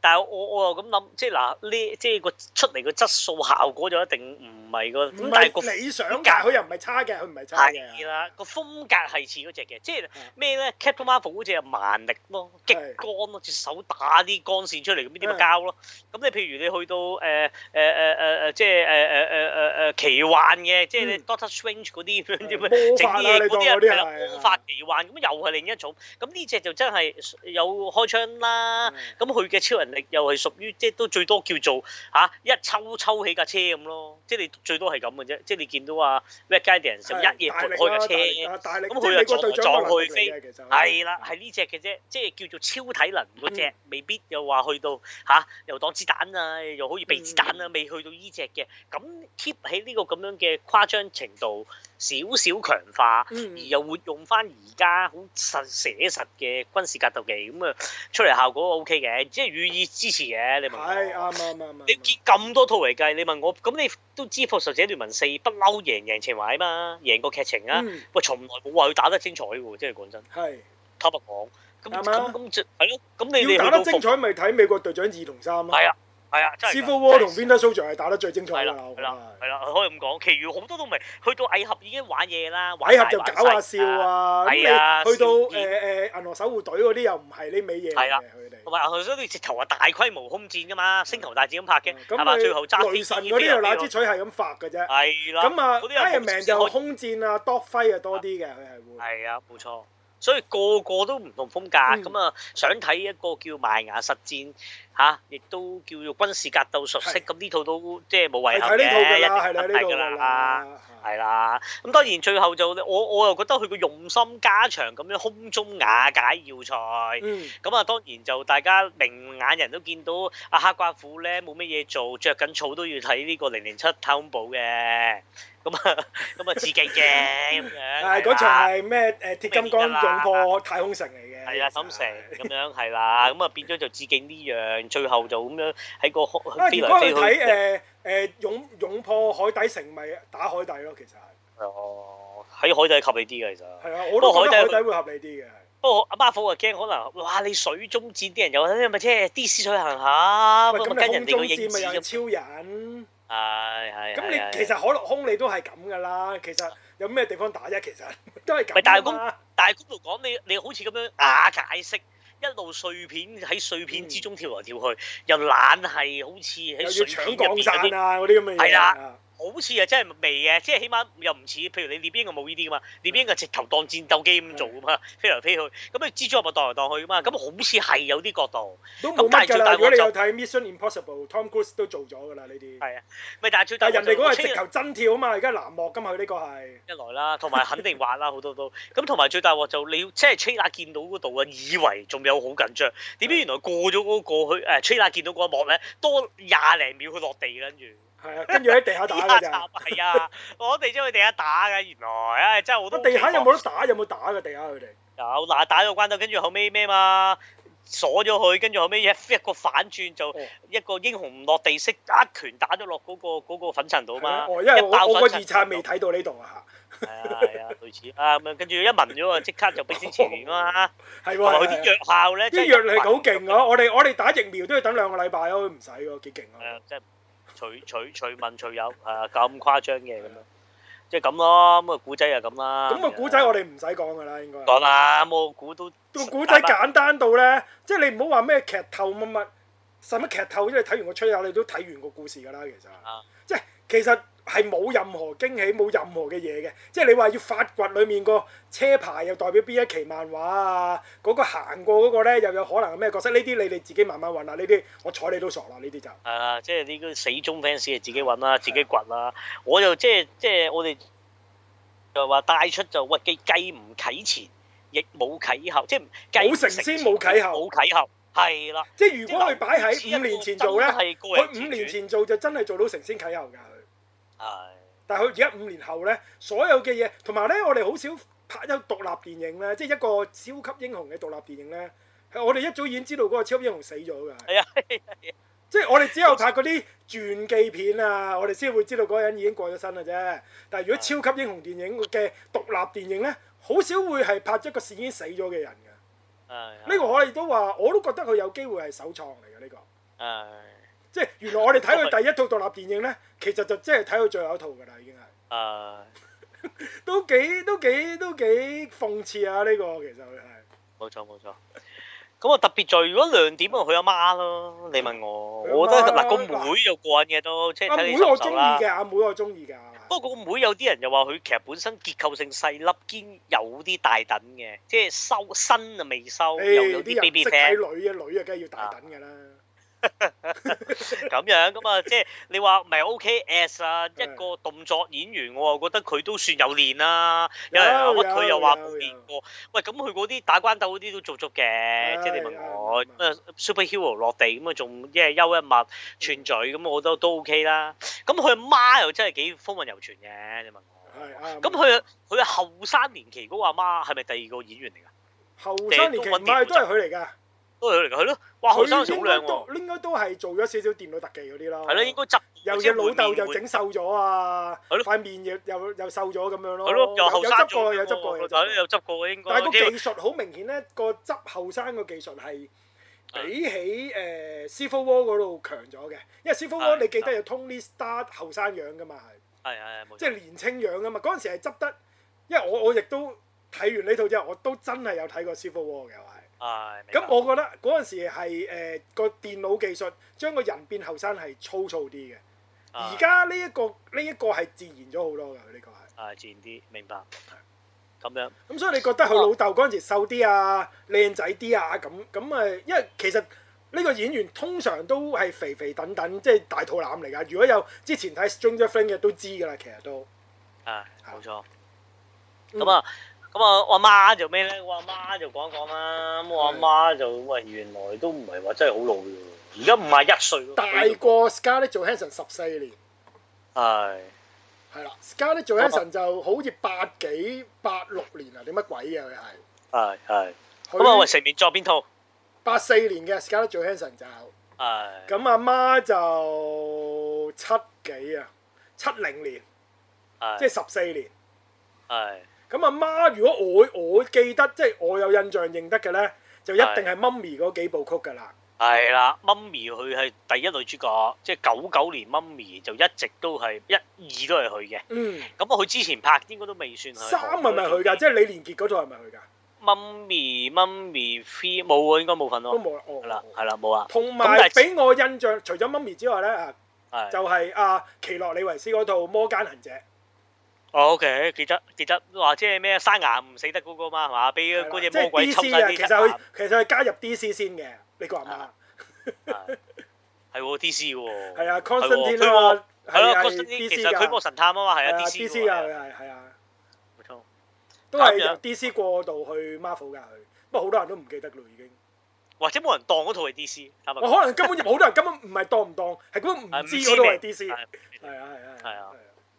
Speaker 1: 但係我我又咁諗，即係嗱呢，即係個出嚟個質素效果就一定唔係個咁，但係個
Speaker 2: 唔係理想㗎，佢又唔係差嘅，佢唔嗯係差
Speaker 1: 係
Speaker 2: 嘅。
Speaker 1: 啦，個風格係似嗰只嘅，即係咩咧？Captain Marvel 嗰只係蠻力咯，激光咯，隻手打啲光線出嚟，咁呢啲咪
Speaker 2: 嗯
Speaker 1: 膠咯。咁你譬如你去到呃誒誒誒誒誒，呃即係誒誒誒誒誒呃奇幻嘅，即係你
Speaker 2: 嗯
Speaker 1: Doctor Strange 嗰啲咁樣點樣
Speaker 2: 魔
Speaker 1: 整
Speaker 2: 法
Speaker 1: 啲
Speaker 2: 啦，
Speaker 1: 嘢
Speaker 2: 你
Speaker 1: 嗰
Speaker 2: 當
Speaker 1: 啲
Speaker 2: 嗰
Speaker 1: 啊
Speaker 2: 啲
Speaker 1: 係啦，
Speaker 2: 係
Speaker 1: 魔法奇幻咁又係另一種。咁呢只就真係有開槍
Speaker 2: 嗯
Speaker 1: 啦。咁佢嘅超能力又係屬於即係都最多叫做嚇、啊一抽抽起架車咁咯，即係你最多係咁嘅啫。即係你見到啊 Red Guardian 就一夜撥開架車，
Speaker 2: 車，大力
Speaker 1: 咁佢
Speaker 2: 即係
Speaker 1: 又
Speaker 2: 美國隊長
Speaker 1: 撞
Speaker 2: 嗰個
Speaker 1: 去
Speaker 2: 能
Speaker 1: 飛
Speaker 2: 力嚟嘅，其實
Speaker 1: 係啦，係呢只嘅啫，即係叫做超體能嗰
Speaker 2: 嗯
Speaker 1: 只，未必又話去到嚇、啊又擋子彈啊，又好似避子彈
Speaker 2: 嗯
Speaker 1: 啊，未去到呢只嘅。咁 keep 喺呢個咁樣嘅誇張程度，少少強化。而
Speaker 2: 嗯
Speaker 1: 又活用翻而家好實寫實嘅軍事格鬥技，咁啊出嚟效果 O K 嘅，即係予以支持嘅。你問
Speaker 2: 係啊
Speaker 1: 我，
Speaker 2: 啱啱啱
Speaker 1: 你
Speaker 2: 啱。
Speaker 1: 見咁多套嚟計，你問我，咁你都知《復仇者聯盟四》不嬲贏贏情懷啊嘛，贏過劇情啊，
Speaker 2: 嗯，
Speaker 1: 喂，從來冇話佢打得精彩喎，即係講真，
Speaker 2: 係
Speaker 1: 坦白講，咁
Speaker 2: 啱啊
Speaker 1: 咁咁就係咯，咁你你
Speaker 2: 要打得
Speaker 1: 去到
Speaker 2: 精
Speaker 1: 復
Speaker 2: 彩，咪睇美國隊長二同三咯。
Speaker 1: 係啊係啊，真係㗎
Speaker 2: Civil
Speaker 1: 真
Speaker 2: War 同
Speaker 1: 係
Speaker 2: Winter Soldier 係打得最精彩
Speaker 1: 係啦
Speaker 2: 㗎啦，我
Speaker 1: 係
Speaker 2: 覺
Speaker 1: 啦
Speaker 2: 得。
Speaker 1: 係啦，可以咁講，其餘好多都未去到蟻俠已經玩嘢啦，玩
Speaker 2: 矮盒
Speaker 1: 大
Speaker 2: 就
Speaker 1: 玩
Speaker 2: 搞下
Speaker 1: 細
Speaker 2: 笑啊，
Speaker 1: 係啊
Speaker 2: 咁你去到
Speaker 1: 笑
Speaker 2: 誒
Speaker 1: 片
Speaker 2: 誒銀河守護隊嗰啲又唔係呢味
Speaker 1: 係
Speaker 2: 嘢嚟
Speaker 1: 啦
Speaker 2: 嘅，佢哋
Speaker 1: 同。埋頭先你直頭話大規模空戰噶嘛，星球大戰咁拍嘅，係嘛？
Speaker 2: 咁
Speaker 1: 最後揸
Speaker 2: 佢雷神嗰啲又拿支錘係咁發嘅啫。
Speaker 1: 係啦，
Speaker 2: 咁啊
Speaker 1: 嗰啲又冇
Speaker 2: à, ，Iron Man 就空戰啊、dog fight 啊多啲嘅，佢係會。
Speaker 1: 係啊，冇錯。所以個個都唔同風
Speaker 2: 嗯
Speaker 1: 格，咁啊、想睇一個叫埋牙實戰嚇、亦都叫做軍事格鬥熟悉，
Speaker 2: 係
Speaker 1: 咁呢套都即係冇
Speaker 2: 係
Speaker 1: 遺憾
Speaker 2: 睇
Speaker 1: 嘅，一
Speaker 2: 呢
Speaker 1: 定
Speaker 2: 套㗎啦，係啦，呢套
Speaker 1: 㗎
Speaker 2: 㗎
Speaker 1: 啦，
Speaker 2: 啦。
Speaker 1: 係啦。咁當然最後就我我又覺得佢個用心加長咁樣空中瓦解要塞。
Speaker 2: 嗯，
Speaker 1: 咁啊，當然就大家明眼人都見到啊阿黑寡婦咧冇乜嘢做，着緊草都要睇呢個零零七太空堡嘅，咁啊 (laughs) 咁啊致敬嘅咁
Speaker 2: (laughs)
Speaker 1: 樣。
Speaker 2: 誒嗰場係咩？誒鐵金剛
Speaker 1: 咩嚟㗎啦
Speaker 2: 勇破太空城嚟嘅。
Speaker 1: 啊係啊，沈城咁樣係啦，咁啊變咗就致敬呢樣，最後就咁樣喺個空
Speaker 2: 啊，
Speaker 1: 飛
Speaker 2: 如
Speaker 1: 來
Speaker 2: 果
Speaker 1: 飛
Speaker 2: 去
Speaker 1: 去。
Speaker 2: 睇誒誒勇勇破海底城，咪打海底咯，其實係。
Speaker 1: 哦，喺海底合理啲嘅其實。
Speaker 2: 係啊，我都覺得
Speaker 1: 海
Speaker 2: 海
Speaker 1: 底
Speaker 2: 底會合理啲嘅。
Speaker 1: 不過阿 Marvel 啊驚可能，哇你水中戰啲人又睇咪即係 DC 水行下，
Speaker 2: 喂，
Speaker 1: 咁啊
Speaker 2: 咁你
Speaker 1: 跟
Speaker 2: 空
Speaker 1: 人哋
Speaker 2: 中
Speaker 1: 個影
Speaker 2: 戰
Speaker 1: 子
Speaker 2: 咪
Speaker 1: 咁
Speaker 2: 又。係超人？
Speaker 1: 係係。
Speaker 2: 咁
Speaker 1: 係係
Speaker 2: 你其實可樂空你都係咁噶啦，其實有咩地方打啫？其實都係
Speaker 1: 咪
Speaker 2: 咁
Speaker 1: 但係
Speaker 2: 㗎嘛。
Speaker 1: 但係公道講，你你好似咁樣瓦解式，一路碎片喺碎片之中跳來跳去，又懶係好似
Speaker 2: 又要
Speaker 1: 喺碎片
Speaker 2: 搶
Speaker 1: 入邊有
Speaker 2: 降散
Speaker 1: 啲，
Speaker 2: 啊嗰啲咁嘅嘢。
Speaker 1: 係啦，好似啊真係未嘅，即係起碼又唔似，譬如你獵鷹就冇呢啲噶嘛，獵鷹就直頭當戰鬥機咁做噶
Speaker 2: 嗯
Speaker 1: 嘛，飛來飛去，咁你蜘蛛俠咪蕩來蕩去噶嘛，咁好似係有啲角度，
Speaker 2: 都
Speaker 1: 咁
Speaker 2: 冇
Speaker 1: 但係
Speaker 2: 乜
Speaker 1: 最
Speaker 2: 㗎
Speaker 1: 大
Speaker 2: 啦。如果
Speaker 1: 鑊
Speaker 2: 你
Speaker 1: 就
Speaker 2: 有睇 Mission Impossible，Tom Cruise 都做咗㗎啦呢啲。
Speaker 1: 係啊，咪但係最大
Speaker 2: 但
Speaker 1: 鑊
Speaker 2: 係人哋
Speaker 1: 就
Speaker 2: 嗰個
Speaker 1: 我
Speaker 2: 係
Speaker 1: 聽
Speaker 2: 直頭真跳啊嘛，而家藍幕㗎嘛，佢呢個係。 (laughs)
Speaker 1: 一來啦，同埋肯定滑啦，好多都 (laughs) 咁，同埋最大鑊就你要即係 trailer 見到嗰度啊，以為仲有好緊張，點知原來過咗嗰、個去誒 trailer 見到嗰一幕咧，多廿零秒佢落地跟住，
Speaker 2: 係啊，跟住喺地下打
Speaker 1: (laughs)
Speaker 2: 㗎咋。
Speaker 1: 係啊，我哋將佢地下打嘅，原來唉真係好多
Speaker 2: 乜地下有冇得打？有冇打㗎地下佢哋？
Speaker 1: 有嗱打咗關鬥，跟住後尾咩嘛？鎖咗佢，跟住後尾一一個反轉就
Speaker 2: 哦
Speaker 1: 一個英雄唔落地式一拳打咗落嗰個嗰、個粉塵度
Speaker 2: 係啊
Speaker 1: 嘛，
Speaker 2: 哦，因為我
Speaker 1: 一爆
Speaker 2: 我個
Speaker 1: 粉塵
Speaker 2: 二刷未睇到呢度
Speaker 1: (laughs)
Speaker 2: 啊
Speaker 1: 係啊係啊，類似啊咁樣，跟住一聞咗啊，即刻就俾支持完
Speaker 2: (laughs)
Speaker 1: 啦。
Speaker 2: 嚇。係
Speaker 1: 同埋
Speaker 2: 喎
Speaker 1: 佢。啲藥效咧，
Speaker 2: 啲藥力好勁啊！我哋我哋打疫苗都要等兩個禮拜咯，唔使喎，幾勁
Speaker 1: 係啊
Speaker 2: 啊！，
Speaker 1: 即係隨隨隨問隨有，係啊咁誇張嘅咁樣，即係咁咯。咁啊，古仔就咁啦。
Speaker 2: 咁個古仔我哋唔使講㗎啦，應該。
Speaker 1: 講啦，咁我估都
Speaker 2: 個古仔簡單到咧，即係你唔好話咩劇透乜乜，使乜劇透？因為睇完個吹啊友，你都睇完個故事㗎啦，其實。
Speaker 1: 啊
Speaker 2: 即係其實係冇任何驚喜，冇任何嘅嘢嘅。即係你話要發掘裡面個車牌又代表邊一期漫畫啊，嗰、個行過嗰個咧又有可能係咩角色？呢啲你哋自己慢慢揾啦。呢啲我睬你都傻啦，呢啲就。
Speaker 1: 係啊，即係呢個死忠 fans 就自己揾
Speaker 2: 啊
Speaker 1: 啦，自己掘啦。我就即係即係我哋就話帶出就喂既雞唔啟前，亦冇啟後，即係雞
Speaker 2: 冇成先冇啟後
Speaker 1: 冇啟後係啦。
Speaker 2: 即係如果佢擺喺五年前做咧，
Speaker 1: 係個人
Speaker 2: 佢
Speaker 1: 自
Speaker 2: 五年
Speaker 1: 傳
Speaker 2: 前做就真係做到承先啟後㗎佢。
Speaker 1: 係
Speaker 2: 但係佢而家五年後咧，所有嘅嘢同埋咧，我哋好少拍一獨立電影咧，即係一個超級英雄嘅獨立電影咧。係我哋一早已經知道嗰個超級英雄死咗㗎，
Speaker 1: 係啊。
Speaker 2: 即係我哋只有拍嗰啲傳記片啊，我哋先會知道嗰個人已經過咗身啦啫。但係如果超級英雄電影嘅獨立電影咧，好少會係拍一個已經死咗嘅人㗎。
Speaker 1: 呢
Speaker 2: 呢個我哋都話，我都覺得佢有機會係首創嚟嘅呢個。
Speaker 1: 誒
Speaker 2: 即係原來我哋睇佢第一套獨立電影咧，其實就即係睇佢最後一套㗎啦，已經係
Speaker 1: 誒，
Speaker 2: 都幾都幾都幾諷刺啊！呢、個其實佢係
Speaker 1: 冇錯冇錯。咁啊特別在如果亮點啊，佢阿媽咯，你問我，
Speaker 2: 佢阿媽
Speaker 1: 我覺得嗱個
Speaker 2: 嗱
Speaker 1: 妹又過癮嘅都，即係
Speaker 2: 阿
Speaker 1: 睇
Speaker 2: 妹
Speaker 1: 你
Speaker 2: 我
Speaker 1: 受唔
Speaker 2: 中
Speaker 1: 受
Speaker 2: 意
Speaker 1: 啦。
Speaker 2: 嘅，阿妹我中意㗎。
Speaker 1: 不過個妹有啲人又話佢其實本身結構性細粒兼有啲大等嘅，即係收身啊未收，
Speaker 2: 誒
Speaker 1: 又有
Speaker 2: 啲
Speaker 1: 啲 baby
Speaker 2: 人識
Speaker 1: fat
Speaker 2: 睇女嘅，女啊梗係要大等㗎啦。
Speaker 1: 咁樣咁啊，即係你話唔係 OKS 啊，
Speaker 2: 係
Speaker 1: 一個動作演員，我又覺得佢都算有練啦。有人話屈佢又話冇練過，喂咁佢嗰啲打關鬥嗰啲都做足嘅，即係你問我
Speaker 2: 係
Speaker 1: 咁啊 superhero 落地咁啊，仲即係休一物串嘴咁，我覺得都 OK 啦。咁佢阿媽又真係幾風雲猶存嘅，你問我。
Speaker 2: 係啱。
Speaker 1: 啊咁佢佢後生年期嗰個阿媽係咪第二個演員嚟㗎？
Speaker 2: 後生年期唔係都係佢嚟㗎。
Speaker 1: 都係佢嚟㗎，係咯。哇，後生嗰時好
Speaker 2: 佢應該
Speaker 1: 靚喎，
Speaker 2: 都應該都係做咗少少電腦特技嗰啲咯。
Speaker 1: 係咯，應該執
Speaker 2: 又
Speaker 1: 即
Speaker 2: 隻
Speaker 1: 係
Speaker 2: 老
Speaker 1: 換
Speaker 2: 豆
Speaker 1: 面
Speaker 2: 又
Speaker 1: 換
Speaker 2: 整瘦咗啊，
Speaker 1: 係咯
Speaker 2: 塊面又又又瘦咗咁樣咯。
Speaker 1: 係咯，又後
Speaker 2: 有
Speaker 1: 生
Speaker 2: 執
Speaker 1: 咗
Speaker 2: 過，有執過，有
Speaker 1: 喎
Speaker 2: 執過
Speaker 1: 係咯有執過嘅應該。
Speaker 2: 但係個
Speaker 1: 即係
Speaker 2: 技術好明顯咧，個執後生個技術係
Speaker 1: 啊
Speaker 2: 比起誒 Civil War 嗰度強咗嘅，因為 Civil War
Speaker 1: 係
Speaker 2: 你記得有 Tony Stark 後生樣噶嘛，係
Speaker 1: 係係冇
Speaker 2: 即係
Speaker 1: 錯。
Speaker 2: 年青樣噶嘛。嗰陣時係執得，因為我我亦都睇完呢套之後，我都真係有睇過 Civil War 嘅，我係。
Speaker 1: 係啊明白
Speaker 2: 咁我覺得嗰陣時係誒個電腦技術將個人變後生係粗糙啲嘅，
Speaker 1: 啊
Speaker 2: 而家呢一個呢一個係自然咗好多㗎，佢呢個係。
Speaker 1: 啊自然啲，明白。咁樣
Speaker 2: 咁所以你覺得
Speaker 1: 哦
Speaker 2: 佢老豆嗰陣時瘦啲啊、靚仔啲啊咁咁誒？因為其實呢個演員通常都係肥肥等等，即係大肚腩嚟㗎。如果有之前睇《Stranger Things》嘅都知㗎啦，其實都
Speaker 1: 啊冇錯。
Speaker 2: 嗯
Speaker 1: 咁啊咁啊，我阿媽就咩咧？我阿媽就講一講啦。咁我
Speaker 2: 嗯
Speaker 1: 阿媽就喂，原來都唔係話真係好老嘅喎，而家五廿一歲咯。
Speaker 2: 大過 Scarlett Johansson 十四年，
Speaker 1: 係
Speaker 2: 係啦。Scarlett Johansson 就好似八幾八六年啊，點乜鬼嘅佢係
Speaker 1: 係係。咁啊，喂，
Speaker 2: 佢
Speaker 1: 成年作邊套？
Speaker 2: 八四年嘅 Scarlett Johansson 就
Speaker 1: 係
Speaker 2: 咁阿媽就七幾啊，七零年
Speaker 1: 係
Speaker 2: 即係十四年。
Speaker 1: 係
Speaker 2: 咁阿媽，如果我我記得，即係我有印象認得嘅咧，就一定係媽咪嗰幾部曲㗎啦。
Speaker 1: 係啦，媽咪佢係第一女主角，即係九九年媽咪就一直都係一二都係佢嘅。
Speaker 2: 嗯，
Speaker 1: 咁啊，佢之前拍應該都未算係
Speaker 2: 三係咪佢㗎？即係李連傑嗰套係咪佢㗎？
Speaker 1: Mummy Mummy Free 冇啊，應該冇份
Speaker 2: 都
Speaker 1: 咯。
Speaker 2: 冇啦，哦
Speaker 1: 係啦，係啦，冇啊。
Speaker 2: 同
Speaker 1: 咁
Speaker 2: 埋
Speaker 1: 但係
Speaker 2: 俾我印象，除咗媽咪之外咧，啊，
Speaker 1: 係。
Speaker 2: 就係阿奇洛李維斯嗰套《魔間行者》。
Speaker 1: 哦，OK，記得記得，話即係咩生牙唔死得嗰個嘛，係嘛？俾
Speaker 2: 係啦
Speaker 1: 嗰隻
Speaker 2: 即係
Speaker 1: 魔鬼
Speaker 2: DC
Speaker 1: 侵曬啲
Speaker 2: 啊
Speaker 1: 啊
Speaker 2: 其
Speaker 1: 隻
Speaker 2: 實
Speaker 1: 牙
Speaker 2: 佢。其實佢加入 DC 先嘅，你個阿媽
Speaker 1: 係係喎，DC 喎。
Speaker 2: 係
Speaker 1: 係喎
Speaker 2: 啊，Constantine
Speaker 1: 佢喎
Speaker 2: 啊，
Speaker 1: 係咯
Speaker 2: 係
Speaker 1: ，Constantine 其
Speaker 2: DC
Speaker 1: 實佢魔
Speaker 2: 㗎，
Speaker 1: 神探啊嘛，係
Speaker 2: 係
Speaker 1: 啊
Speaker 2: 啊
Speaker 1: ，DC
Speaker 2: ，DC
Speaker 1: 喎。
Speaker 2: 啊，
Speaker 1: 係
Speaker 2: 佢
Speaker 1: 啊
Speaker 2: 係係啊。
Speaker 1: 冇錯。
Speaker 2: 都係
Speaker 1: 咁
Speaker 2: 由
Speaker 1: 樣
Speaker 2: DC 過渡去 Marvel 㗎佢，不過好多人都唔記得咯已經。
Speaker 1: 或者冇人當嗰套係 DC，坦白
Speaker 2: 我
Speaker 1: 講
Speaker 2: 可能根本好多人根本唔係當唔當，係根本唔
Speaker 1: 係唔
Speaker 2: 知
Speaker 1: 知
Speaker 2: 嗰度係
Speaker 1: 咩係
Speaker 2: DC。係啊係啊
Speaker 1: 係啊，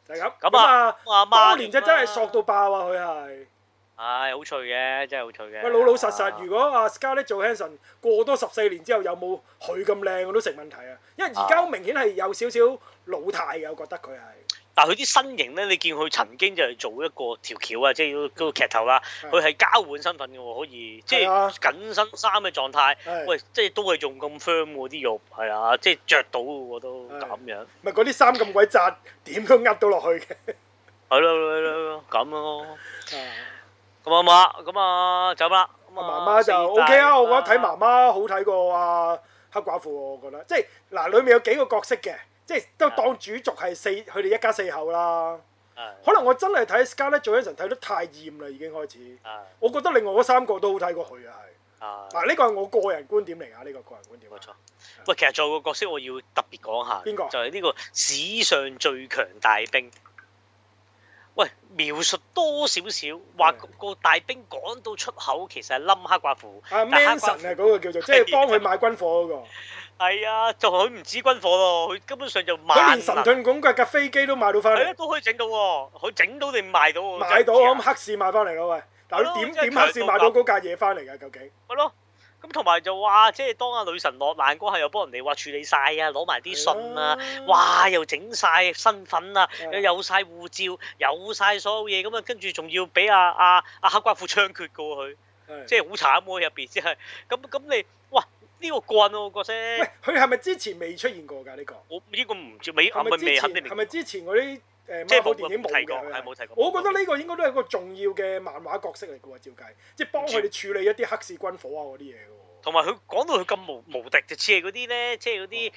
Speaker 2: 就係咁。
Speaker 1: 咁啊
Speaker 2: 啊，
Speaker 1: 我阿媽
Speaker 2: 當年就真係索到爆啊！佢係
Speaker 1: 唉，好脆嘅，真係好脆嘅。
Speaker 2: 喂老老實實，如果阿 Scarlett Johansson 過多十四年之後有冇佢咁靚，我都成問題啊！因為而家好明顯係有少少老態嘅，我覺得佢係
Speaker 1: 但係佢啲身形咧，你見佢曾經就係做一個條橋啊，即係
Speaker 2: 嗯
Speaker 1: 嗰個劇頭啦，
Speaker 2: 係
Speaker 1: 佢係交換身份嘅喎，可以即
Speaker 2: 嗯係啊
Speaker 1: 係緊身衫嘅狀態。
Speaker 2: 係
Speaker 1: 喂，即係都係用咁 firm 喎啲肉，係啊，即係着到我都
Speaker 2: 係
Speaker 1: 咁樣，
Speaker 2: 咪嗰啲衫咁鬼窄，點都呃到落去
Speaker 1: (laughs)
Speaker 2: 嘅。
Speaker 1: 係咯係咯係咯咁咯。
Speaker 2: 啊
Speaker 1: 咁啊嘛，咁啊走啦。咁
Speaker 2: 媽媽就 OK 啊，我覺得睇媽媽好睇過啊黑寡婦喎，我覺得即係嗱，裡面有幾個角色嘅，即係
Speaker 1: 啊
Speaker 2: 都當主軸係四佢哋一家四口啦。
Speaker 1: 係
Speaker 2: 可能我真係睇 Scarlett Johansson 睇得太厭啦，已經開始。
Speaker 1: 係
Speaker 2: 我覺得另外嗰三個都好睇過佢啊，係。
Speaker 1: 係
Speaker 2: 嗱，呢個係我個人觀點嚟㗎，呢個個人觀點。啊
Speaker 1: 冇錯。喂，其實仲有個角色我要特別講下，
Speaker 2: 邊個
Speaker 1: 就係呢個史上最強大兵。喂，描述多少少，話
Speaker 2: 嗯
Speaker 1: 個個大兵講到出口，其實係冧黑寡婦。
Speaker 2: 啊
Speaker 1: 但黑
Speaker 2: ，Manson
Speaker 1: 寡
Speaker 2: 啊，
Speaker 1: 婦
Speaker 2: 嗰個叫做，即係幫佢買軍火
Speaker 1: (laughs)
Speaker 2: 嗰個，
Speaker 1: 係啊，就佢唔止軍火咯，佢根本上就萬
Speaker 2: 佢
Speaker 1: 能
Speaker 2: 連神盾拱腳架飛機都買到翻
Speaker 1: 係啊，
Speaker 2: 嚟，
Speaker 1: 都可以整到喎，佢整到定賣到喎。
Speaker 2: 買到
Speaker 1: 真係唔知啊
Speaker 2: 我諗黑市買翻嚟咯喂。但係佢點
Speaker 1: 係咯
Speaker 2: 點黑市買到嗰架嘢翻嚟㗎？究竟？
Speaker 1: 咪咯。咁同埋就話，即係當阿女神落難嗰下，又幫人哋話處理晒啊，攞埋啲信啊。哇！又整晒身份啊，
Speaker 2: 係
Speaker 1: 又
Speaker 2: 啊
Speaker 1: 有晒護照，有晒所有嘢咁啊，跟住仲要俾阿阿阿黑寡婦槍決過佢，
Speaker 2: 係！
Speaker 1: 即係好慘喎入邊，即係咁咁你哇！呢呢個棍喎角色。
Speaker 2: 喂，佢係咪之前未出現過㗎？呢個
Speaker 1: 我呢個唔知未，
Speaker 2: 係
Speaker 1: 係
Speaker 2: 咪
Speaker 1: 咪
Speaker 2: 之
Speaker 1: 未肯
Speaker 2: 前
Speaker 1: 定
Speaker 2: 係咪之前嗰啲誒
Speaker 1: 即係
Speaker 2: Marvel
Speaker 1: 冇
Speaker 2: 電影冇
Speaker 1: 冇提過，
Speaker 2: 嘅？
Speaker 1: 係
Speaker 2: 佢
Speaker 1: 冇提過。
Speaker 2: 我覺得呢個應該都係一個重要嘅漫畫角色嚟嘅喎，照計，即係幫佢哋處理一啲黑市軍火啊嗰啲嘢嘅喎。
Speaker 1: 同埋佢講到佢咁無無敵，就似係嗰啲咧，即係嗰
Speaker 2: 哦
Speaker 1: 啲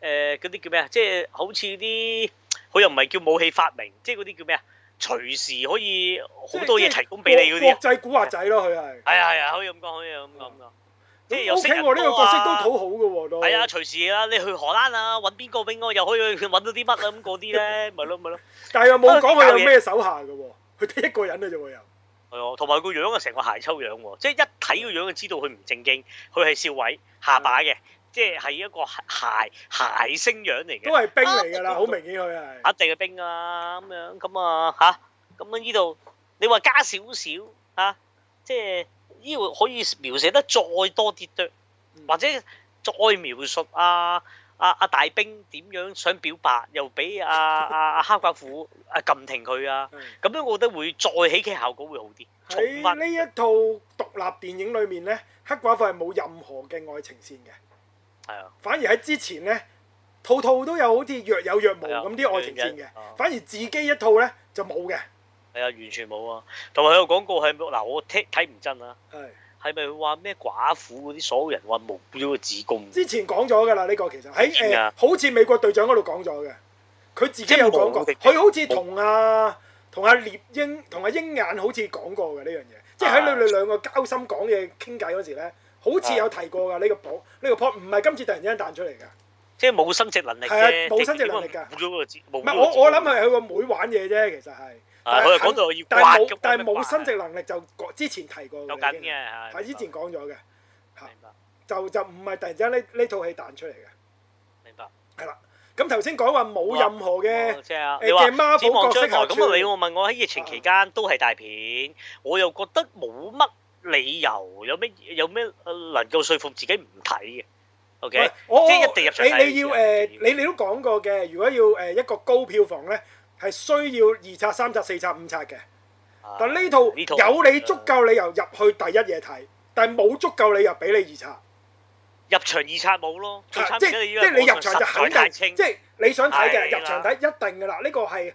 Speaker 1: 誒嗰啲叫咩啊？即係好似啲佢又唔係叫武器發明，即係嗰啲叫咩啊？隨時可以好多嘢提供俾你嗰啲啊！
Speaker 2: 國際古惑仔咯，佢係。
Speaker 1: 係啊係啊，可以咁講，可以咁講咁講。即係又
Speaker 2: O
Speaker 1: 識
Speaker 2: K
Speaker 1: 人
Speaker 2: 喎，呢個角色都
Speaker 1: 多啊
Speaker 2: 討好嘅喎，都。
Speaker 1: 係啊，隨時啦，你去荷蘭啊，揾邊個邊個又可以去揾到啲乜啊咁嗰啲咧，
Speaker 2: (laughs)
Speaker 1: 咪咯咪咯，
Speaker 2: 但係又冇講佢有咩手下嘅喎，佢得一個人嘅啫喎又。
Speaker 1: 係啊，同埋個樣啊，成個鞋抽樣喎，即係一睇個樣就知道佢唔正經，佢係少偉下巴嘅，即係係一個鞋鞋星樣嚟
Speaker 2: 都
Speaker 1: 嘅，
Speaker 2: 係兵嚟㗎
Speaker 1: 啊
Speaker 2: 啦，好明顯佢係。
Speaker 1: 一定係冰啊咁樣，咁啊吓，咁啊呢度你話加少少嚇，即係呢度可以描寫得再多啲啲，或者再描述啊。阿阿大兵點樣想表白，又俾阿阿阿黑寡婦啊撳停佢啊，
Speaker 2: 係
Speaker 1: 咁樣我覺得會再喜劇效果會好啲，重
Speaker 2: 喺
Speaker 1: 温
Speaker 2: 呢一套獨立電影裏面呢，黑寡婦係冇任何嘅愛情線嘅，
Speaker 1: 係啊。
Speaker 2: 反而喺之前呢，套套都有好似若有若無
Speaker 1: 係啊
Speaker 2: 咁啲愛情線嘅
Speaker 1: 啊，
Speaker 2: 反而自己一套呢就冇嘅。
Speaker 1: 係啊，完全冇啊！同埋佢有廣告係嗱，我睇睇唔真啊，
Speaker 2: 係
Speaker 1: 係咪話咩寡婦嗰啲所有人話無咗個子宮，
Speaker 2: 之前講咗㗎啦，呢個其實喺
Speaker 1: 知
Speaker 2: 誒
Speaker 1: 啊
Speaker 2: 好似美國隊長嗰度講咗嘅，佢自己有講過，
Speaker 1: 即係冇
Speaker 2: 佢好似同阿同阿獵鷹同阿鷹眼好似講過嘅呢樣嘢，即係
Speaker 1: 啊
Speaker 2: 喺你哋兩個交心講嘢傾偈嗰時咧，好似有提過㗎呢個 point，呢個 point 唔係今次突然之間彈出嚟㗎。
Speaker 1: 即係冇生殖能力
Speaker 2: 係啊
Speaker 1: 啫，
Speaker 2: 冇生殖能力㗎
Speaker 1: 冇咗個子，冇咗個
Speaker 2: 唔係
Speaker 1: 子宮
Speaker 2: 我我諗係佢個妹玩嘢啫，其實係。
Speaker 1: 啊
Speaker 2: 但係
Speaker 1: 佢又
Speaker 2: 肯
Speaker 1: 講到要
Speaker 2: 但係
Speaker 1: 刮
Speaker 2: 冇
Speaker 1: 咁，
Speaker 2: 但係冇生
Speaker 1: 生
Speaker 2: 殖能力就講之前提過㗎
Speaker 1: 啊有
Speaker 2: 啦
Speaker 1: 緊
Speaker 2: 已經。
Speaker 1: 嘅，
Speaker 2: 係之前講咗嘅，嚇
Speaker 1: 明白
Speaker 2: 就就唔係突然之間呢呢套戲彈出嚟嘅。
Speaker 1: 明白。
Speaker 2: 係啦，咁頭先講話冇任何嘅。
Speaker 1: 哦即係啊
Speaker 2: 誒
Speaker 1: 你話
Speaker 2: 嘅 Marvel
Speaker 1: 展望將來
Speaker 2: 角色
Speaker 1: 咁
Speaker 2: 客串
Speaker 1: 啊！你我問我喺疫情期間都係大片，我又覺得冇乜理由，有咩有咩呃能夠說服自己唔睇嘅？OK，
Speaker 2: 我
Speaker 1: 即係一定入場睇
Speaker 2: 你你要誒
Speaker 1: 嘅，
Speaker 2: 你你都講過嘅，如果要誒一個高票房咧，係需要二刷、三刷、四刷、五刷嘅。
Speaker 1: 啊
Speaker 2: 但呢套
Speaker 1: 呢套
Speaker 2: 有你足夠理由入去第一嘢睇，但係冇足夠理由俾你二刷。
Speaker 1: 入場二刷冇咯，最慘
Speaker 2: 啊即
Speaker 1: 而
Speaker 2: 係
Speaker 1: 家
Speaker 2: 即
Speaker 1: 依
Speaker 2: 係
Speaker 1: 家
Speaker 2: 你入
Speaker 1: 網
Speaker 2: 場
Speaker 1: 上
Speaker 2: 就
Speaker 1: 實在
Speaker 2: 肯
Speaker 1: 太
Speaker 2: 定，
Speaker 1: 清
Speaker 2: 即，係你想睇
Speaker 1: 係
Speaker 2: 嘅
Speaker 1: 啦
Speaker 2: 入場睇一定㗎啦，呢個係誒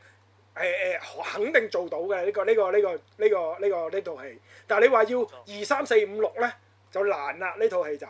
Speaker 2: 誒肯定做到嘅呢個呢個呢個呢個呢個呢套戲。但係你話要二三四五六咧就難啦，呢套戲就。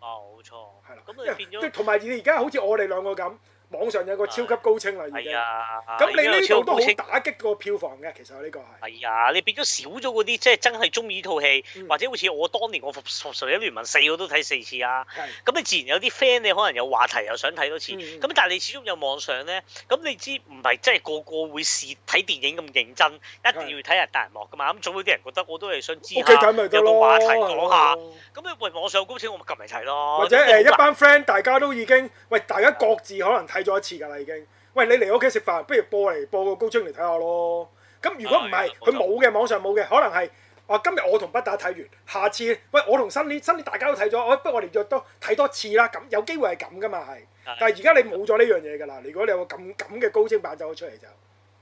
Speaker 1: 冇錯，
Speaker 2: 係啦，
Speaker 1: 咁你
Speaker 2: 因為
Speaker 1: 變
Speaker 2: 即係
Speaker 1: 咗
Speaker 2: 同埋你而家好似我哋兩個咁，網上有個超級高清啦已經
Speaker 1: 係。啊，
Speaker 2: 咁
Speaker 1: 而家
Speaker 2: 你呢
Speaker 1: 超級
Speaker 2: 度都
Speaker 1: 高
Speaker 2: 好
Speaker 1: 清
Speaker 2: 打擊個票房嘅，其實呢個係。
Speaker 1: 係啊，你變咗少咗嗰啲即係真係中意呢套戲，
Speaker 2: 嗯
Speaker 1: 或者好似我當年我服服《水聯盟四》我都睇四次啊。
Speaker 2: 係。
Speaker 1: 咁你自然有啲 friend 你可能有話題又想睇多次，
Speaker 2: 嗯嗯
Speaker 1: 咁、但係你始終有網上咧，咁你知唔係真係個個會試睇電影咁認真，一定要睇人大人幕噶嘛。咁總有啲人覺得我都係想知
Speaker 2: 屋企
Speaker 1: 下
Speaker 2: 睇咪得
Speaker 1: 有
Speaker 2: 咯，
Speaker 1: 個話題講下
Speaker 2: 係，咯
Speaker 1: 咁你喂網上有高清我咪撳嚟睇咯。
Speaker 2: 或者
Speaker 1: 咁你
Speaker 2: 誒
Speaker 1: 哦好
Speaker 2: 一班 friend 大家都已經，喂大家各自可能睇咗一次㗎啦已經。喂你嚟我屋企食飯，不如播嚟播個高清嚟睇下咯。咁如果唔係
Speaker 1: 係，
Speaker 2: 佢
Speaker 1: 哦冇錯
Speaker 2: 冇嘅網上冇嘅，可能係。啊！今日我同北打睇完，下次喂我同新年新年大家都睇咗，我哦不如我哋約多睇多次啦。咁有機會係咁㗎嘛係。
Speaker 1: 難
Speaker 2: 但係而家你冇咗呢樣嘢㗎啦，如果你有個咁咁嘅高清版走咗出嚟就，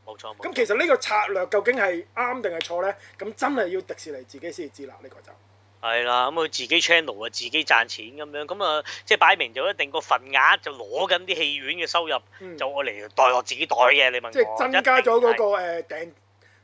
Speaker 1: 冇錯冇
Speaker 2: 咁
Speaker 1: 錯。
Speaker 2: 其實呢個策略究竟係啱定係錯呢？咁真係要迪士尼自己先知啦，呢、個就
Speaker 1: 係啦，咁佢自己 channel 啊，自己賺錢咁樣，咁啊，即係擺明就一定個份額就攞緊啲戲院嘅收入，
Speaker 2: 嗯
Speaker 1: 就我嚟袋落自己袋嘅。你問我，
Speaker 2: 即係增加咗嗰、
Speaker 1: 一定
Speaker 2: 個誒訂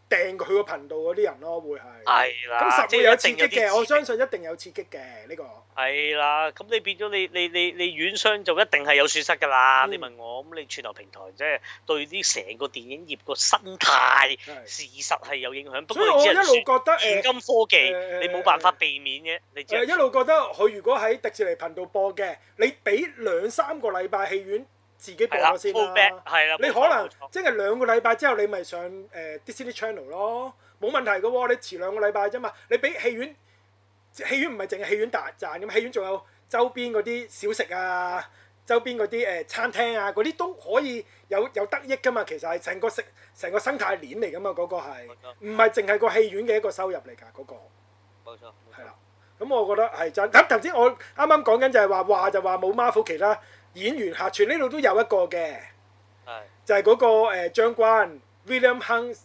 Speaker 2: 訂佢個頻道嗰啲人咯，會係。
Speaker 1: 係係
Speaker 2: 咁
Speaker 1: 啦，
Speaker 2: 實會有刺激
Speaker 1: 即係一定有
Speaker 2: 嘅，
Speaker 1: 啲
Speaker 2: 我相信一定有刺激嘅呢、個。
Speaker 1: 係啦，咁你變咗你你你你院商就一定係有損失㗎啦。
Speaker 2: 嗯
Speaker 1: 你問我，咁你串流平台即係對啲成個電影業個生態
Speaker 2: 係
Speaker 1: 事實係有影響。不過
Speaker 2: 所
Speaker 1: 你只
Speaker 2: 以我一
Speaker 1: 係
Speaker 2: 路
Speaker 1: 算
Speaker 2: 覺得
Speaker 1: 現
Speaker 2: 誒
Speaker 1: 今科技，
Speaker 2: 誒
Speaker 1: 你冇辦法避免嘅，你只
Speaker 2: 誒
Speaker 1: 係
Speaker 2: 一路覺得佢如果喺迪士尼頻道播嘅，你俾兩三個禮拜戲院自己播
Speaker 1: 係啦
Speaker 2: 咗先
Speaker 1: ，full
Speaker 2: 啦
Speaker 1: back。係啦，
Speaker 2: 你
Speaker 1: 冇
Speaker 2: 可
Speaker 1: 錯
Speaker 2: 能
Speaker 1: 冇錯
Speaker 2: 即係兩個禮拜之後，你咪上誒、呃 Disney Channel 咯，冇問題嘅喎。你遲兩個禮拜啫嘛，你俾戲院戲院唔係淨係戲院大賺咁，戲院仲有周邊嗰啲小食啊，周邊嗰啲誒餐廳啊，嗰啲都可以有有得益噶嘛。其實係成個食成個生態鏈嚟噶嘛，嗰、個係
Speaker 1: 冇錯
Speaker 2: 唔係淨係個戲院嘅一個收入嚟㗎嗰個。
Speaker 1: 冇錯冇錯
Speaker 2: 係啦。咁我覺得係真。咁頭先我啱啱講緊就係話話就話冇 Marvel 其他演員客串，呢度都有一個嘅。
Speaker 1: 係。
Speaker 2: 就係嗰個誒將軍 William Hunt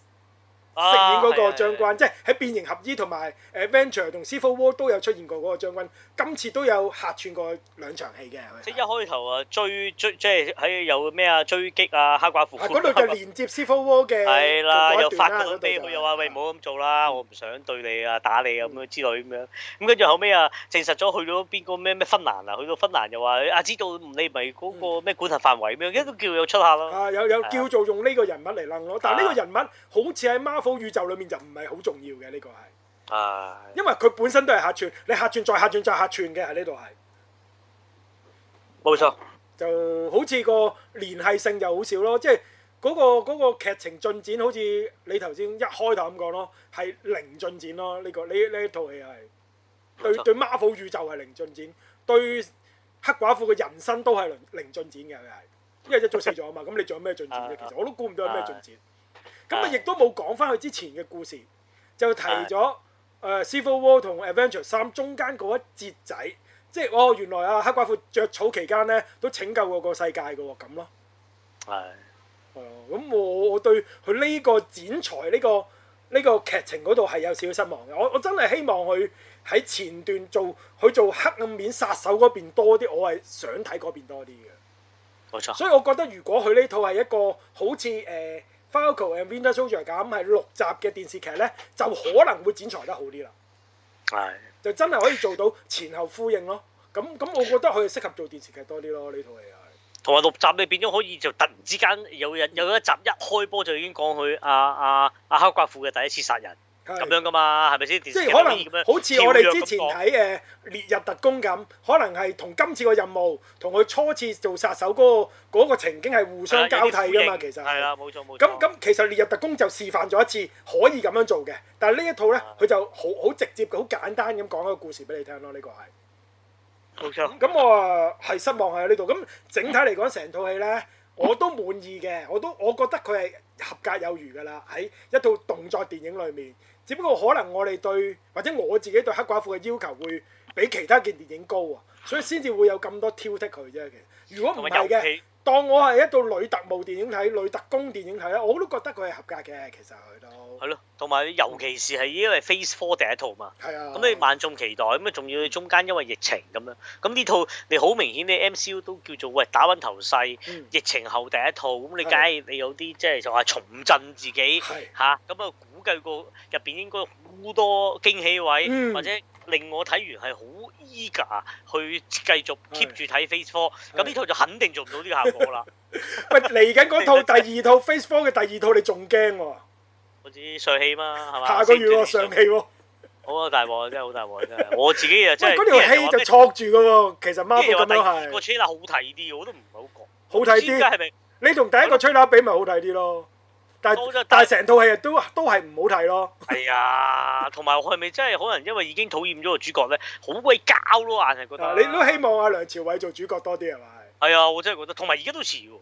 Speaker 2: 飾
Speaker 1: 啊
Speaker 2: 演嗰
Speaker 1: 係啊
Speaker 2: 個將軍，即係喺變形俠醫同埋誒 Venture 同 Civil War 都有出現過嗰個將軍，今次都有客串過兩場戲嘅。佢
Speaker 1: 即係一開頭啊，追追即係喺有咩啊追擊啊黑寡婦，
Speaker 2: 係嗰度就連接 Civil War 嘅
Speaker 1: 係啦，
Speaker 2: 嗰
Speaker 1: 又
Speaker 2: 一
Speaker 1: 發
Speaker 2: 段啦
Speaker 1: 個女俾佢，又話啊喂唔
Speaker 2: 嗰度
Speaker 1: 好咁做啦，我唔想對你啊打你啊咁樣之類咁樣。咁跟住後尾啊，證實咗去到邊個咩咩芬蘭啊，去到芬蘭又話啊知道唔理咪嗰
Speaker 2: 嗯
Speaker 1: 個咩管轄範圍咩，一都叫有出下
Speaker 2: 就
Speaker 1: 咯。
Speaker 2: 係啊有有
Speaker 1: 係啊啊
Speaker 2: 叫做用呢個人物嚟楞咯，但係呢個人物好似喺 Marvel 宇宙裏面就唔係好重要嘅呢個係，
Speaker 1: 啊，
Speaker 2: 因為佢本身都係客串，你客串再客串再客串嘅喺呢度係。
Speaker 1: 冇錯，
Speaker 2: 就好似個聯繫性就好少咯，即係嗰、個嗰、個劇情進展好似你頭先一開頭咁講咯，係零進展咯。呢、個呢呢一套戲係對
Speaker 1: 冇錯
Speaker 2: 對 Marvel 宇宙係零進展，對黑寡婦嘅人生都係零零進展嘅佢係，因為一早死咗啊嘛，咁你仲有咩進展啫？其實我都估唔到有咩進展。咁啊，
Speaker 1: 係
Speaker 2: 亦都冇講翻佢之前嘅故事，就提咗誒、呃 Civil War 同 Adventure 三中間嗰一節仔，即係哦原來啊黑寡婦着草期間咧都拯救過個世界嘅喎，咁咯，
Speaker 1: 係
Speaker 2: 係啊咁我我對佢呢個剪裁呢、個呢、個劇情嗰度係有少少失望嘅，我我真係希望佢喺前段做佢做黑暗面殺手嗰邊多啲，我係想睇嗰邊多啲嘅。
Speaker 1: 冇錯，
Speaker 2: 所以我覺得如果佢呢套係一個好似誒《Falco and Winter Soldier》咁係六集嘅電視劇呢，就可能會剪裁得好啲啦，
Speaker 1: 係。
Speaker 2: 就真係可以做到前後呼應咯。咁咁，我覺得佢係適合做電視劇多啲咯。呢套戲係
Speaker 1: 同埋六集你變咗可以就突然之間有
Speaker 2: 嗯
Speaker 1: 人有一集一開波就已經講佢啊啊啊黑寡婦嘅第一次殺人
Speaker 2: 係
Speaker 1: 咁樣噶嘛，係咪先？電視
Speaker 2: 即係
Speaker 1: 劇
Speaker 2: 可
Speaker 1: 可以咁
Speaker 2: 能
Speaker 1: 樣
Speaker 2: 好似我哋之前
Speaker 1: 跳躍咁講
Speaker 2: 睇誒《烈日特工》咁，可能係同今次個任務同佢初次做殺手嗰、個嗰個情景係互相交替㗎嘛，其實
Speaker 1: 係啊啦，冇錯冇錯。
Speaker 2: 咁咁其實《烈日特工》就示範咗一次可以咁樣做嘅，但係呢一套呢
Speaker 1: 啊，
Speaker 2: 佢就好好直接、好簡單咁講一個故事俾你聽咯。呢、個係
Speaker 1: 冇錯，
Speaker 2: 咁我啊係失望喺呢度。咁整體嚟講，成套戲呢，我都滿意嘅，我都我覺得佢係合格有餘㗎啦。喺一套動作電影裏面，只不過可能我哋對或者我自己對黑寡婦嘅要求會比其他嘅電影高啊，所以先至會有咁多挑剔佢啫。其實如果
Speaker 1: 同
Speaker 2: 唔
Speaker 1: 埋
Speaker 2: 係
Speaker 1: 遊
Speaker 2: 嘅。
Speaker 1: 戲
Speaker 2: 當我係一套女特務電影睇、女特工電影睇咧，我都覺得佢係合格嘅。其實佢都
Speaker 1: 係咯，同埋尤其是係因為 Phase Four 第一套嘛。
Speaker 2: 係啊。
Speaker 1: 咁你萬眾期待，咁啊仲要中間因為疫情咁樣，咁呢套你好明顯你 MCU 都叫做喂打穩頭勢，
Speaker 2: 嗯
Speaker 1: 疫情後第一套，咁你
Speaker 2: 係
Speaker 1: 梗係你有啲即係就話重振自己
Speaker 2: 係
Speaker 1: 吓，咁啊估計個入邊應該好多驚喜位，
Speaker 2: 嗯
Speaker 1: 或者令我睇完係好 eager 去繼續 keep 住睇 Phase Four，咁呢套就肯定做唔到呢個效果
Speaker 2: (laughs)
Speaker 1: 啦。
Speaker 2: 喂嚟
Speaker 1: (laughs)
Speaker 2: 緊嗰套第二套 Face Four 嘅第二套，你仲驚喎？
Speaker 1: 嗰啲上戲嘛，係嘛？
Speaker 2: 下個月喎上
Speaker 1: 先
Speaker 2: 戲喎，
Speaker 1: 好啊，大鑊啊真係好大鑊啊真係， (laughs) 我自己啊真
Speaker 2: 喂
Speaker 1: 係
Speaker 2: 嗰條戲就錯住㗎喎。其實
Speaker 1: 啲
Speaker 2: Marvel 咁樣
Speaker 1: 個
Speaker 2: 係
Speaker 1: trailer 好睇啲，我都唔係好講。
Speaker 2: 好睇
Speaker 1: 唔知點解
Speaker 2: 啲，
Speaker 1: 係咪？
Speaker 2: 你同第一個吹打比咪好睇啲咯。但
Speaker 1: 我就
Speaker 2: 係但係成套戲都都係唔好睇咯。
Speaker 1: 係啊，同埋我係咪真係可能因為已經討厭咗個主角咧，好鬼膠咯，硬係覺
Speaker 2: 啊
Speaker 1: 得。
Speaker 2: 你都希望阿梁朝偉做主角多啲係咪？
Speaker 1: 係啊，我真係覺得，同埋而家都似喎，
Speaker 2: 哦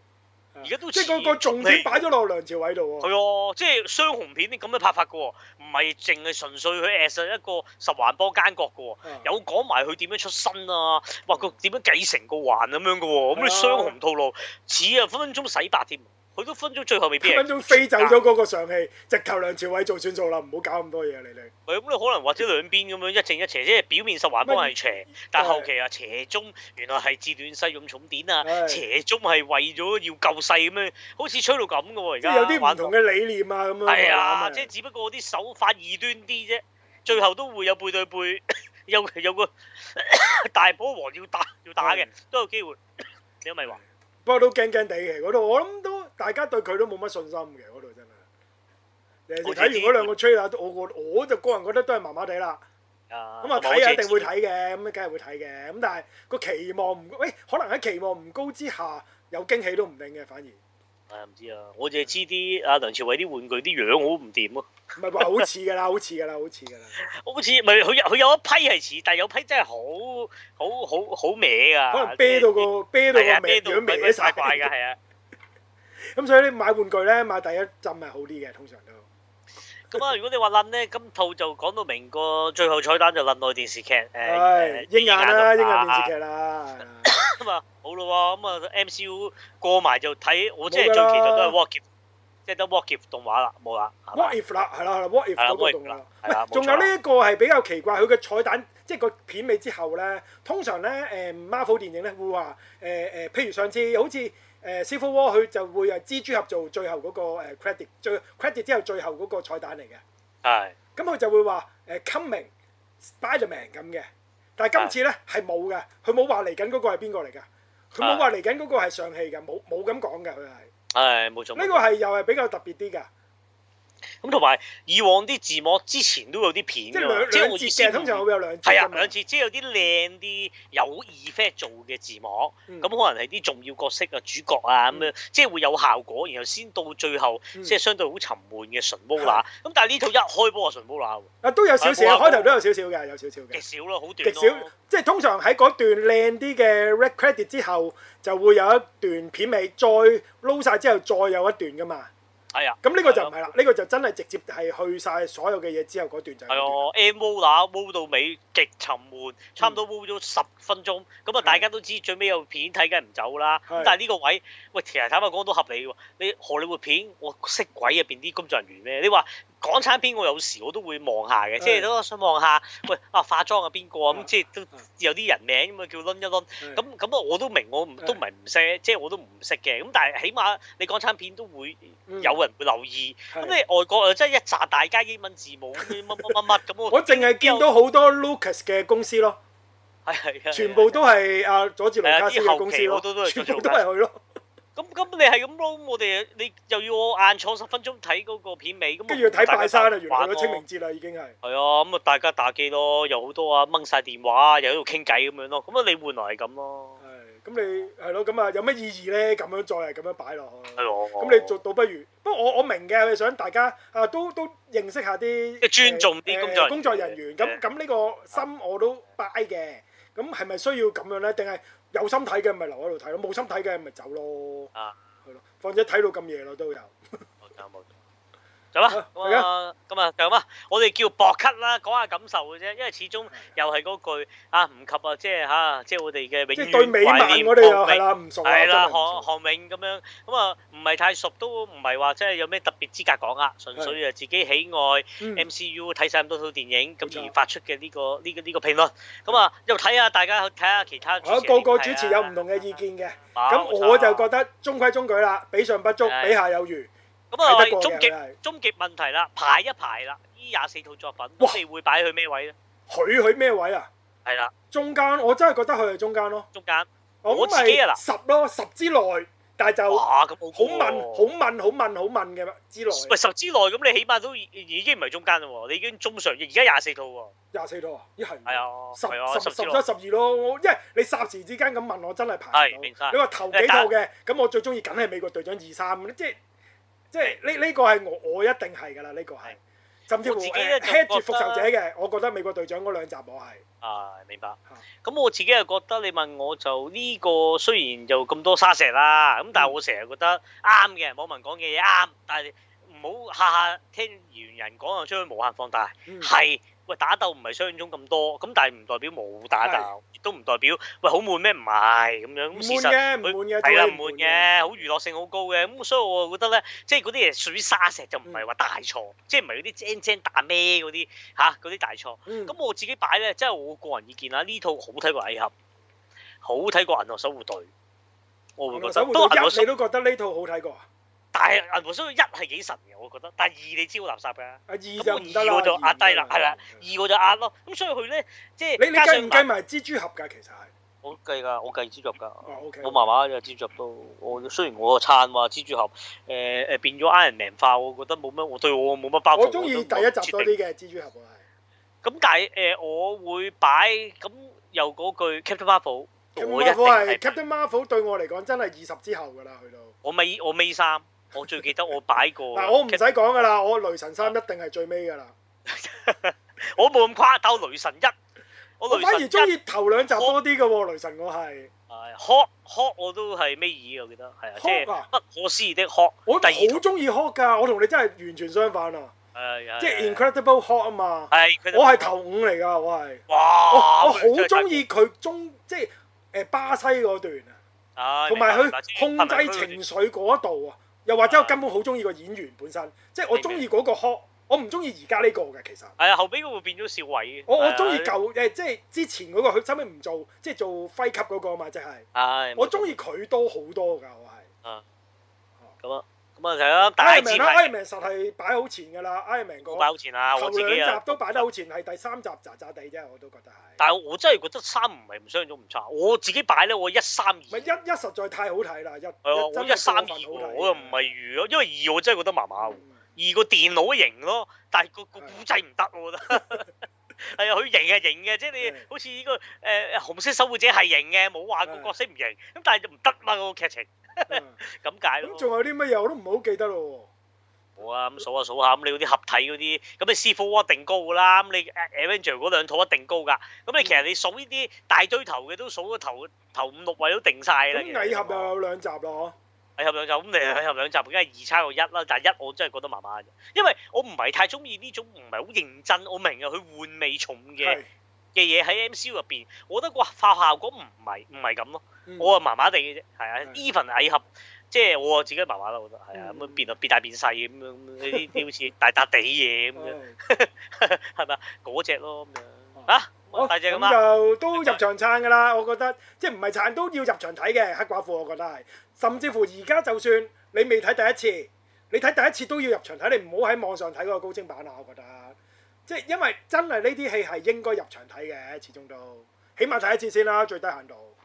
Speaker 1: 而家都
Speaker 2: 即
Speaker 1: 似
Speaker 2: 係個個重點擺咗落梁朝偉度
Speaker 1: 係
Speaker 2: 喎。
Speaker 1: 啊，即係雙雄片啲咁嘅拍法嘅喎，唔係淨係純粹佢 as 一個十環幫奸角嘅喎。
Speaker 2: 啊
Speaker 1: 有講埋佢點樣出身啊，話佢點樣繼承個環咁樣嘅喎，咁你
Speaker 2: 啊
Speaker 1: 雙雄套路似啊，分分鐘洗白添，佢都分分鐘最後未必
Speaker 2: 分
Speaker 1: 係
Speaker 2: 分鐘飛走咗嗰個上戲，直頭梁朝偉做算數啦，唔好搞咁多嘢啊你哋。
Speaker 1: 咪咁你可能或者兩邊咁樣一正一邪，即係表面十環幫係邪，但後期啊邪中原來係自亂世用重典啊，
Speaker 2: 係
Speaker 1: 邪中係為咗要救世咁樣，好似吹到咁嘅喎而
Speaker 2: 即
Speaker 1: 家。
Speaker 2: 係有啲唔同嘅理念啊咁樣。
Speaker 1: 係
Speaker 2: 慢
Speaker 1: 啊，
Speaker 2: 慢
Speaker 1: 即係只不過啲手法異端啲啫，最後都會有背對背， (coughs) 有有個 (coughs) 大波王要打要打嘅
Speaker 2: 係，
Speaker 1: 都有機會。你咪話
Speaker 2: 不過都驚驚地嘅嗰度，我諗都大家對佢都冇乜信心嘅嗰度真係。尤其是睇完嗰兩個 trailer，我我我就個人覺得都係麻麻地啦。
Speaker 1: 啊，
Speaker 2: 咁啊睇啊一定會睇嘅，咁啊梗係會睇嘅。咁但係個期望唔，喂，可能喺期望唔高之下有驚喜都唔定嘅，反而唔
Speaker 1: 係唔知啊，我淨係知啲阿梁朝偉啲玩具啲樣好唔掂咯，
Speaker 2: 係話好似㗎啦，好 (laughs) 似㗎啦，好似㗎啦。
Speaker 1: 好似咪佢有佢有一批係似，但係有批真係好好好好歪㗎，
Speaker 2: 可能啤到個啤到個
Speaker 1: 啊係啊啤
Speaker 2: 名
Speaker 1: 到
Speaker 2: 樣
Speaker 1: 鬼
Speaker 2: 歪 (laughs)
Speaker 1: 鬼
Speaker 2: 晒
Speaker 1: 怪怪㗎，係啊。
Speaker 2: 咁所以咧買玩具咧買第一浸係好啲嘅，通常都
Speaker 1: 咁啊，如果你話撚咧，今套就講到明個最後彩蛋就撚內電視劇誒
Speaker 2: 唉
Speaker 1: 誒
Speaker 2: 英眼啦，英眼
Speaker 1: 啊
Speaker 2: 電視劇啦，
Speaker 1: 咁啊，好咯喎，咁啊 MCU 過埋就睇，我真係
Speaker 2: 冇
Speaker 1: 最
Speaker 2: 㗎啦
Speaker 1: 期待都係 What If，即係得 What If 動畫啦，冇啦，係嘛
Speaker 2: What if 啦，係啦係啦，What if
Speaker 1: 係啦
Speaker 2: 嗰個
Speaker 1: ，What
Speaker 2: 動
Speaker 1: If
Speaker 2: 啦
Speaker 1: 啦。，係啊啦，冇錯
Speaker 2: 仲有呢一個係比較奇怪，佢嘅彩蛋即係個片尾之後咧，通常咧誒、Marvel 電影咧會話誒誒，譬如上次好似誒、Civil War 佢就會係蜘蛛俠做最後嗰、個、誒 credit，最 credit 之後最後嗰個彩蛋嚟嘅。
Speaker 1: 係
Speaker 2: 咁佢就會話誒、coming Spiderman 咁嘅，但係今次咧係冇嘅，佢冇話嚟緊嗰個係邊個嚟㗎，佢冇話嚟緊嗰個係上戲㗎，冇冇咁講㗎，佢
Speaker 1: 啊
Speaker 2: 係
Speaker 1: 係冇錯。
Speaker 2: 呢
Speaker 1: 冇
Speaker 2: 個
Speaker 1: 錯
Speaker 2: 係又係比較特別啲㗎，
Speaker 1: 咁同埋以往啲字幕之前都有啲片
Speaker 2: 即係
Speaker 1: 㗎
Speaker 2: 兩
Speaker 1: 嘛，係
Speaker 2: 兩
Speaker 1: 我
Speaker 2: 節
Speaker 1: 意思
Speaker 2: 嘅，通常
Speaker 1: 唔
Speaker 2: 會有兩節
Speaker 1: 係
Speaker 2: 㗎
Speaker 1: 啊
Speaker 2: 嘛
Speaker 1: 兩次，即係有啲靚啲有 effect 做嘅字幕，
Speaker 2: 嗯
Speaker 1: 咁可能係啲重要角色啊、主角啊咁樣，即係會有效果，然後先到最後
Speaker 2: 嗯
Speaker 1: 即係相對好沉悶嘅純毛乸。咁但係呢套一開波就純毛乸喎，
Speaker 2: 啊都有少少，
Speaker 1: 啊冇啊
Speaker 2: 開頭都有少少嘅，有少少
Speaker 1: 極
Speaker 2: 嘅，
Speaker 1: 少咯，好短
Speaker 2: 極少
Speaker 1: 咯。，
Speaker 2: 即係通常喺嗰段靚啲嘅 red credit 之後，就會有一段片尾，再撈晒之後再有一段㗎嘛。
Speaker 1: 係啊，
Speaker 2: 咁呢個就唔係啦，呢個就真係直接係去晒所有嘅嘢之後嗰段就
Speaker 1: 係
Speaker 2: 係嗰段啦。
Speaker 1: 啊，M 嗯 O 打 O 到尾極沉悶，差唔多 O 咗十分鐘。咁啊，大家都知最尾有片睇，梗係唔走啦。
Speaker 2: 係
Speaker 1: 咁但係呢個位，喂，其實坦白講都合理喎。你荷里活片，我識鬼入邊啲工作人員咩？你話港產片，我有時我都會望下嘅，即係都想望下，喂啊化妝啊邊個啊
Speaker 2: 係
Speaker 1: 咁，即係都有啲人名咁啊叫攆一攆。
Speaker 2: 咁
Speaker 1: 咁咁啊，我都明，我唔都唔係唔識，即係我都唔識嘅。咁但係起碼你港產片都會有人會留意。
Speaker 2: 嗯
Speaker 1: 咁你外國又真係一紮大家英文字母乜乜
Speaker 2: (laughs)
Speaker 1: 乜乜咁，
Speaker 2: 我淨係見到好多 Lucas 嘅公司咯，
Speaker 1: 係係係
Speaker 2: 全部都係阿佐治盧卡斯嘅公司
Speaker 1: 係啊啲後期好
Speaker 2: 咯
Speaker 1: 多都，係
Speaker 2: 全部都係佢咯。
Speaker 1: 咁咁你係咁咯，咁我哋你又要我晏坐十分鐘睇嗰個片尾，咁
Speaker 2: 跟住睇拜山啊，
Speaker 1: (laughs)
Speaker 2: 原來
Speaker 1: 玩
Speaker 2: 去咗清明節啦已經係。
Speaker 1: 係啊，咁啊大家打機咯，有好多啊掹晒電話，又喺度傾偈咁樣咯，咁啊你換來係咁咯，
Speaker 2: 係咁你係咯，咁啊有乜意義咧？咁樣再係咁樣擺落去
Speaker 1: 係。喎。
Speaker 2: 咁你做到不如，不過我我明嘅，佢想大家啊都都認識下啲
Speaker 1: 即係尊重啲
Speaker 2: 誒
Speaker 1: 工作人員
Speaker 2: 工作人
Speaker 1: 嘅
Speaker 2: 員。咁咁呢個心我都 buy 嘅。咁係咪需要咁樣咧？定係有心睇嘅咪留喺度睇咯，冇心睇嘅咪走咯。
Speaker 1: 啊，
Speaker 2: 係咯，況且睇到咁夜咯都有。
Speaker 1: 冇錯冇錯。咁啦
Speaker 2: 好，
Speaker 1: 咁啊，咁啊，咁啊，我哋叫薄咳啦，講下感受嘅啫，因為始終又係嗰句啊，唔及啊，即係嚇，即係我哋嘅
Speaker 2: 即
Speaker 1: 永
Speaker 2: 係對
Speaker 1: 遠
Speaker 2: 美
Speaker 1: 懷
Speaker 2: 漫
Speaker 1: 念
Speaker 2: 我哋又
Speaker 1: 莫
Speaker 2: 係
Speaker 1: 名
Speaker 2: 啦，唔熟啊，
Speaker 1: 係啦，
Speaker 2: 真係
Speaker 1: 韓
Speaker 2: 唔熟
Speaker 1: 韓永咁樣咁啊，唔係太熟都唔係話即係有咩特別資格講啊，純粹就自己喜愛
Speaker 2: 嗯
Speaker 1: MCU 睇晒咁多套電影
Speaker 2: 冇錯
Speaker 1: 咁而發出嘅呢個呢個呢個評論，咁啊又睇下大家睇下其他主持
Speaker 2: 啊
Speaker 1: 人點睇啊
Speaker 2: 嗯個個主持有唔同嘅意，見嘅，
Speaker 1: 啊
Speaker 2: 咁我就覺
Speaker 1: 冇錯
Speaker 2: 得中規中矩啦，比上不足，
Speaker 1: 係
Speaker 2: 比下有餘。
Speaker 1: 咁啊，
Speaker 2: 睇
Speaker 1: 我
Speaker 2: 得
Speaker 1: 哋
Speaker 2: 過嘅
Speaker 1: 終極
Speaker 2: 係
Speaker 1: 終極問題啦，排一排啦，呢廿四套作品，
Speaker 2: 哇
Speaker 1: 咁你會擺去咩位咧？
Speaker 2: 佢去咩位啊？
Speaker 1: 係啦，
Speaker 2: 中間，我真係覺得佢係中間咯。
Speaker 1: 中間
Speaker 2: 我
Speaker 1: 我
Speaker 2: 諗係
Speaker 1: 自己啊嗱
Speaker 2: 十咯，十之內，但係就好
Speaker 1: 哇咁好
Speaker 2: 問、好問、好問、好問嘅之內
Speaker 1: 喂，十之內咁，你起碼都已已經唔係中間嘞喎，你已經中上，而家廿四套喎，
Speaker 2: 廿四套啊，咦係
Speaker 1: 係啊，
Speaker 2: 十
Speaker 1: 係啊，
Speaker 2: 十
Speaker 1: 十
Speaker 2: 十
Speaker 1: 之內
Speaker 2: 一。十二咯，我因為你霎時之間咁問我，真係排
Speaker 1: 係
Speaker 2: 唔
Speaker 1: 明晒
Speaker 2: 到。你話頭幾套嘅，咁我最中意梗係美國隊長二三即係即係呢呢個係我我一定係㗎啦，呢個係
Speaker 1: 係。
Speaker 2: 甚至乎
Speaker 1: 我自己
Speaker 2: 誒
Speaker 1: 咧就
Speaker 2: head
Speaker 1: 覺
Speaker 2: 住復仇者
Speaker 1: 得
Speaker 2: 嘅，我覺得美國隊長嗰兩集我係
Speaker 1: 啊，明白。咁我自己又覺得你問我就呢、個雖然就咁多沙石啦，咁但係我成日覺得啱嘅，網民講嘅嘢啱，但係唔好下下聽完人講就將佢無限放大。
Speaker 2: 嗯
Speaker 1: 係、喂打鬥唔係想象中咁多，咁但係唔代表冇打鬥，亦都唔代表喂好悶咩？唔係咁樣。
Speaker 2: 唔
Speaker 1: 咁
Speaker 2: 悶
Speaker 1: 事實
Speaker 2: 嘅，唔
Speaker 1: 佢
Speaker 2: 悶嘅，
Speaker 1: 係啦，
Speaker 2: 套戲
Speaker 1: 唔悶嘅，好娛樂性好高嘅，咁所以我覺得咧，即係嗰啲嘢屬於沙石就唔係話大錯，即係唔係嗰啲精精打咩嗰啲嚇嗰啲大錯。
Speaker 2: 嗯
Speaker 1: 咁我自己擺咧，即係我個人意見啦。呢套好睇過《蟻俠》，好睇過《銀河守護隊》，我會覺
Speaker 2: 守
Speaker 1: 得。
Speaker 2: 護
Speaker 1: 不
Speaker 2: 到
Speaker 1: 過銀河
Speaker 2: 一
Speaker 1: 守
Speaker 2: 你，都覺得呢套好睇過啊？
Speaker 1: 但係銀河守護一係幾神嘅，我覺得。但係二你知好垃圾㗎。
Speaker 2: 啊二就唔
Speaker 1: 咁
Speaker 2: 得啦，
Speaker 1: 我二我就壓低啦，
Speaker 2: 二唔得
Speaker 1: 係啦，二我就壓咯。咁所以佢咧，即係
Speaker 2: 你你
Speaker 1: 加上
Speaker 2: 計唔計埋蜘蛛俠㗎？其實係
Speaker 1: 我計㗎，我計蜘蛛俠㗎。
Speaker 2: 哦 OK，
Speaker 1: 我麻麻嘅蜘蛛俠都，我雖然我撐話蜘蛛俠，誒、誒變咗 Iron Man 化，我覺得冇乜，我對我冇乜包袱。
Speaker 2: 我中意第一集多
Speaker 1: 啲。
Speaker 2: 啲嘅蜘蛛俠我係。
Speaker 1: 咁但係誒、我會擺咁又嗰句 Captain Marvel，
Speaker 2: Captain
Speaker 1: 我一定
Speaker 2: Marvel 啊
Speaker 1: 係
Speaker 2: 係 Captain Marvel 對我嚟講真係二十之後㗎啦，去到
Speaker 1: 我尾我尾三，我最記得我擺過。
Speaker 2: (laughs) 嗱我唔使講㗎啦，我雷神三一定係最尾㗎啦。
Speaker 1: 我冇咁誇鬥雷神一，
Speaker 2: 我
Speaker 1: 我雷
Speaker 2: 反
Speaker 1: 神
Speaker 2: 而中
Speaker 1: 一
Speaker 2: 意頭兩集多啲嘅喎，雷神我係
Speaker 1: 係 Hot Hot 我都係尾二，我記得係啊，即
Speaker 2: Hulk
Speaker 1: 係
Speaker 2: 啊
Speaker 1: 不可思議的 Hot
Speaker 2: 我
Speaker 1: 第二
Speaker 2: 好中意 Hulk 㗎，我同你真係完全相反啊！
Speaker 1: 係係
Speaker 2: 即係
Speaker 1: 係
Speaker 2: Incredible Hulk 啊嘛，
Speaker 1: 係佢
Speaker 2: 我係頭五嚟㗎，我係我
Speaker 1: 哇！
Speaker 2: 我好中
Speaker 1: 意，
Speaker 2: 意佢中即係誒巴西嗰段啊，
Speaker 1: 唉
Speaker 2: 同埋
Speaker 1: 明白
Speaker 2: 佢
Speaker 1: 明白
Speaker 2: 控制情緒嗰度啊，又或者我根本好中意個演員本身，即係我中意嗰個 Hawk，我唔中意而家呢個嘅其實。
Speaker 1: 係啊，後尾嗰個變咗少偉嘅。
Speaker 2: 我我
Speaker 1: 係啊
Speaker 2: 中意。舊誒，即係之前嗰、個佢收尾唔做，即係做輝級嗰個嘛，即係
Speaker 1: 係。
Speaker 2: 我中意佢多好多㗎，我係。
Speaker 1: 咁啊，咁啊係啊，大
Speaker 2: Iron
Speaker 1: 字
Speaker 2: Man 啦
Speaker 1: 牌
Speaker 2: ，Iron Man 實係擺好前㗎啦，Iron Man
Speaker 1: 我擺
Speaker 2: 嗰
Speaker 1: 好前啊，我
Speaker 2: 頭
Speaker 1: 自己
Speaker 2: 兩
Speaker 1: 啊
Speaker 2: 集。都擺得好前，係第三集渣渣地啫，我都覺得係。
Speaker 1: 但係我真係覺得三唔係唔相中唔差，我自己擺咧，我一三
Speaker 2: 唔係
Speaker 1: 二。
Speaker 2: 一一實在太好睇啦，一
Speaker 1: 係啊，我
Speaker 2: 真
Speaker 1: 一三二
Speaker 2: 過分好睇嗯
Speaker 1: 喎我又唔係預咯，因為二 (laughs) 我真係覺得麻麻喎。而個電腦型咯，但係個個古仔唔得，我覺
Speaker 2: (laughs)
Speaker 1: 得。係啊，佢型係型嘅，即係你
Speaker 2: 嗯
Speaker 1: 好似呢個誒紅色守護者係型嘅，冇話個角色唔型，咁但係就唔得嘛個劇情
Speaker 2: 嗯嗯
Speaker 1: 咁解
Speaker 2: 咁
Speaker 1: 咯。
Speaker 2: 仲有啲乜嘢我都唔係好記得咯
Speaker 1: 冇啊，咁數下數下，咁你嗰啲合體嗰啲，咁你師傅一定高㗎啦，咁你 Avenger 嗰兩套一定高㗎，咁你其實你數呢啲大堆頭嘅都數咗頭頭五六位都定晒
Speaker 2: 喎。
Speaker 1: 啦。
Speaker 2: 咁蟻俠又有兩集咯，
Speaker 1: 係合兩集，咁你
Speaker 2: 啊
Speaker 1: 係合兩集，梗係二差過一啦。但係一我真係覺得麻麻嘅，因為我唔係太中意呢種唔係好認真，我明啊，佢換味重嘅
Speaker 2: 係。
Speaker 1: 嘅嘢喺 MCU 入邊，我覺得個化學效果唔係唔係咁咯，
Speaker 2: 嗯
Speaker 1: 我啊麻麻地嘅啫，係啊
Speaker 2: 係
Speaker 1: ，even 蟻俠，即係我啊自己麻麻啦，我覺得係啊，
Speaker 2: 嗯
Speaker 1: 咁啊變啊變大變細咁樣，呢啲啲好似大笪地
Speaker 2: Ừ.
Speaker 1: 嘢咁樣，
Speaker 2: 哦
Speaker 1: 係咪啊？嗰只咯咁樣
Speaker 2: 哦
Speaker 1: 啊，
Speaker 2: 好
Speaker 1: 大隻咁
Speaker 2: 咁
Speaker 1: 啊，
Speaker 2: 就都入場撐㗎啦，我覺得即係唔係撐都要入場睇嘅黑寡婦，我覺得係，甚至乎而家就算你未睇第一次，你睇第一次都要入場睇，你唔好喺網上睇嗰個高清版啊，我覺得，即係因為真係呢啲戲係應該入場睇嘅，始終都起碼睇一次先啦，最低限度。